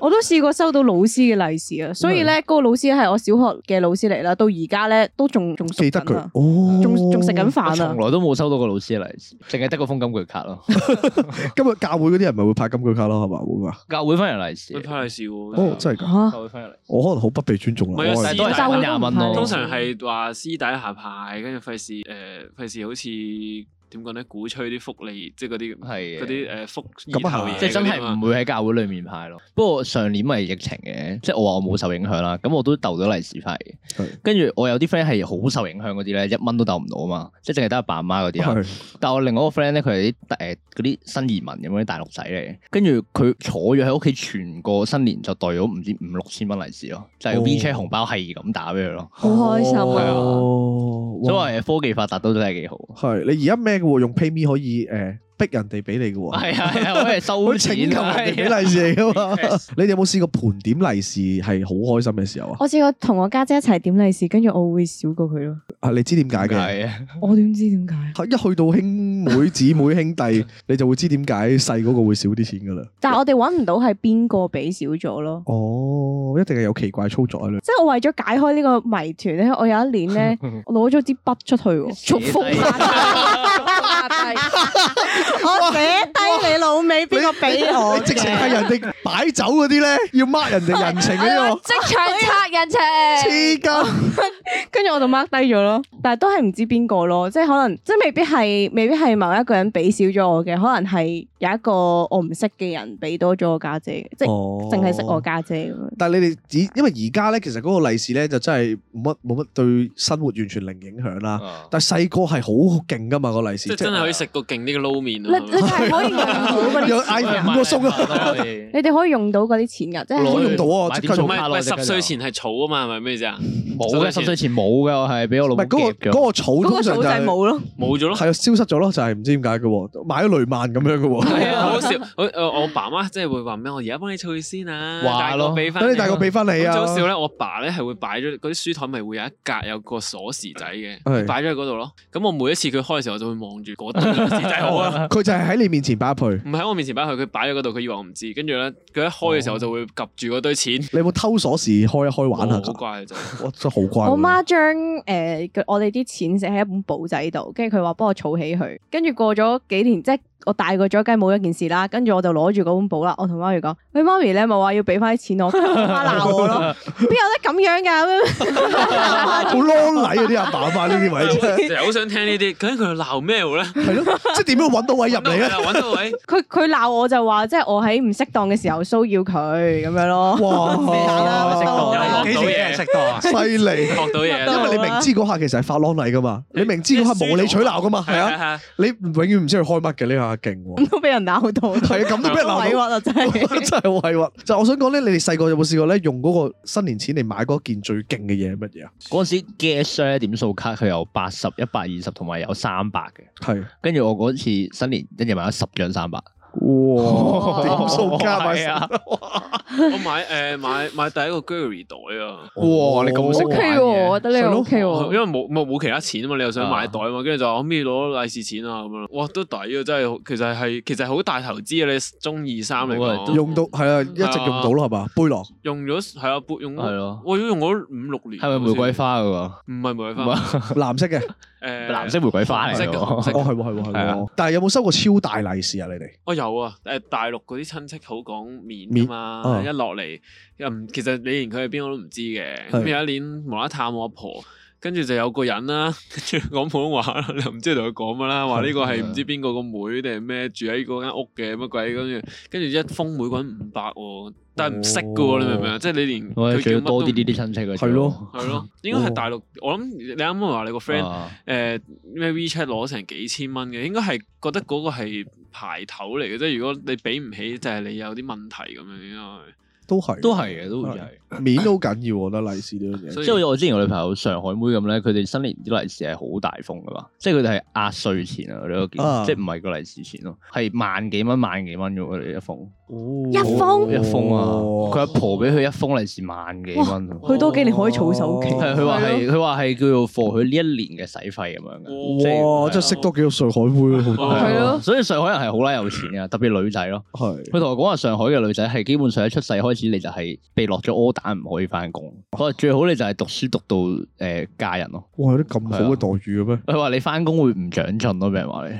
[SPEAKER 5] 我都試過收到老師嘅利是啊！所
[SPEAKER 2] 嗯
[SPEAKER 5] 以咧，嗰個老師係我小學嘅老師嚟啦，到而家咧都仲仲熟
[SPEAKER 2] 記得
[SPEAKER 5] 緊
[SPEAKER 2] 佢
[SPEAKER 5] 啊，
[SPEAKER 2] 哦，
[SPEAKER 5] 仲仲食緊
[SPEAKER 3] 我
[SPEAKER 5] 飯啊
[SPEAKER 3] 從！來都冇收到過老師嘅利是，淨係得個封金句卡咯。
[SPEAKER 2] 今日教會嗰啲人咪會派金句卡咯，係嘛會唔會啊？
[SPEAKER 3] 教會翻嚟利是
[SPEAKER 6] 會，派利是喎。
[SPEAKER 2] 哦，真係㗎，
[SPEAKER 5] 嚇
[SPEAKER 3] 教會翻嚟利是，
[SPEAKER 2] 我可能好不被尊重
[SPEAKER 6] 啊唔
[SPEAKER 2] 啦，
[SPEAKER 6] 係啊
[SPEAKER 2] 我係
[SPEAKER 6] 師
[SPEAKER 3] 但係都係大翻
[SPEAKER 6] 但會
[SPEAKER 3] 廿蚊咯。
[SPEAKER 6] 通常係話私底下派，跟住費事誒費事好似點講咧，鼓吹啲福利，即係嗰啲
[SPEAKER 3] 係嘅
[SPEAKER 6] 嗰啲誒呃福
[SPEAKER 2] 咁啊係
[SPEAKER 6] 意頭嘢
[SPEAKER 3] 即係真
[SPEAKER 6] 嗰啲
[SPEAKER 3] 係
[SPEAKER 6] 嘛
[SPEAKER 3] 唔會喺教會裏面派咯。不過上年咪疫情嘅，即係我話我冇受影響啦，咁我都鬥咗利是費
[SPEAKER 2] 係。
[SPEAKER 3] 跟住我有啲 friend 係好受影響嗰啲咧，一蚊都鬥唔到啊嘛，即係淨係得阿爸阿媽嗰啲啦。
[SPEAKER 2] 係
[SPEAKER 3] 但我另外一個 friend 咧，佢係啲誒嗰啲新移民咁樣啲大陸仔嚟，跟住佢坐咗喺屋企，全個新年就袋咗唔知五六千蚊利是咯，就係、
[SPEAKER 2] 哦
[SPEAKER 3] WeChat 紅包係咁打俾佢咯。
[SPEAKER 4] 好開心啊
[SPEAKER 2] 哦
[SPEAKER 3] 啊所以
[SPEAKER 2] 哇
[SPEAKER 3] 話科技發達都真係幾好。
[SPEAKER 2] 係你而家咩嘅喎？用 PayMe 可以誒逼人哋俾你嘅喎，
[SPEAKER 3] 係啊係啊，我啊係
[SPEAKER 2] 好
[SPEAKER 3] 收
[SPEAKER 2] 請
[SPEAKER 3] 錢
[SPEAKER 2] 求人哋俾利是嚟嘅嘛。 你哋有冇試過盤點利是係好開心嘅時候啊？
[SPEAKER 5] 我試過同我家姐一齊點利是，跟住我會少過佢咯。
[SPEAKER 2] 啊，你知點解嘅？
[SPEAKER 3] 係啊，
[SPEAKER 5] 我點知點解？
[SPEAKER 2] 一去到兄妹姊妹兄弟，你就會知點解細嗰個會少啲錢㗎啦。
[SPEAKER 5] 但係我哋揾唔到係邊個俾少 咗咯。
[SPEAKER 2] 哦，一定係有奇怪操作喺裏。
[SPEAKER 5] 即係我為咗解開呢個謎團咧，我有一年咧， 我攞咗支筆出去喎，
[SPEAKER 3] 祝福
[SPEAKER 5] 我寫低你老尾邊個俾我
[SPEAKER 2] 你直情係人哋擺酒嗰啲咧，要 mark 人哋人情嗰啲喎，
[SPEAKER 4] 職場測人情，
[SPEAKER 2] 黐
[SPEAKER 5] 哦
[SPEAKER 2] 筋。
[SPEAKER 5] 跟住我就 mark 低咗咯，但係都係唔知邊個咯，即係可能即係未必係未必係某一個人俾少咗我嘅，可能係有一個我唔識嘅人俾多咗我家姐嘅，即係
[SPEAKER 2] 哦
[SPEAKER 5] 淨係識我家姐咁樣。
[SPEAKER 2] 但係你哋只因為而家咧，其實嗰個利是咧就真係冇乜冇乜對生活完全零影響啦。但係細個係好勁噶嘛個利是，
[SPEAKER 6] 即係真係可以食個勁啲嘅撈面
[SPEAKER 5] 你你 哋
[SPEAKER 6] 啊！
[SPEAKER 5] 係可以用到嗰啲
[SPEAKER 2] 有哎
[SPEAKER 5] 錢㗎
[SPEAKER 2] 嗌五個餸啊！
[SPEAKER 3] 啊！
[SPEAKER 5] 你哋可以用到嗰啲錢㗎，即
[SPEAKER 2] 攞
[SPEAKER 5] 係
[SPEAKER 2] 用到啊即刻
[SPEAKER 6] 唔
[SPEAKER 2] 用
[SPEAKER 6] 係唔係十歲前係儲啊嘛，係咪咩意思啊？
[SPEAKER 3] 冇嘅，十歲前冇嘅，我係俾我老
[SPEAKER 2] 唔
[SPEAKER 3] 母
[SPEAKER 2] 係嗰
[SPEAKER 3] 夾
[SPEAKER 2] 個
[SPEAKER 3] 咗。
[SPEAKER 2] 嗰個草
[SPEAKER 5] 嗰個
[SPEAKER 2] 通常
[SPEAKER 5] 組
[SPEAKER 2] 就
[SPEAKER 5] 制
[SPEAKER 2] 係
[SPEAKER 5] 冇咯。
[SPEAKER 6] 冇咗咯。
[SPEAKER 2] 係啊消失咗咯，就係唔知點解嘅喎，買咗雷曼咁樣嘅喎。
[SPEAKER 6] 係啊，好笑！我我我爸媽即係會話咩？我而家幫你儲先啊，
[SPEAKER 3] 話
[SPEAKER 6] 大個
[SPEAKER 3] 咯
[SPEAKER 6] 俾翻
[SPEAKER 2] 等你大個俾翻你
[SPEAKER 6] 咁
[SPEAKER 2] 啊！
[SPEAKER 6] 最好笑咧，我爸咧係會擺咗嗰啲書台，咪會有一格有個鎖匙仔
[SPEAKER 2] 係
[SPEAKER 6] 嘅，擺咗喺嗰度咯。咁我每一次佢開嘅時候，我就會望住嗰 堆鎖匙仔好啊。
[SPEAKER 2] 哦佢就係喺你面前擺入去。
[SPEAKER 6] 唔喺我面前擺佢，佢擺咗嗰度，佢以為我唔知。跟住咧，佢一開嘅時候，我就會及住嗰堆錢，
[SPEAKER 2] 你有冇偷鎖匙開一開玩下
[SPEAKER 6] 好
[SPEAKER 2] 㗎？
[SPEAKER 6] 怪啊就。
[SPEAKER 2] 哇！真係好啊乖喎。
[SPEAKER 5] 我媽將誒佢我哋啲錢寫喺一本簿仔度，跟住佢話幫我儲起佢。跟住過咗幾年，即係我大個咗，梗係冇一件事啦。跟住我就攞住嗰本簿啦，我同媽咪講：喂，媽咪咧咪話要俾翻啲錢 我，跟住我媽鬧我咯，邊有得咁樣㗎？
[SPEAKER 2] 好啷禮啊嗰啲阿爸阿媽呢啲位真係
[SPEAKER 6] 成日好啊想聽呢啲，究竟佢鬧咩好咧？
[SPEAKER 2] 係咯，即係點樣揾到哎位入嚟啊咧？
[SPEAKER 6] 揾到位，
[SPEAKER 5] 佢佢 鬧 我就話，即係我喺唔適當嘅時候騷擾佢咁樣咯。
[SPEAKER 2] 哇！
[SPEAKER 6] 啊
[SPEAKER 7] 幾時俾人識到啊？
[SPEAKER 2] 犀利，
[SPEAKER 6] 學到 嘢。
[SPEAKER 2] 因為你明知嗰下其實係發啷禮噶嘛，你明知嗰下無理取鬧噶嘛，係啊，
[SPEAKER 6] 啊，
[SPEAKER 2] 你永遠唔知佢開乜嘅呢下勁喎，
[SPEAKER 5] 咁都俾人鬧到，
[SPEAKER 2] 係 啊，咁都俾人鬧
[SPEAKER 5] 委屈
[SPEAKER 2] 到。
[SPEAKER 5] 啊！真係。
[SPEAKER 2] 真係好委屈，就我想講咧，你哋細個有冇試過咧用嗰個新年錢嚟買嗰件最勁嘅嘢係乜嘢啊？
[SPEAKER 3] 嗰陣時 gas 咧點數卡佢有八十、一百二十同埋有三百嘅，
[SPEAKER 2] 係
[SPEAKER 3] 跟住我嗰次新年一夜買咗十張三百，哦
[SPEAKER 2] 哇，點數加埋
[SPEAKER 3] 係啊
[SPEAKER 2] 哇
[SPEAKER 6] 我買诶買買第一個 Gary 袋啊。
[SPEAKER 3] 哇！你咁識
[SPEAKER 8] O K
[SPEAKER 3] 玩
[SPEAKER 8] 喎，我覺得
[SPEAKER 2] 啊係
[SPEAKER 8] 呢個
[SPEAKER 2] 咯
[SPEAKER 8] O K
[SPEAKER 3] 哦
[SPEAKER 6] 哦因
[SPEAKER 8] 喎。
[SPEAKER 6] 為冇冇冇其他錢啊嘛，你又想買袋啊嘛，跟住就話可唔可以攞利是錢啊咁樣，哇都抵啊！真係其實係其實好大投資啊！你中二三嚟
[SPEAKER 3] 好啊都
[SPEAKER 6] 講，
[SPEAKER 2] 用到係啊，一直用到咯，係嘛？背囊
[SPEAKER 6] 用咗係啊，撥用咗
[SPEAKER 3] 係咯
[SPEAKER 6] 我都用咗五六年。
[SPEAKER 3] 係咪玫瑰？花嗰
[SPEAKER 6] 唔係玫瑰
[SPEAKER 3] 個？
[SPEAKER 6] 花，
[SPEAKER 2] 藍色嘅，
[SPEAKER 6] 誒
[SPEAKER 3] 藍色。玫瑰花嚟
[SPEAKER 6] 紅色嘅紅
[SPEAKER 3] 嘅
[SPEAKER 6] 色
[SPEAKER 2] 哦係喎係喎係
[SPEAKER 3] 係啊
[SPEAKER 2] 喎。但係有冇收過超大利是啊？你哋
[SPEAKER 6] 我有啊，誒大陸嗰啲親戚好講面
[SPEAKER 2] 面
[SPEAKER 6] 㗎嘛，
[SPEAKER 2] 啊
[SPEAKER 3] 哦
[SPEAKER 6] 一落嚟，嗯，其實你連佢係邊個都唔知嘅。
[SPEAKER 2] 係
[SPEAKER 6] 咁有一年無啦啦探我阿婆，跟住就有個人啦， 跟住講普通話啦，你又唔知同佢講乜啦，話呢個係唔知邊個個妹定係咩住喺嗰間屋嘅乜鬼，跟住跟住一封每個人五百喎，但係唔識嘅
[SPEAKER 2] 哦
[SPEAKER 6] 喎，你明唔明啊？即係你連
[SPEAKER 3] 我
[SPEAKER 6] 佢
[SPEAKER 3] 哋
[SPEAKER 6] 叫
[SPEAKER 3] 仲要
[SPEAKER 6] 乜都
[SPEAKER 3] 多
[SPEAKER 6] 唔
[SPEAKER 3] 啲呢啲親戚嘅。
[SPEAKER 2] 係咯
[SPEAKER 6] 係咯，應該係大陸。我諗你啱啱話你個 friend
[SPEAKER 3] 啊
[SPEAKER 6] 誒咩 WeChat 攞成幾千蚊嘅，應該係覺得嗰個係排頭嚟嘅，即係如果你俾唔起，就係你有啲問題咁樣應
[SPEAKER 2] 都係
[SPEAKER 3] 都係嘅，都會係。
[SPEAKER 2] 面都好緊要，我覺得利是呢樣
[SPEAKER 6] 該。
[SPEAKER 2] 嘢。
[SPEAKER 6] 所以
[SPEAKER 3] 即係好似我之前我女朋友上海妹咁咧，佢哋新年啲利是係好大封噶嘛，即係佢哋係壓歲錢啊，你都見，
[SPEAKER 2] 啊
[SPEAKER 3] 即係唔係個利是錢咯，係萬幾蚊、萬幾蚊嘅喎佢哋一封，
[SPEAKER 2] 一
[SPEAKER 5] 封
[SPEAKER 3] 一封啊，佢阿
[SPEAKER 2] 佢
[SPEAKER 3] 婆俾佢一封利是萬幾蚊啊，
[SPEAKER 5] 去多幾年可以儲首
[SPEAKER 2] 哦
[SPEAKER 5] 期。
[SPEAKER 3] 係佢話係佢話係叫做貨佢呢一年嘅使費咁樣嘅，
[SPEAKER 2] 哇，真係識多幾個上海妹好多
[SPEAKER 6] 係
[SPEAKER 8] 咯
[SPEAKER 3] 所以上海人係好啦有錢嘅，特別女仔咯。
[SPEAKER 2] 係
[SPEAKER 3] 佢同我講話，上海嘅女仔係基本上一出世開始，你就係被落咗 order 唔可以翻工。佢話最好你就係讀書讀到誒、呃嫁人咯。
[SPEAKER 2] 哇，有啲咁好嘅待遇嘅咩？
[SPEAKER 3] 佢話你翻工會唔長進咯，俾人話你。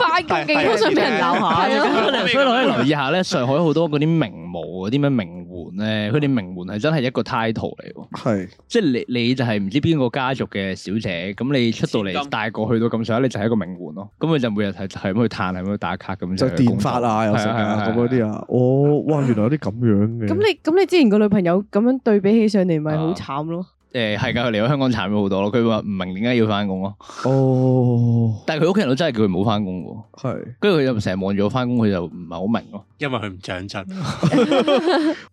[SPEAKER 8] 翻工嘅
[SPEAKER 5] 通常俾人鬧啊下
[SPEAKER 8] 係咯，
[SPEAKER 3] 所以你可以留意下咧，上海好多嗰啲名模嗰啲咩名媛咧，佢哋名媛係真係一個 title 嚟喎，
[SPEAKER 2] 係
[SPEAKER 3] 即係啊你你就係唔知邊個家族嘅小姐，咁你出到
[SPEAKER 6] 千
[SPEAKER 3] 嚟
[SPEAKER 6] 金
[SPEAKER 3] 大個去到咁上下，你就係一個名媛咯。咁佢就每日係係咁去嘆，係咁去打卡咁
[SPEAKER 2] 就電發啊，有
[SPEAKER 3] 時
[SPEAKER 2] 成啊咁嗰啲啊。哦，哇，原來有啲咁樣
[SPEAKER 9] 嗯
[SPEAKER 2] 嘅。
[SPEAKER 5] 咁你咁你之前個女朋友咁樣對比起上嚟，咪
[SPEAKER 9] 啊
[SPEAKER 5] 好慘咯。
[SPEAKER 3] 誒係㗎，佢嚟咗香港慘咗好多咯。佢話唔明點解要翻工咯，
[SPEAKER 2] 哦，
[SPEAKER 3] 但係佢屋企人都真係叫佢唔好翻工喎。
[SPEAKER 2] 係
[SPEAKER 3] 跟住佢就成日望住我翻工，佢就唔係好明咯。
[SPEAKER 10] 因為佢唔長進。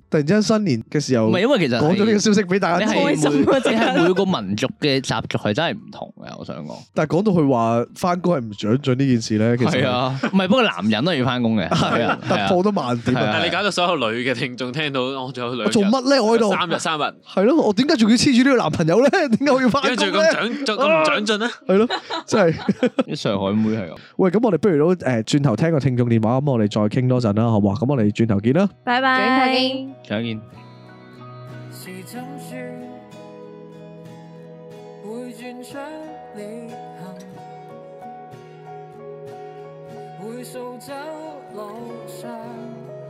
[SPEAKER 2] 突然之間新年嘅時候
[SPEAKER 3] 唔係因為其實
[SPEAKER 2] 講咗呢個
[SPEAKER 3] 係
[SPEAKER 2] 消息俾大
[SPEAKER 3] 你
[SPEAKER 2] 家
[SPEAKER 3] 係
[SPEAKER 2] 知，
[SPEAKER 3] 每
[SPEAKER 5] 開心啊
[SPEAKER 3] 你係每個民族嘅習俗係真係唔同嘅，我想講。
[SPEAKER 2] 但係講到佢話翻工係唔長進呢件事咧，其
[SPEAKER 3] 係
[SPEAKER 2] 實
[SPEAKER 3] 啊，唔係不過男人都要翻工嘅， 係啊，係啊
[SPEAKER 2] 突破都慢點
[SPEAKER 3] 係
[SPEAKER 2] 啊
[SPEAKER 3] 啊！
[SPEAKER 6] 但係你搞到所有女嘅聽眾聽到，我仲有兩
[SPEAKER 2] 我
[SPEAKER 6] 日
[SPEAKER 2] 做乜咧？我喺度
[SPEAKER 6] 三日三日，
[SPEAKER 2] 係咯，我點解仲要黐住呢個 男朋友咧？點解我要翻
[SPEAKER 6] 點
[SPEAKER 2] 工
[SPEAKER 6] 解仲咁
[SPEAKER 2] 咧？
[SPEAKER 6] 長仲咁唔長進咧？
[SPEAKER 2] 係咯，真係。
[SPEAKER 3] 啲上海妹係咁。
[SPEAKER 2] 喂，咁我哋不如都誒轉頭聽個聽眾電話，咁我哋再傾多陣啦，好嘛？咁我哋轉頭見啦。
[SPEAKER 5] 拜
[SPEAKER 8] 轉頭見。
[SPEAKER 3] 想見
[SPEAKER 9] 是怎說？會轉出裂痕，會掃走路上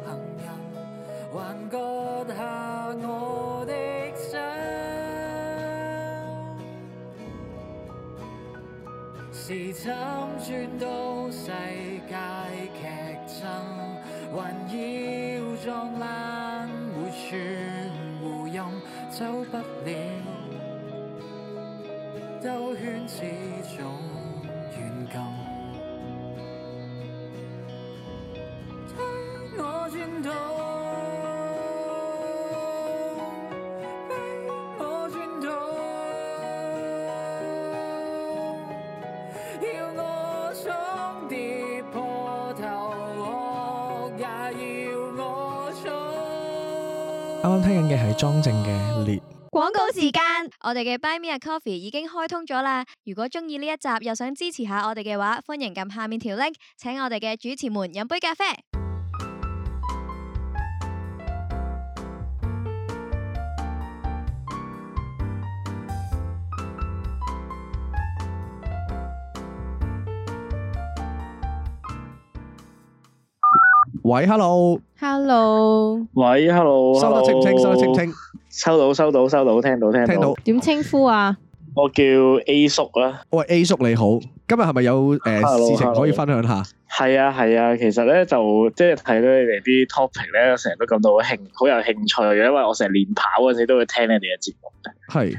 [SPEAKER 9] 行人，還割下我的心。時針轉到世界劇增。還要撞爛每寸護蔭，走不了兜圈，始終軟禁。當我轉到，逼我轉到。要我衝跌破頭殼，也要我
[SPEAKER 11] 啱
[SPEAKER 9] 衝。
[SPEAKER 11] 啱聽緊嘅係莊正嘅《烈》。
[SPEAKER 4] 廣告時間，我哋嘅 Buy Me a Coffee 已經開通咗啦。如果中意呢一集又想支持下我哋嘅話，歡迎撳下面條 link，請我哋嘅主持們飲杯咖啡。
[SPEAKER 2] 喂，hello，
[SPEAKER 5] Hello，
[SPEAKER 7] 喂，hello，
[SPEAKER 2] 收得清唔清？收得清唔？清？
[SPEAKER 7] 收到，收到，收到，聽到，聽
[SPEAKER 2] 聽到
[SPEAKER 7] 到。
[SPEAKER 5] 點稱呼啊？
[SPEAKER 7] 我叫 A 叔啦，
[SPEAKER 2] 喂，A 叔你好，今日係咪有誒
[SPEAKER 7] Hello，
[SPEAKER 2] 事情可以
[SPEAKER 7] hello
[SPEAKER 2] 分享下？
[SPEAKER 7] 係啊，係啊。其實咧就即係睇到你哋啲 topic 咧，成日都感到好興，好有興趣嘅。因為我成日練跑嗰陣時都會聽你哋嘅 節目，
[SPEAKER 2] 係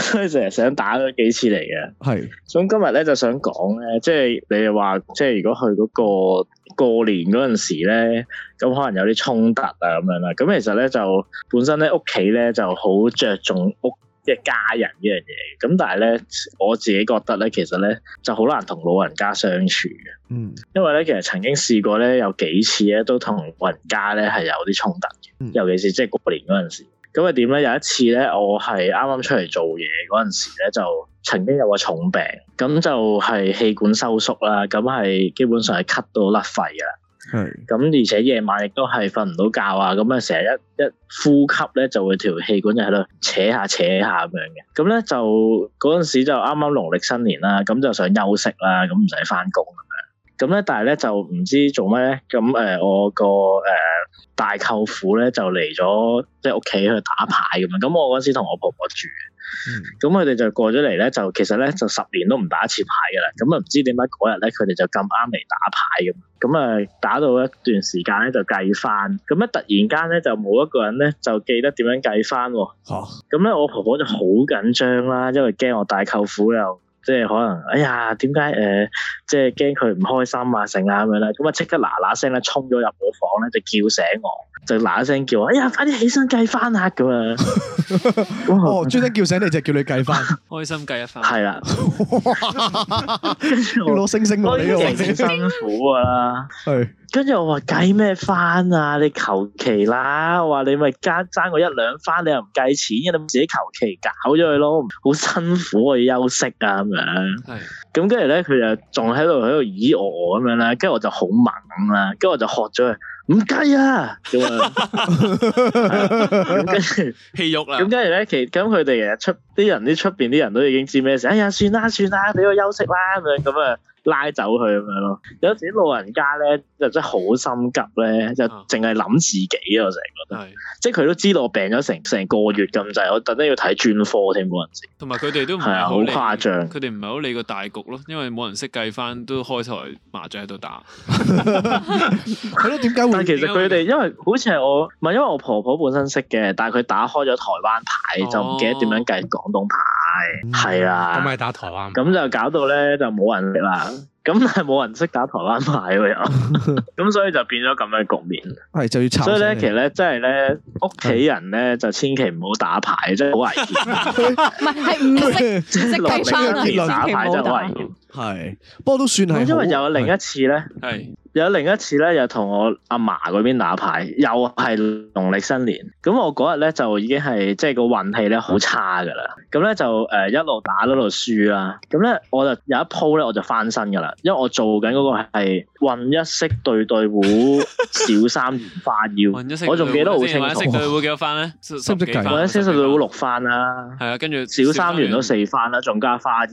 [SPEAKER 7] 所以成日想打咗幾次嚟嘅。
[SPEAKER 2] 係
[SPEAKER 7] 咁今日咧就想講咧，即係你哋話，即係如果去嗰個過年嗰陣時咧，咁可能有啲衝突啊咁樣啦。咁其實咧就本身咧屋企咧就好着重屋
[SPEAKER 9] 即係家人呢樣嘢。咁但係咧，我自己覺得咧，其實咧就好難同老人家相處嘅，
[SPEAKER 2] 嗯，
[SPEAKER 9] 因為咧其實曾經試過咧有幾次咧都同老人家咧係有啲衝突嘅，尤其是即係過年嗰陣時。咁啊點咧？有一次咧，我係啱啱出嚟做嘢嗰陣時咧，就曾經有個重病，咁就係氣管收縮啦，咁係基本上係咳到甩肺㗎啦。啊
[SPEAKER 2] 係
[SPEAKER 9] 咁而且夜晚亦都係瞓唔到覺啊，咁啊成日一一呼吸咧就會條氣管就喺度扯下扯下咁樣嘅，咁咧就嗰陣時就啱啱農曆新年啦，咁就想休息啦，咁唔使翻工咁樣，咁咧但係咧就唔知做咩咧，咁誒、呃我個誒、呃大舅父咧就嚟咗即係屋企去打牌咁樣，咁我嗰陣時同我婆婆住嘅。咁佢哋就過咗嚟咧，就其實咧就十年都唔打一次牌嘅啦。咁啊唔知點解嗰日咧，佢哋就咁啱嚟打牌咁。咁啊打到一段時間咧就計翻，咁啊咧突然間咧就冇一個人咧就記得點樣計翻喎。咁咧我婆婆就好緊張啦，因為驚我大舅父又即係可能哎呀點解誒即係驚佢唔開心啊成啊咁樣啦。咁啊即刻嗱嗱聲咧衝咗入我房咧就叫醒我，就嗱嗱聲叫我哎呀快啲起身計翻啊咁啊！
[SPEAKER 2] 哦，專登叫醒你就叫你計翻，
[SPEAKER 6] 開心計一番。
[SPEAKER 9] 係啦，
[SPEAKER 2] 要攞星星落嚟
[SPEAKER 9] 我
[SPEAKER 2] 喎
[SPEAKER 9] 已經辛苦㗎啦。
[SPEAKER 2] 係
[SPEAKER 9] 跟住我話計咩番啊？你求其啦！我話你咪加爭我一兩番，你又唔計錢嘅，你咪自己求其搞咗佢咯。好辛苦，我要休息啊咁樣。
[SPEAKER 6] 係
[SPEAKER 9] 咁跟住咧，佢就仲喺度喺度咦我我咁樣啦。跟住我就好猛啦，跟住我就學咗佢唔計啊咁樣。咁跟住。
[SPEAKER 6] 戲肉啦
[SPEAKER 9] 咁跟。住咧，其咁佢哋其實出啲人啲出邊啲人都已經知咩事，哎呀算啦算啦，俾佢休息啦咁樣咁啊拉走佢咁樣咯。有時啲老人家咧就真係好心急咧，就淨係諗自己啊！我成日覺得，
[SPEAKER 6] 係
[SPEAKER 9] 即係佢都知道我病咗成成個月咁滯，我特登要睇專科添嗰陣時。
[SPEAKER 6] 同埋佢哋都唔
[SPEAKER 9] 係
[SPEAKER 6] 係
[SPEAKER 9] 啊
[SPEAKER 6] 好理
[SPEAKER 9] 好誇張
[SPEAKER 6] 佢哋唔係好理個大局咯，因為冇人識計翻，都開台麻雀喺度打。
[SPEAKER 2] 係咯，點解會？
[SPEAKER 9] 但係其實佢哋因為好似係我，唔係因為我婆婆本身識嘅，但係佢打開咗台灣牌，
[SPEAKER 2] 哦
[SPEAKER 9] 就唔記得點樣計廣東
[SPEAKER 2] 嗯
[SPEAKER 9] 牌，係啦。
[SPEAKER 7] 咁咪打台灣。
[SPEAKER 9] 咁就搞到咧就冇人力啦，咁但係冇人識打台灣牌喎又，咁所以就變咗咁樣嘅局面。
[SPEAKER 2] 係就要插。
[SPEAKER 9] 所以 咧，其實咧，真係咧，屋企人咧就千祈唔好打牌，真係好危險。
[SPEAKER 5] 唔係係唔識唔 識
[SPEAKER 9] 落
[SPEAKER 5] 計翻啊，
[SPEAKER 9] 力打牌真係好
[SPEAKER 5] 打
[SPEAKER 9] 危。險。
[SPEAKER 2] 係，不過都算係好。
[SPEAKER 9] 因為有另一次咧，
[SPEAKER 6] 係
[SPEAKER 9] 有另一次咧，又同我阿嫲嗰邊打牌，又係農曆新年。咁我嗰日咧就已經係即係個運氣咧好差噶啦。咁咧就誒、呃一路打一路輸啦。咁咧我就有一鋪咧我就翻身噶啦，因為我做緊嗰個係混一色對對糊小三元花
[SPEAKER 6] 混一色
[SPEAKER 9] 腰，我仲記得好清
[SPEAKER 6] 混一色
[SPEAKER 9] 楚。
[SPEAKER 6] 隊會幾多番咧？識唔
[SPEAKER 2] 識唔識計
[SPEAKER 9] 混一色對對糊六番啦，
[SPEAKER 6] 係啊，跟住
[SPEAKER 9] 小三元都四番啦，仲加花腰。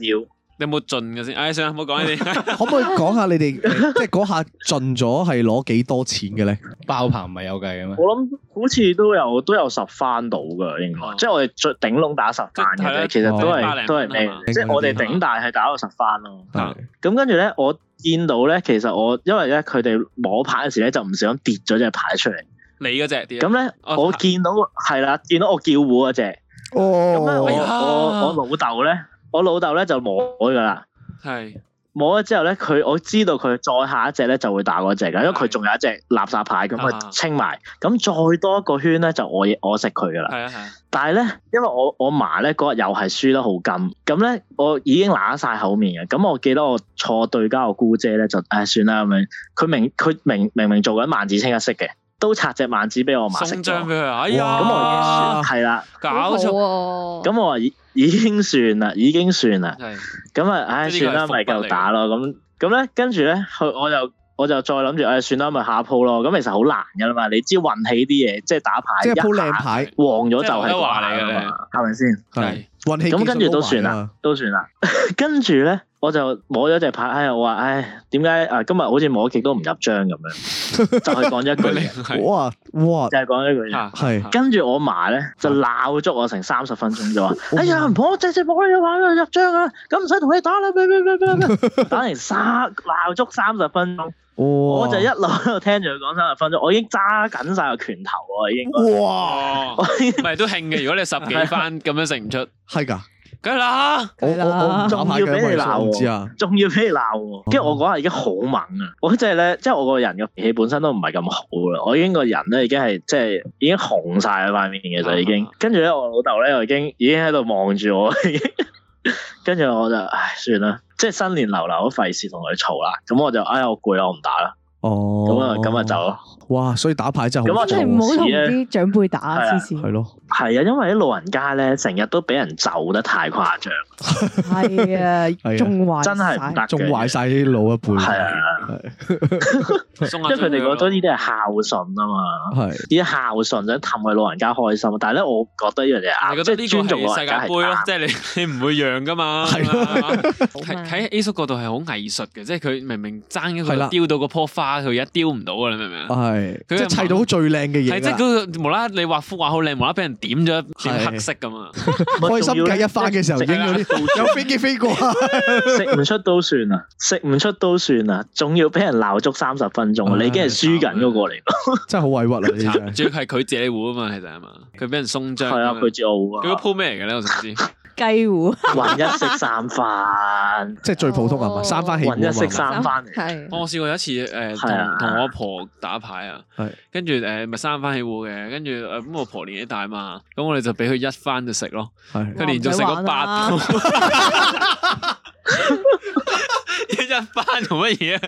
[SPEAKER 6] 你有冇盡嘅先？唉，算啦，唔好講呢 啲。
[SPEAKER 2] 可唔可以講下你哋 即係嗰下盡咗係攞幾多錢嘅咧？
[SPEAKER 3] 爆棚唔係有計嘅咩？
[SPEAKER 9] 我諗好似都有都有十番到噶，應該，即係我哋最頂籠打十番
[SPEAKER 6] 哦即係係啦
[SPEAKER 9] 嘅啫，其實都
[SPEAKER 6] 頂百
[SPEAKER 9] 係
[SPEAKER 6] 零
[SPEAKER 9] 都係
[SPEAKER 6] 蚊
[SPEAKER 9] 咩
[SPEAKER 6] 啊嘛？
[SPEAKER 9] 即係我哋
[SPEAKER 6] 頂
[SPEAKER 9] 頂大係打咗十番咯。
[SPEAKER 6] 啊
[SPEAKER 2] 係
[SPEAKER 9] 咁跟住咧，我見到咧，其實我因為咧佢哋摸牌嗰時咧就唔小心跌咗隻牌出嚟，
[SPEAKER 6] 你嗰只啲。
[SPEAKER 9] 咁咧
[SPEAKER 6] 哦
[SPEAKER 9] 我見到係啦，見到我叫糊嗰隻，咁啊咧我
[SPEAKER 6] 哎
[SPEAKER 2] 哦，
[SPEAKER 9] 我我老豆咧，我老豆咧就摸噶啦。
[SPEAKER 6] 係
[SPEAKER 9] 摸咗之後咧，佢我知道佢再下一隻咧就會打嗰只嘅，因為佢仲有一隻垃圾牌咁
[SPEAKER 6] 啊
[SPEAKER 9] 佢清埋，咁再多一個圈咧就我我食佢噶啦。
[SPEAKER 6] 係啊係啊，
[SPEAKER 9] 但係咧，因為我我嫲咧嗰日又係輸得好金，咁咧我已經揦晒口面嘅。咁我記得我坐對家我姑姐咧就，唉、算啦咁樣。佢明佢明明明做緊萬字清一色嘅，都拆隻萬字俾我嫲食
[SPEAKER 6] 送張
[SPEAKER 9] 咗。
[SPEAKER 6] 俾佢啊！哎
[SPEAKER 2] 哇咁
[SPEAKER 6] 呀，
[SPEAKER 2] 啊
[SPEAKER 9] 係啦，
[SPEAKER 6] 搞錯。
[SPEAKER 4] 錯
[SPEAKER 9] 咁我話已已經算啦，已經算啦。
[SPEAKER 6] 係
[SPEAKER 9] 咁啊，唉、
[SPEAKER 6] 即係呢個係
[SPEAKER 9] 算啦，咪
[SPEAKER 6] 伏筆嚟
[SPEAKER 9] 夠打咯。咁咁咧，跟住咧，佢我就我就再諗住，唉、算啦，咪下鋪咯。咁其實好難噶啦嘛，你知運氣啲嘢，即係打牌
[SPEAKER 2] 即係
[SPEAKER 9] 一
[SPEAKER 2] 鋪靚
[SPEAKER 9] 下
[SPEAKER 2] 牌，
[SPEAKER 9] 旺咗
[SPEAKER 6] 即
[SPEAKER 9] 就
[SPEAKER 6] 係劉
[SPEAKER 9] 係
[SPEAKER 6] 德華
[SPEAKER 9] 掛
[SPEAKER 6] 嚟嘅
[SPEAKER 9] 㗎
[SPEAKER 6] 你
[SPEAKER 9] 嘛，係咪先？
[SPEAKER 2] 係運氣
[SPEAKER 9] 咁跟住
[SPEAKER 2] 技術
[SPEAKER 9] 都
[SPEAKER 2] 高
[SPEAKER 9] 算
[SPEAKER 2] 埋
[SPEAKER 9] 啦。，都算啦。 跟住咧，我就摸咗隻牌，唉，我話唉，點解啊？今日好似摸極都唔入章咁樣， 就係講一句
[SPEAKER 6] 佢你
[SPEAKER 9] 嘢，
[SPEAKER 6] 係
[SPEAKER 2] 哇哇
[SPEAKER 9] 就係講一句嘢。
[SPEAKER 2] 係
[SPEAKER 9] 跟住我嫲咧就鬧足我成三十分鐘，就話：哎呀，唔 好隻隻摸你玩入章啊，咁唔使同你打啦，咩咩咩咩 咩，打完三鬧足三十分鐘，我
[SPEAKER 2] 我
[SPEAKER 9] 就一路喺度聽住佢講三十分鐘，我已經揸緊晒個拳頭喎，已經。
[SPEAKER 2] 哇
[SPEAKER 6] 哦，
[SPEAKER 9] 我已經
[SPEAKER 6] 唔係都興嘅。如果你十幾番咁樣食唔出，
[SPEAKER 2] 係㗎，
[SPEAKER 6] 梗係啦，
[SPEAKER 2] 我我我唔
[SPEAKER 9] 仲
[SPEAKER 2] 打牌
[SPEAKER 9] 要俾
[SPEAKER 2] 嘅，
[SPEAKER 9] 你
[SPEAKER 2] 我
[SPEAKER 9] 鬧
[SPEAKER 2] 唔知
[SPEAKER 9] 喎
[SPEAKER 2] 啊。，
[SPEAKER 9] 仲要俾你鬧
[SPEAKER 2] 哦
[SPEAKER 9] 喎，跟住我嗰下已經好猛啊！我真係咧，即係我個人嘅脾氣本身都唔係咁好啦，我已經個人咧已經係即係已經紅晒喺塊面嘅
[SPEAKER 2] 啊
[SPEAKER 9] 就已經，跟住咧我老豆咧又已經已經喺度望住我， 已經跟住我就唉算啦，即係新年流流都費事同佢嘈啦，咁我就唉我攰啦，我唔打啦，
[SPEAKER 2] 哦，
[SPEAKER 9] 咁啊咁啊走咯。
[SPEAKER 2] 哇，所以打牌真係好
[SPEAKER 9] 咁啊
[SPEAKER 5] 真係
[SPEAKER 9] 我
[SPEAKER 5] 唔好同
[SPEAKER 9] 從此呢
[SPEAKER 5] 啲長輩打
[SPEAKER 9] 係
[SPEAKER 5] 啊
[SPEAKER 9] 啊
[SPEAKER 5] 黐線
[SPEAKER 2] 係咯，
[SPEAKER 9] 係啊，因為啲老人家咧成日都俾人就得太誇張，
[SPEAKER 5] 係
[SPEAKER 2] 啊
[SPEAKER 5] 啊，仲壞
[SPEAKER 9] 真係唔
[SPEAKER 5] 晒
[SPEAKER 9] 得嘅
[SPEAKER 2] 仲壞晒啲老一輩。
[SPEAKER 9] 係啊，
[SPEAKER 6] 送
[SPEAKER 9] 因
[SPEAKER 6] 下
[SPEAKER 9] 為佢哋覺
[SPEAKER 6] 多
[SPEAKER 9] 得呢啲係孝順啊嘛。
[SPEAKER 2] 係
[SPEAKER 9] 啲孝順想氹佢老人家開心，但係咧，我覺得呢樣嘢
[SPEAKER 6] 你覺
[SPEAKER 9] 啱，即
[SPEAKER 6] 得呢
[SPEAKER 9] 係
[SPEAKER 6] 個
[SPEAKER 9] 尊
[SPEAKER 6] 係
[SPEAKER 9] 重老
[SPEAKER 6] 世
[SPEAKER 9] 人
[SPEAKER 6] 界
[SPEAKER 9] 家係
[SPEAKER 6] 盃咯，
[SPEAKER 9] 啱
[SPEAKER 6] 即係你 你唔會讓噶嘛。係嘛喺喺 A 叔角度係好藝術嘅，即係佢明明爭一
[SPEAKER 2] 係啦
[SPEAKER 6] 個丟到個棵花，佢而家丟唔到啊！你明唔明啊？
[SPEAKER 2] 係，即
[SPEAKER 6] 佢
[SPEAKER 2] 係砌到最靚嘅嘢啊
[SPEAKER 6] 係即係
[SPEAKER 2] 啦。
[SPEAKER 6] 嗰個無啦，你畫幅畫好靚，無啦俾人點咗一點黑色咁啊！
[SPEAKER 2] 開心計一番嘅時候影嗰啲有飛機飛過 啊！
[SPEAKER 9] 食唔出都算啦，食唔出都算啦，仲要俾人鬧足三十分鐘，啊
[SPEAKER 2] 唉
[SPEAKER 9] 你已經係輸緊嗰個嚟咯。
[SPEAKER 2] 真係好委屈啊！你真係
[SPEAKER 6] 最係佢借你糊啊嘛，其實係嘛？佢俾人鬆張。
[SPEAKER 9] 係啊，佢自傲
[SPEAKER 6] 佢個
[SPEAKER 9] 啊，
[SPEAKER 6] 鋪咩嚟嘅咧？我 想知。
[SPEAKER 5] 雞糊，
[SPEAKER 9] 混一食三飯，
[SPEAKER 2] 即係最普通啊係嘛？
[SPEAKER 4] 哦
[SPEAKER 2] 三番起
[SPEAKER 9] 混一食
[SPEAKER 2] 鍋啊嘛。
[SPEAKER 9] 三飯嚟。
[SPEAKER 4] 係
[SPEAKER 6] 我試過有一次誒，同
[SPEAKER 9] 係啊
[SPEAKER 6] 同我阿婆打牌啊
[SPEAKER 2] 係，
[SPEAKER 6] 跟住誒咪三番起糊嘅，跟住誒咁我婆年紀大嘛，咁我哋就俾佢一番就食咯，
[SPEAKER 2] 係
[SPEAKER 6] 佢連續食咗八
[SPEAKER 5] 哇
[SPEAKER 6] 套，一番做乜嘢啊？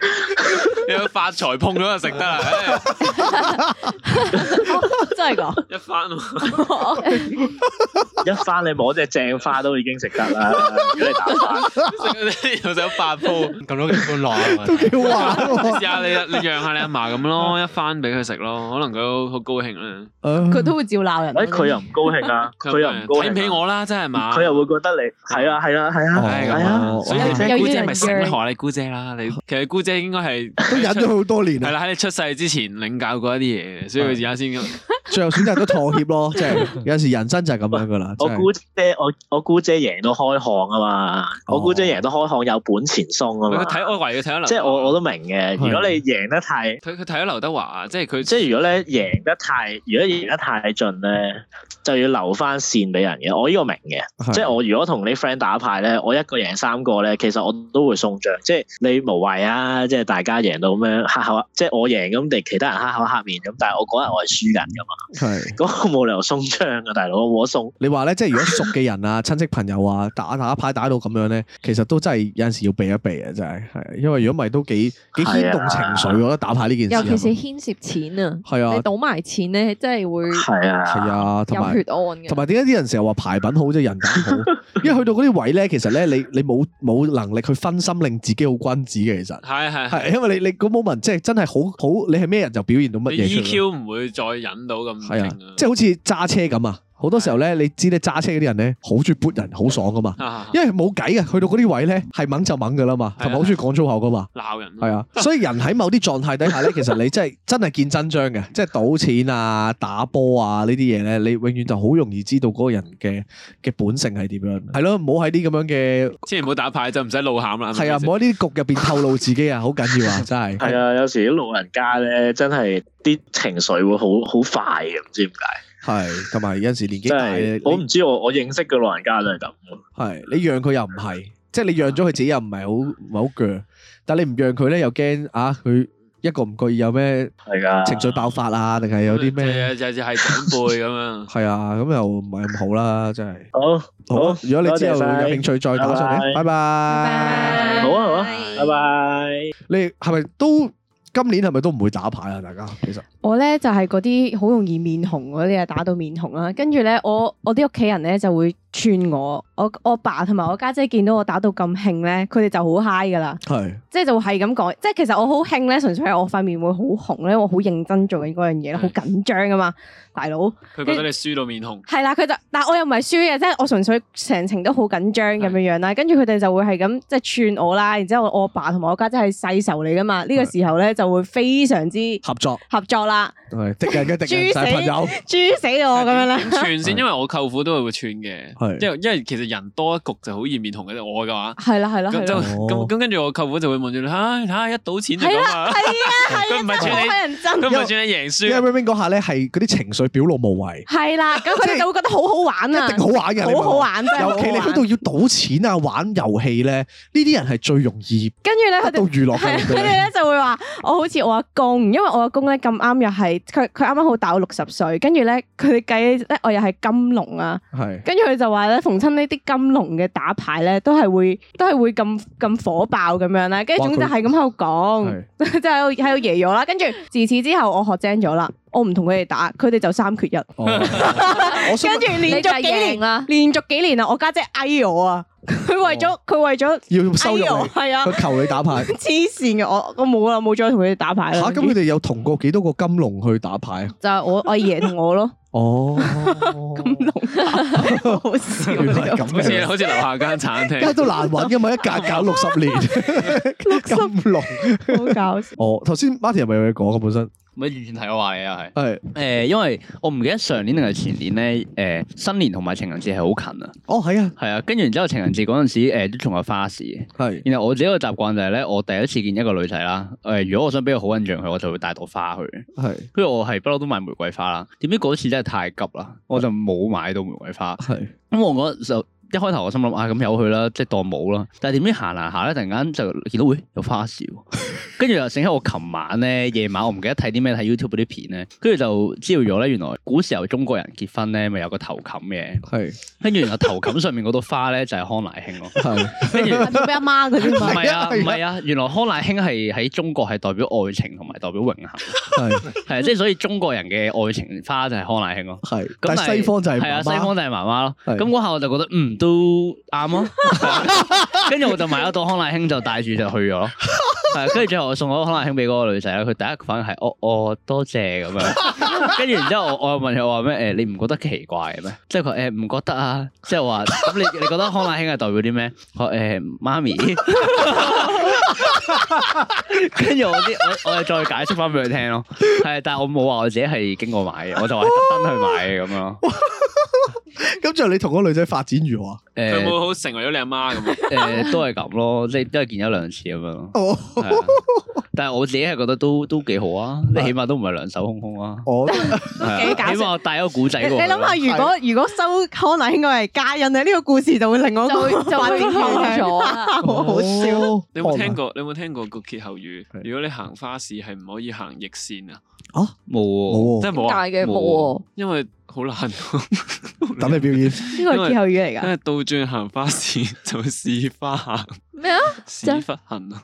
[SPEAKER 6] 有發財碰咗就食得啦，唉
[SPEAKER 5] 真係㗎，
[SPEAKER 6] 一番啊喎
[SPEAKER 9] 一番你摸只正花都已經食得啦，如果你打 飯，
[SPEAKER 6] 食又食咗八鋪。
[SPEAKER 7] 咁都幾歡樂啊！
[SPEAKER 2] 都幾好玩
[SPEAKER 6] 你
[SPEAKER 2] 喎
[SPEAKER 6] 試下你你讓下你阿嫲咁咯，一番俾佢食咯，可能佢好好高興咧。
[SPEAKER 5] 佢都會照鬧人。
[SPEAKER 9] 誒佢又唔高興啊，佢又唔高
[SPEAKER 6] 睇唔起
[SPEAKER 9] 興啊，
[SPEAKER 6] 我啦，真係嘛？
[SPEAKER 9] 佢又會覺得你係啊係啊係啊
[SPEAKER 2] 唉
[SPEAKER 9] 係啊。
[SPEAKER 2] 咁啊
[SPEAKER 6] 所以
[SPEAKER 5] 有
[SPEAKER 6] 你姑姐咪
[SPEAKER 5] 有啲人
[SPEAKER 6] 醒學你姑姐啦，你其實姑姐應該係
[SPEAKER 2] 都忍咗好多年啊
[SPEAKER 6] 係
[SPEAKER 2] 啦，
[SPEAKER 6] 啦，喺你出世之前領教過一啲嘢嘅，所以佢而家先
[SPEAKER 2] 最後選擇都妥協咯，即係有陣時人生就係咁樣噶啦。
[SPEAKER 9] 我
[SPEAKER 2] 真係
[SPEAKER 9] 姑姐我我姑姐贏到開巷啊嘛，
[SPEAKER 2] 哦
[SPEAKER 9] 我姑姐贏到開巷有本錢送啊
[SPEAKER 6] 佢
[SPEAKER 9] 嘛，
[SPEAKER 6] 睇我啊懷疑佢睇咗劉，
[SPEAKER 9] 即係我我都明嘅。如果你贏得太，
[SPEAKER 6] 佢佢睇咗劉德華，即係佢
[SPEAKER 9] 即係如果咧贏得太，如果贏得太盡咧，就要留翻線俾人嘅。我呢個明嘅，
[SPEAKER 2] 係
[SPEAKER 9] 即係我如果同啲 friend 打牌咧，我一個贏三個咧，其實我都會送獎。即係你無謂啊，即係大家贏到咁樣黑口，即係我贏咁，你其他人黑口黑面咁，但係我嗰日我係輸緊噶嘛，
[SPEAKER 2] 係。
[SPEAKER 9] 咁我冇理由送獎噶，大佬我送。
[SPEAKER 2] 你話咧，即係如果熟嘅人啊、 親戚朋友啊，打打牌打到咁樣咧，其實都真係有陣時要避一避啊，真係係，因為如果唔係都幾幾牽動情緒，我覺得打牌呢件事
[SPEAKER 4] 尤
[SPEAKER 2] 係咪，
[SPEAKER 4] 其是牽涉錢啊，
[SPEAKER 2] 係
[SPEAKER 4] 你
[SPEAKER 2] 啊，
[SPEAKER 4] 賭埋錢咧，真係會
[SPEAKER 9] 係啊，
[SPEAKER 2] 係啊，同
[SPEAKER 4] 有
[SPEAKER 2] 埋
[SPEAKER 4] 血案嘅。
[SPEAKER 2] 同埋點解啲人成日話牌品好即係人品好？因為去到嗰啲位咧，其實咧你你冇冇能力去分心，令自己好君子嘅，其實
[SPEAKER 6] 係係係
[SPEAKER 2] 係因為你你嗰 moment 即係真係好好，你係咩人就表現到乜
[SPEAKER 6] 你
[SPEAKER 2] 嘢出嚟
[SPEAKER 6] EQ E 唔會再引到咁
[SPEAKER 2] 係
[SPEAKER 6] 勁
[SPEAKER 2] 啊，即係好似揸車咁啊，好多時候咧，你知咧揸車嗰啲人咧，好中意撥人，好爽噶嘛。
[SPEAKER 6] 啊
[SPEAKER 2] 因為冇計嘅，去到嗰啲位咧，係掹就掹噶啦嘛，
[SPEAKER 6] 係啊嗯
[SPEAKER 2] 同埋好中意講粗口噶嘛，
[SPEAKER 6] 鬧人
[SPEAKER 2] 係 啊，所以人喺某啲狀態底下咧，其實你真係真係見真章嘅，即係賭錢啊、打波啊呢啲嘢咧，你永遠就好容易知道嗰個人嘅嘅本性係點樣，係咯，唔好喺啲咁樣嘅
[SPEAKER 6] 千祈唔好打牌就唔使露餡啦。
[SPEAKER 2] 係啊，唔好喺呢啲局入邊透露自己啊，好緊要啊，真係
[SPEAKER 9] 係啊，有時啲老人家咧，真係啲情緒會好好快嘅，唔知點解。
[SPEAKER 2] 係，同埋有陣時年紀
[SPEAKER 9] 真
[SPEAKER 2] 大咧
[SPEAKER 9] 係，，我唔知我我認識嘅老人家都係咁。
[SPEAKER 2] 係你讓佢又唔係，即係你讓咗佢自己又唔係好唔係好鋸，但你唔讓佢咧又驚啊佢一個唔覺意有咩
[SPEAKER 9] 係噶，
[SPEAKER 2] 情緒爆發啊，定係有啲咩？
[SPEAKER 6] 就就係長輩咁樣。
[SPEAKER 2] 系啊，咁又唔系咁好啦，真系。
[SPEAKER 9] 好，
[SPEAKER 2] 好，
[SPEAKER 9] 好
[SPEAKER 2] 如果你之
[SPEAKER 9] 多謝
[SPEAKER 2] 後
[SPEAKER 9] 晒
[SPEAKER 2] 有興趣再打上嚟，拜
[SPEAKER 9] 拜拜
[SPEAKER 2] 拜。
[SPEAKER 9] 好啊好啊，拜拜。
[SPEAKER 2] 你係咪都今年係咪都唔會打牌啊？大家其實
[SPEAKER 5] 我咧就係嗰啲好容易面紅嗰啲啊，打到面紅啦。跟住咧，我我啲屋企人咧就會串我，我我爸同埋我家姐見到我打到咁興咧，佢哋就好嗨 i 噶啦，
[SPEAKER 2] 係
[SPEAKER 5] 即係就係咁講。即係其實我好興咧，純粹係我塊面會好紅咧，我好認真做緊嗰樣嘢
[SPEAKER 9] 嗯
[SPEAKER 5] 啦，好緊張噶嘛，大佬。
[SPEAKER 6] 佢覺得你輸到面紅，
[SPEAKER 5] 係啦，佢就，但我又唔係輸嘅，即係我純粹成程都好緊張咁樣樣啦。跟住佢哋就會係咁即係串我啦，然之後我我爸同埋我家姐係世仇嚟噶嘛，呢、個時候咧就會非常之
[SPEAKER 2] 合作，
[SPEAKER 5] 合作啦，
[SPEAKER 2] 係敵人嘅敵人
[SPEAKER 5] 豬
[SPEAKER 2] 就係
[SPEAKER 5] 死
[SPEAKER 2] 朋友，
[SPEAKER 5] 豬死我咁樣啦。
[SPEAKER 6] 串先，因為我舅父都係會串嘅，
[SPEAKER 2] 係
[SPEAKER 6] 因為因為其實人多一局就好易面紅嘅，我嘅話
[SPEAKER 5] 係啦係啦
[SPEAKER 6] 咁
[SPEAKER 5] 係
[SPEAKER 6] 就
[SPEAKER 5] 啦。
[SPEAKER 6] 咁咁跟住我舅父就會望住你，唉睇下一賭錢就
[SPEAKER 5] 係
[SPEAKER 6] 咁
[SPEAKER 5] 啦，
[SPEAKER 6] 啊，
[SPEAKER 5] 係 啊，係
[SPEAKER 6] 佢唔係
[SPEAKER 5] 真係好乞
[SPEAKER 6] 算
[SPEAKER 5] 人
[SPEAKER 6] 你，
[SPEAKER 5] 憎
[SPEAKER 6] 佢唔係算你贏
[SPEAKER 2] 因為
[SPEAKER 6] 輸，
[SPEAKER 2] Ring Ring 嗰下咧係嗰啲情緒表露無遺，
[SPEAKER 5] 係啦，咁佢哋就會覺得好好玩啊，
[SPEAKER 2] 一定好玩嘅，你明唔明
[SPEAKER 5] 好好 玩真係好
[SPEAKER 2] 尤
[SPEAKER 5] 好
[SPEAKER 2] 其你
[SPEAKER 5] 玩
[SPEAKER 2] 喺。度要賭錢啊、玩遊戲咧，呢啲人係最容易
[SPEAKER 5] 跟住咧，佢
[SPEAKER 2] 得到
[SPEAKER 5] 哋
[SPEAKER 2] 娛樂
[SPEAKER 5] 係
[SPEAKER 2] 嘅
[SPEAKER 5] 啊
[SPEAKER 2] 令
[SPEAKER 5] 佢
[SPEAKER 2] 到
[SPEAKER 5] 哋
[SPEAKER 2] 你。
[SPEAKER 5] 咧就會話：我好似我阿公，因為我阿公咧咁啱又係佢佢啱啱好大我六十歲，跟住咧佢哋計咧我又係金龍啊，
[SPEAKER 2] 係
[SPEAKER 5] 跟住佢就話咧逢親呢啲金龍嘅打牌咧都係會都係會咁咁火爆咁樣啦，跟住
[SPEAKER 2] 哇
[SPEAKER 5] 總之
[SPEAKER 2] 佢
[SPEAKER 5] 係咁喺度講， 即係啊喺度喺度耶咗啦，跟住自此之後我學精咗啦，我唔同佢哋打，佢哋就三缺一。
[SPEAKER 2] 哦 我想
[SPEAKER 5] 跟住
[SPEAKER 4] 你
[SPEAKER 5] 連續幾
[SPEAKER 4] 就贏
[SPEAKER 5] 年
[SPEAKER 4] 啦
[SPEAKER 5] 連續幾年啊！我家姐嗌我啊，佢為咗佢為咗
[SPEAKER 2] 要收
[SPEAKER 5] 哎
[SPEAKER 2] 入
[SPEAKER 5] 呦
[SPEAKER 2] 哦你，
[SPEAKER 5] 係 啊
[SPEAKER 2] 佢求你打 牌。
[SPEAKER 5] 黐線嘅，我我冇啦，冇再同佢哋打牌啦。
[SPEAKER 2] 吓，咁佢哋有同過幾多個金龍去打牌啊？
[SPEAKER 5] 就係我我阿爺 同我咯，
[SPEAKER 2] 哦，
[SPEAKER 5] 好笑
[SPEAKER 2] 原來 係咁
[SPEAKER 6] 好似
[SPEAKER 2] 嘅，
[SPEAKER 6] 好似樓下間 餐
[SPEAKER 2] 梗係
[SPEAKER 6] 廳，
[SPEAKER 2] 都難揾噶嘛，一隔搞六十年，金龍。
[SPEAKER 5] 好搞笑。
[SPEAKER 2] 哦，頭先 Martin 係咪有嘢講啊？本身
[SPEAKER 3] 咪完全係我話你啊，係。
[SPEAKER 2] 係
[SPEAKER 3] 誒、因為我唔記得上年定係前年咧，誒、新年同埋情人節係好近啊，
[SPEAKER 2] 哦，係啊，
[SPEAKER 3] 係啊，跟住然之後情人節嗰陣時，誒、都仲有花市嘅。
[SPEAKER 2] 係
[SPEAKER 3] 然後我自己個習慣就係咧，我第一次見一個女仔啦，誒、如果我想俾個好印象佢，我就會帶朵花去。
[SPEAKER 2] 係
[SPEAKER 3] 跟住我係不嬲都買玫瑰花啦，點知嗰次真係太急啦，我就冇買到玫瑰花。
[SPEAKER 2] 係
[SPEAKER 3] 咁我嗰就一開頭我心諗啊，咁由佢啦，即係當冇啦。但係點知行行下咧，突然間就見到，喂、有花市喎。跟住又醒起我琴晚咧夜晚，我唔記得睇啲咩，睇 YouTube 嗰啲片咧，跟住就知道咗咧，原來古時候中國人結婚咧，咪有個頭冚嘅，
[SPEAKER 2] 係
[SPEAKER 3] 跟住然後頭冚上面嗰朵花咧就係康乃馨咯。
[SPEAKER 2] 係
[SPEAKER 3] 跟住
[SPEAKER 5] 俾阿媽嗰啲
[SPEAKER 3] 唔
[SPEAKER 5] 嘛，
[SPEAKER 3] 係啊，唔
[SPEAKER 2] 係啊
[SPEAKER 3] 係啊，原來康乃馨係喺中國係代表愛情同埋代表榮幸，
[SPEAKER 2] 係
[SPEAKER 3] 係啊即係所以中國人嘅愛情花就係康乃馨咯。
[SPEAKER 2] 係，
[SPEAKER 3] 咁
[SPEAKER 2] 但係西方就係
[SPEAKER 3] 係啊，
[SPEAKER 2] 媽
[SPEAKER 3] 西
[SPEAKER 2] 媽
[SPEAKER 3] 方就係媽媽咯。
[SPEAKER 2] 係
[SPEAKER 3] 咁嗰下我就覺得嗯都啱咯， 跟住我就買咗朵康乃馨就帶住就去咗咯。係，跟住最後我送咗康乃馨俾嗰個女仔啦，佢第一個反應係哦哦多謝咁樣，跟住然之後我我又問佢我話咩誒你唔覺得奇怪嘅咩？即係佢話誒唔覺得啊，即係我話咁你你覺得康乃馨係代表啲咩？佢話誒媽咪，跟住我啲我我又再解釋翻俾佢聽咯，係，但係我冇話我自己係經過買嘅，我就話特登去買嘅咁樣咯。
[SPEAKER 2] 咁就你同嗰個女仔發展如何啊？
[SPEAKER 6] 佢
[SPEAKER 3] 誒
[SPEAKER 6] 冇好成為咗你阿媽 咁啊。
[SPEAKER 3] 誒呃都係咁 咯，即係都係見一兩次咁樣咯。
[SPEAKER 2] 哦，
[SPEAKER 3] 係啊但係我自己係覺得都都幾好啊，你起碼都唔係兩手空空啊。
[SPEAKER 2] 我
[SPEAKER 5] 都
[SPEAKER 3] 係啊
[SPEAKER 5] 幾搞
[SPEAKER 3] 起碼
[SPEAKER 5] 笑。
[SPEAKER 3] 我帶咗個古仔
[SPEAKER 5] 你
[SPEAKER 3] 過去
[SPEAKER 5] 你
[SPEAKER 3] 咯。
[SPEAKER 5] 諗下，如果如果收康乃馨嘅係家人咧，呢個故事就會令我
[SPEAKER 4] 就 會就
[SPEAKER 5] 發
[SPEAKER 4] 會
[SPEAKER 5] 展方
[SPEAKER 4] 變
[SPEAKER 5] 向
[SPEAKER 4] 咗啦。
[SPEAKER 5] 好好笑。
[SPEAKER 2] 哦
[SPEAKER 6] 你有冇聽過？你有冇聽過個歇後語？
[SPEAKER 2] 係
[SPEAKER 6] 如果你行花市係唔可以行逆線啊，
[SPEAKER 3] 冇喎，
[SPEAKER 2] 冇
[SPEAKER 6] 真係冇啊，
[SPEAKER 4] 大嘅冇喎，
[SPEAKER 6] 因為好難。
[SPEAKER 2] 喎，哦等你表演。
[SPEAKER 5] 呢個歇後語嚟
[SPEAKER 6] 因
[SPEAKER 5] 㗎，
[SPEAKER 6] 為倒轉行花市就會市花行，
[SPEAKER 4] 咩啊？
[SPEAKER 6] 市忽行啊。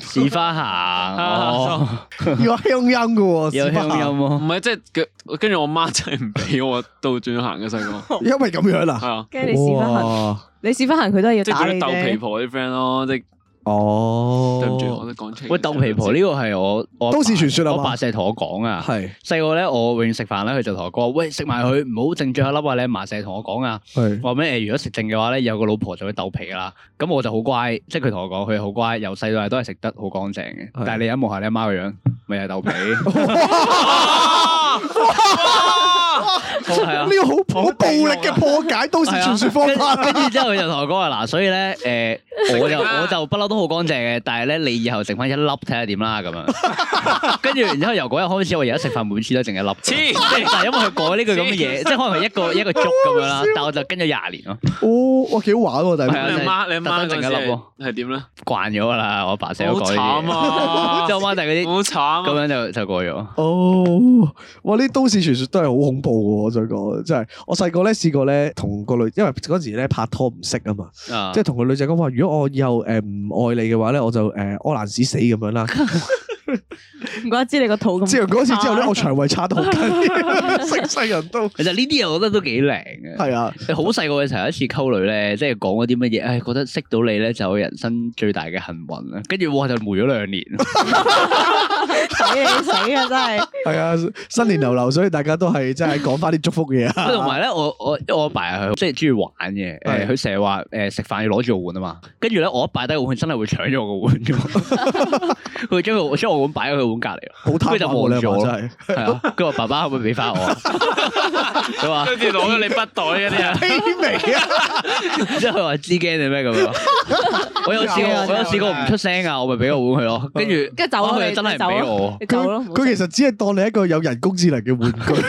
[SPEAKER 3] 屎花
[SPEAKER 5] 啊
[SPEAKER 3] 行，哦
[SPEAKER 2] 要鄉音嘅喎，
[SPEAKER 3] 有
[SPEAKER 2] 屎忽
[SPEAKER 3] 鄉音
[SPEAKER 6] 唔
[SPEAKER 3] 咯。
[SPEAKER 6] 係即係佢，跟住我媽真係唔俾我倒轉行嘅細 個，
[SPEAKER 2] 因為咁樣
[SPEAKER 6] 係
[SPEAKER 2] 啦。
[SPEAKER 6] 啊，
[SPEAKER 5] 跟住你屎忽行，
[SPEAKER 2] 哇
[SPEAKER 5] 你屎忽行佢都係要
[SPEAKER 6] 即係
[SPEAKER 5] 打
[SPEAKER 6] 嗰
[SPEAKER 5] 你
[SPEAKER 6] 啲鬥皮
[SPEAKER 5] 啫。
[SPEAKER 6] 婆啲 friend 咯，即係
[SPEAKER 2] 哦，
[SPEAKER 6] 對唔住，我都講出嚟。
[SPEAKER 3] 喂，鬥皮婆呢個係我我
[SPEAKER 2] 都市傳說啊
[SPEAKER 3] 我
[SPEAKER 2] 嘛
[SPEAKER 3] 爸成日同我講啊。
[SPEAKER 2] 係
[SPEAKER 3] 細個咧，我永遠食飯咧，佢就同我講話：喂，食埋佢，唔好剩最後一粒啊！你阿嫲成日同我講啊，
[SPEAKER 2] 係
[SPEAKER 3] 話咩誒？如果食剩嘅話咧，有個老婆就會鬥皮噶啦。咁我就好乖，即係佢同我講，佢好乖，由細到大都係食得好乾淨嘅。
[SPEAKER 2] 係
[SPEAKER 3] 但係你一望下你阿媽個樣，咪係鬥皮。 哦係啊
[SPEAKER 2] 呢。個好好暴力嘅破解都市
[SPEAKER 6] 啊
[SPEAKER 2] 傳說方法
[SPEAKER 3] 跟
[SPEAKER 2] 啦。
[SPEAKER 3] 住之後佢就同我講話嗱，所以咧 誒，我就我就不嬲都好乾淨嘅，但係咧你以後剩翻一粒睇下點啦咁樣。 跟住然之後由嗰日開始，我而家食飯每次都剩一粒。
[SPEAKER 6] 黐
[SPEAKER 3] 即係就係因為佢講呢句咁嘅嘢，即係可能係一個一個粥咁樣啦，但我就跟咗廿年咯，
[SPEAKER 2] 哦，哇，幾好玩喎！但
[SPEAKER 6] 你
[SPEAKER 3] 係啊
[SPEAKER 2] 係
[SPEAKER 6] 阿媽，你阿媽
[SPEAKER 3] 特登整
[SPEAKER 6] 嗰陣
[SPEAKER 3] 一粒
[SPEAKER 6] 時係
[SPEAKER 3] 喎
[SPEAKER 6] 係點咧？
[SPEAKER 3] 慣咗噶啦，我阿爸成日都
[SPEAKER 6] 好
[SPEAKER 3] 講呢啲
[SPEAKER 6] 慘
[SPEAKER 3] 嘢。
[SPEAKER 6] 啊！
[SPEAKER 3] 即係我媽就 係嗰
[SPEAKER 6] 好慘啊！
[SPEAKER 3] 啲咁樣就就過咗。
[SPEAKER 2] 哦，哇！呢都市傳說都係好恐怖嘅喎，我想講，真係我細個咧試過咧同個女，因為嗰陣時咧拍拖唔識啊嘛，
[SPEAKER 3] 啊
[SPEAKER 2] 即係同個女仔講話，如果我以後誒唔愛你嘅話咧，我就誒屙爛屎死咁樣啦。
[SPEAKER 5] 唔怪得知你個肚咁。
[SPEAKER 2] 之後嗰次之後咧，我腸胃差得好緊要，識世人都
[SPEAKER 3] 其實呢啲嘢我覺得都幾靚嘅。
[SPEAKER 2] 係啊。
[SPEAKER 3] 你好細個嘅時候有一次溝女咧，即係講嗰啲乜嘢，唉，覺得識到你咧就我人生最大嘅幸運啦。跟住哇就霉咗 兩年，
[SPEAKER 5] 死你死啊！真 係
[SPEAKER 2] 係啊，新年流流，所以大家都係真係講翻啲祝福 嘅嘢啊。
[SPEAKER 3] 同埋咧我我我阿爸係即係中意玩嘅，
[SPEAKER 2] 係
[SPEAKER 3] 誒佢成日話誒食飯要攞住個碗啊 嘛，跟住咧我一擺低個碗真係會搶咗我個碗嘅，佢會將個將我碗擺喺佢碗隔離喎，
[SPEAKER 2] 好
[SPEAKER 3] 佢就望
[SPEAKER 2] 你
[SPEAKER 3] 住我
[SPEAKER 2] 真
[SPEAKER 3] 咯，
[SPEAKER 2] 係
[SPEAKER 3] 係啊，佢話爸爸可唔可以俾翻我？啊佢話
[SPEAKER 6] 跟住攞咗你筆袋嗰啲啊，
[SPEAKER 2] 卑微啊！
[SPEAKER 3] 之後佢話知驚你咩咁樣？我有試過，我有試過唔出聲啊，我咪俾個碗佢咯，跟住哦
[SPEAKER 5] 跟住走啦
[SPEAKER 3] 哇佢
[SPEAKER 5] 你
[SPEAKER 3] 真係唔
[SPEAKER 5] 走啊
[SPEAKER 3] 俾
[SPEAKER 5] 啦
[SPEAKER 3] 我，
[SPEAKER 5] 你走咯，
[SPEAKER 2] 佢其實只係當你一個有人工智能嘅玩具，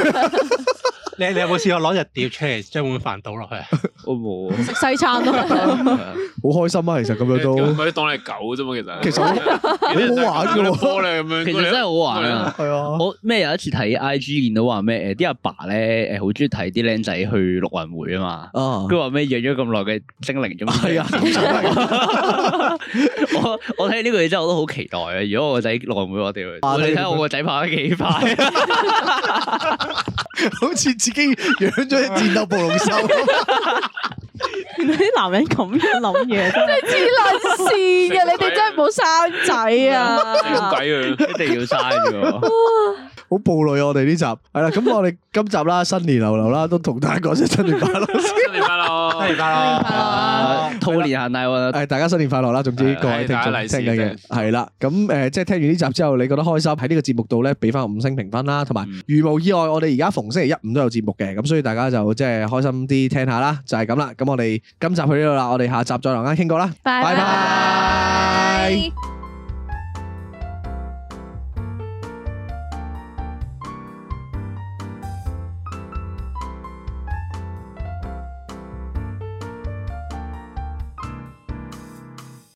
[SPEAKER 7] 你你有冇試過攞只碟出嚟將碗飯倒落去啊？
[SPEAKER 3] 我冇啊。
[SPEAKER 5] 食西 餐咯，
[SPEAKER 2] 好開心啊！其實咁樣都
[SPEAKER 6] 唔係當你係狗啫嘛，其
[SPEAKER 2] 其
[SPEAKER 6] 實
[SPEAKER 2] 實好 好玩嘅喎，
[SPEAKER 6] 波咧咁樣，
[SPEAKER 3] 其實真係好玩 啊！
[SPEAKER 2] 係啊，
[SPEAKER 3] 我咩有一次睇 I G 見到話咩誒啲阿爸咧誒好中意睇啲僆仔去陸運會啊嘛，
[SPEAKER 2] 啊，
[SPEAKER 3] 佢話咩養咗咁耐嘅精靈啫嘛，
[SPEAKER 2] 係啊，通常都係咁
[SPEAKER 3] 我我睇呢個嘢真係我都好期待啊！如果我個仔內會，我哋去，
[SPEAKER 2] 啊
[SPEAKER 3] 我哋
[SPEAKER 2] 你
[SPEAKER 3] 睇下我個仔跑得幾快。
[SPEAKER 2] 好似自己養咗隻戰鬥暴龍獸，
[SPEAKER 5] 原來啲男人咁樣諗嘢，真係
[SPEAKER 4] 黐撚線
[SPEAKER 5] 啊
[SPEAKER 4] 嘅，你哋真係冇生仔
[SPEAKER 6] 好
[SPEAKER 4] 啊！
[SPEAKER 6] 鬼 啊！
[SPEAKER 3] 一定要嘥嘅。
[SPEAKER 2] 好暴戾啊！我哋呢集係啦，咁我哋今集啦，新年流流啦，都同大家講聲新年快樂先。
[SPEAKER 6] 新年快樂，
[SPEAKER 7] 得而家啦。
[SPEAKER 3] 啊兔年行大運啊！
[SPEAKER 2] 誒，大家新年快樂啦！總之
[SPEAKER 3] 係
[SPEAKER 2] 各位聽眾
[SPEAKER 6] 大家利是
[SPEAKER 2] 聽緊嘅
[SPEAKER 6] 真
[SPEAKER 2] 係啦，咁誒，即係聽完呢集之後，你覺得開心喺呢個節目度咧，俾翻五星評分啦，同埋
[SPEAKER 3] 嗯
[SPEAKER 2] 如無意外，我哋而家逢星期一五都有節目嘅，咁所以大家就即係開心啲聽下啦，就係咁啦。咁我哋今集去呢度啦，我哋下集再同大家傾過啦，拜拜。
[SPEAKER 12] 拜。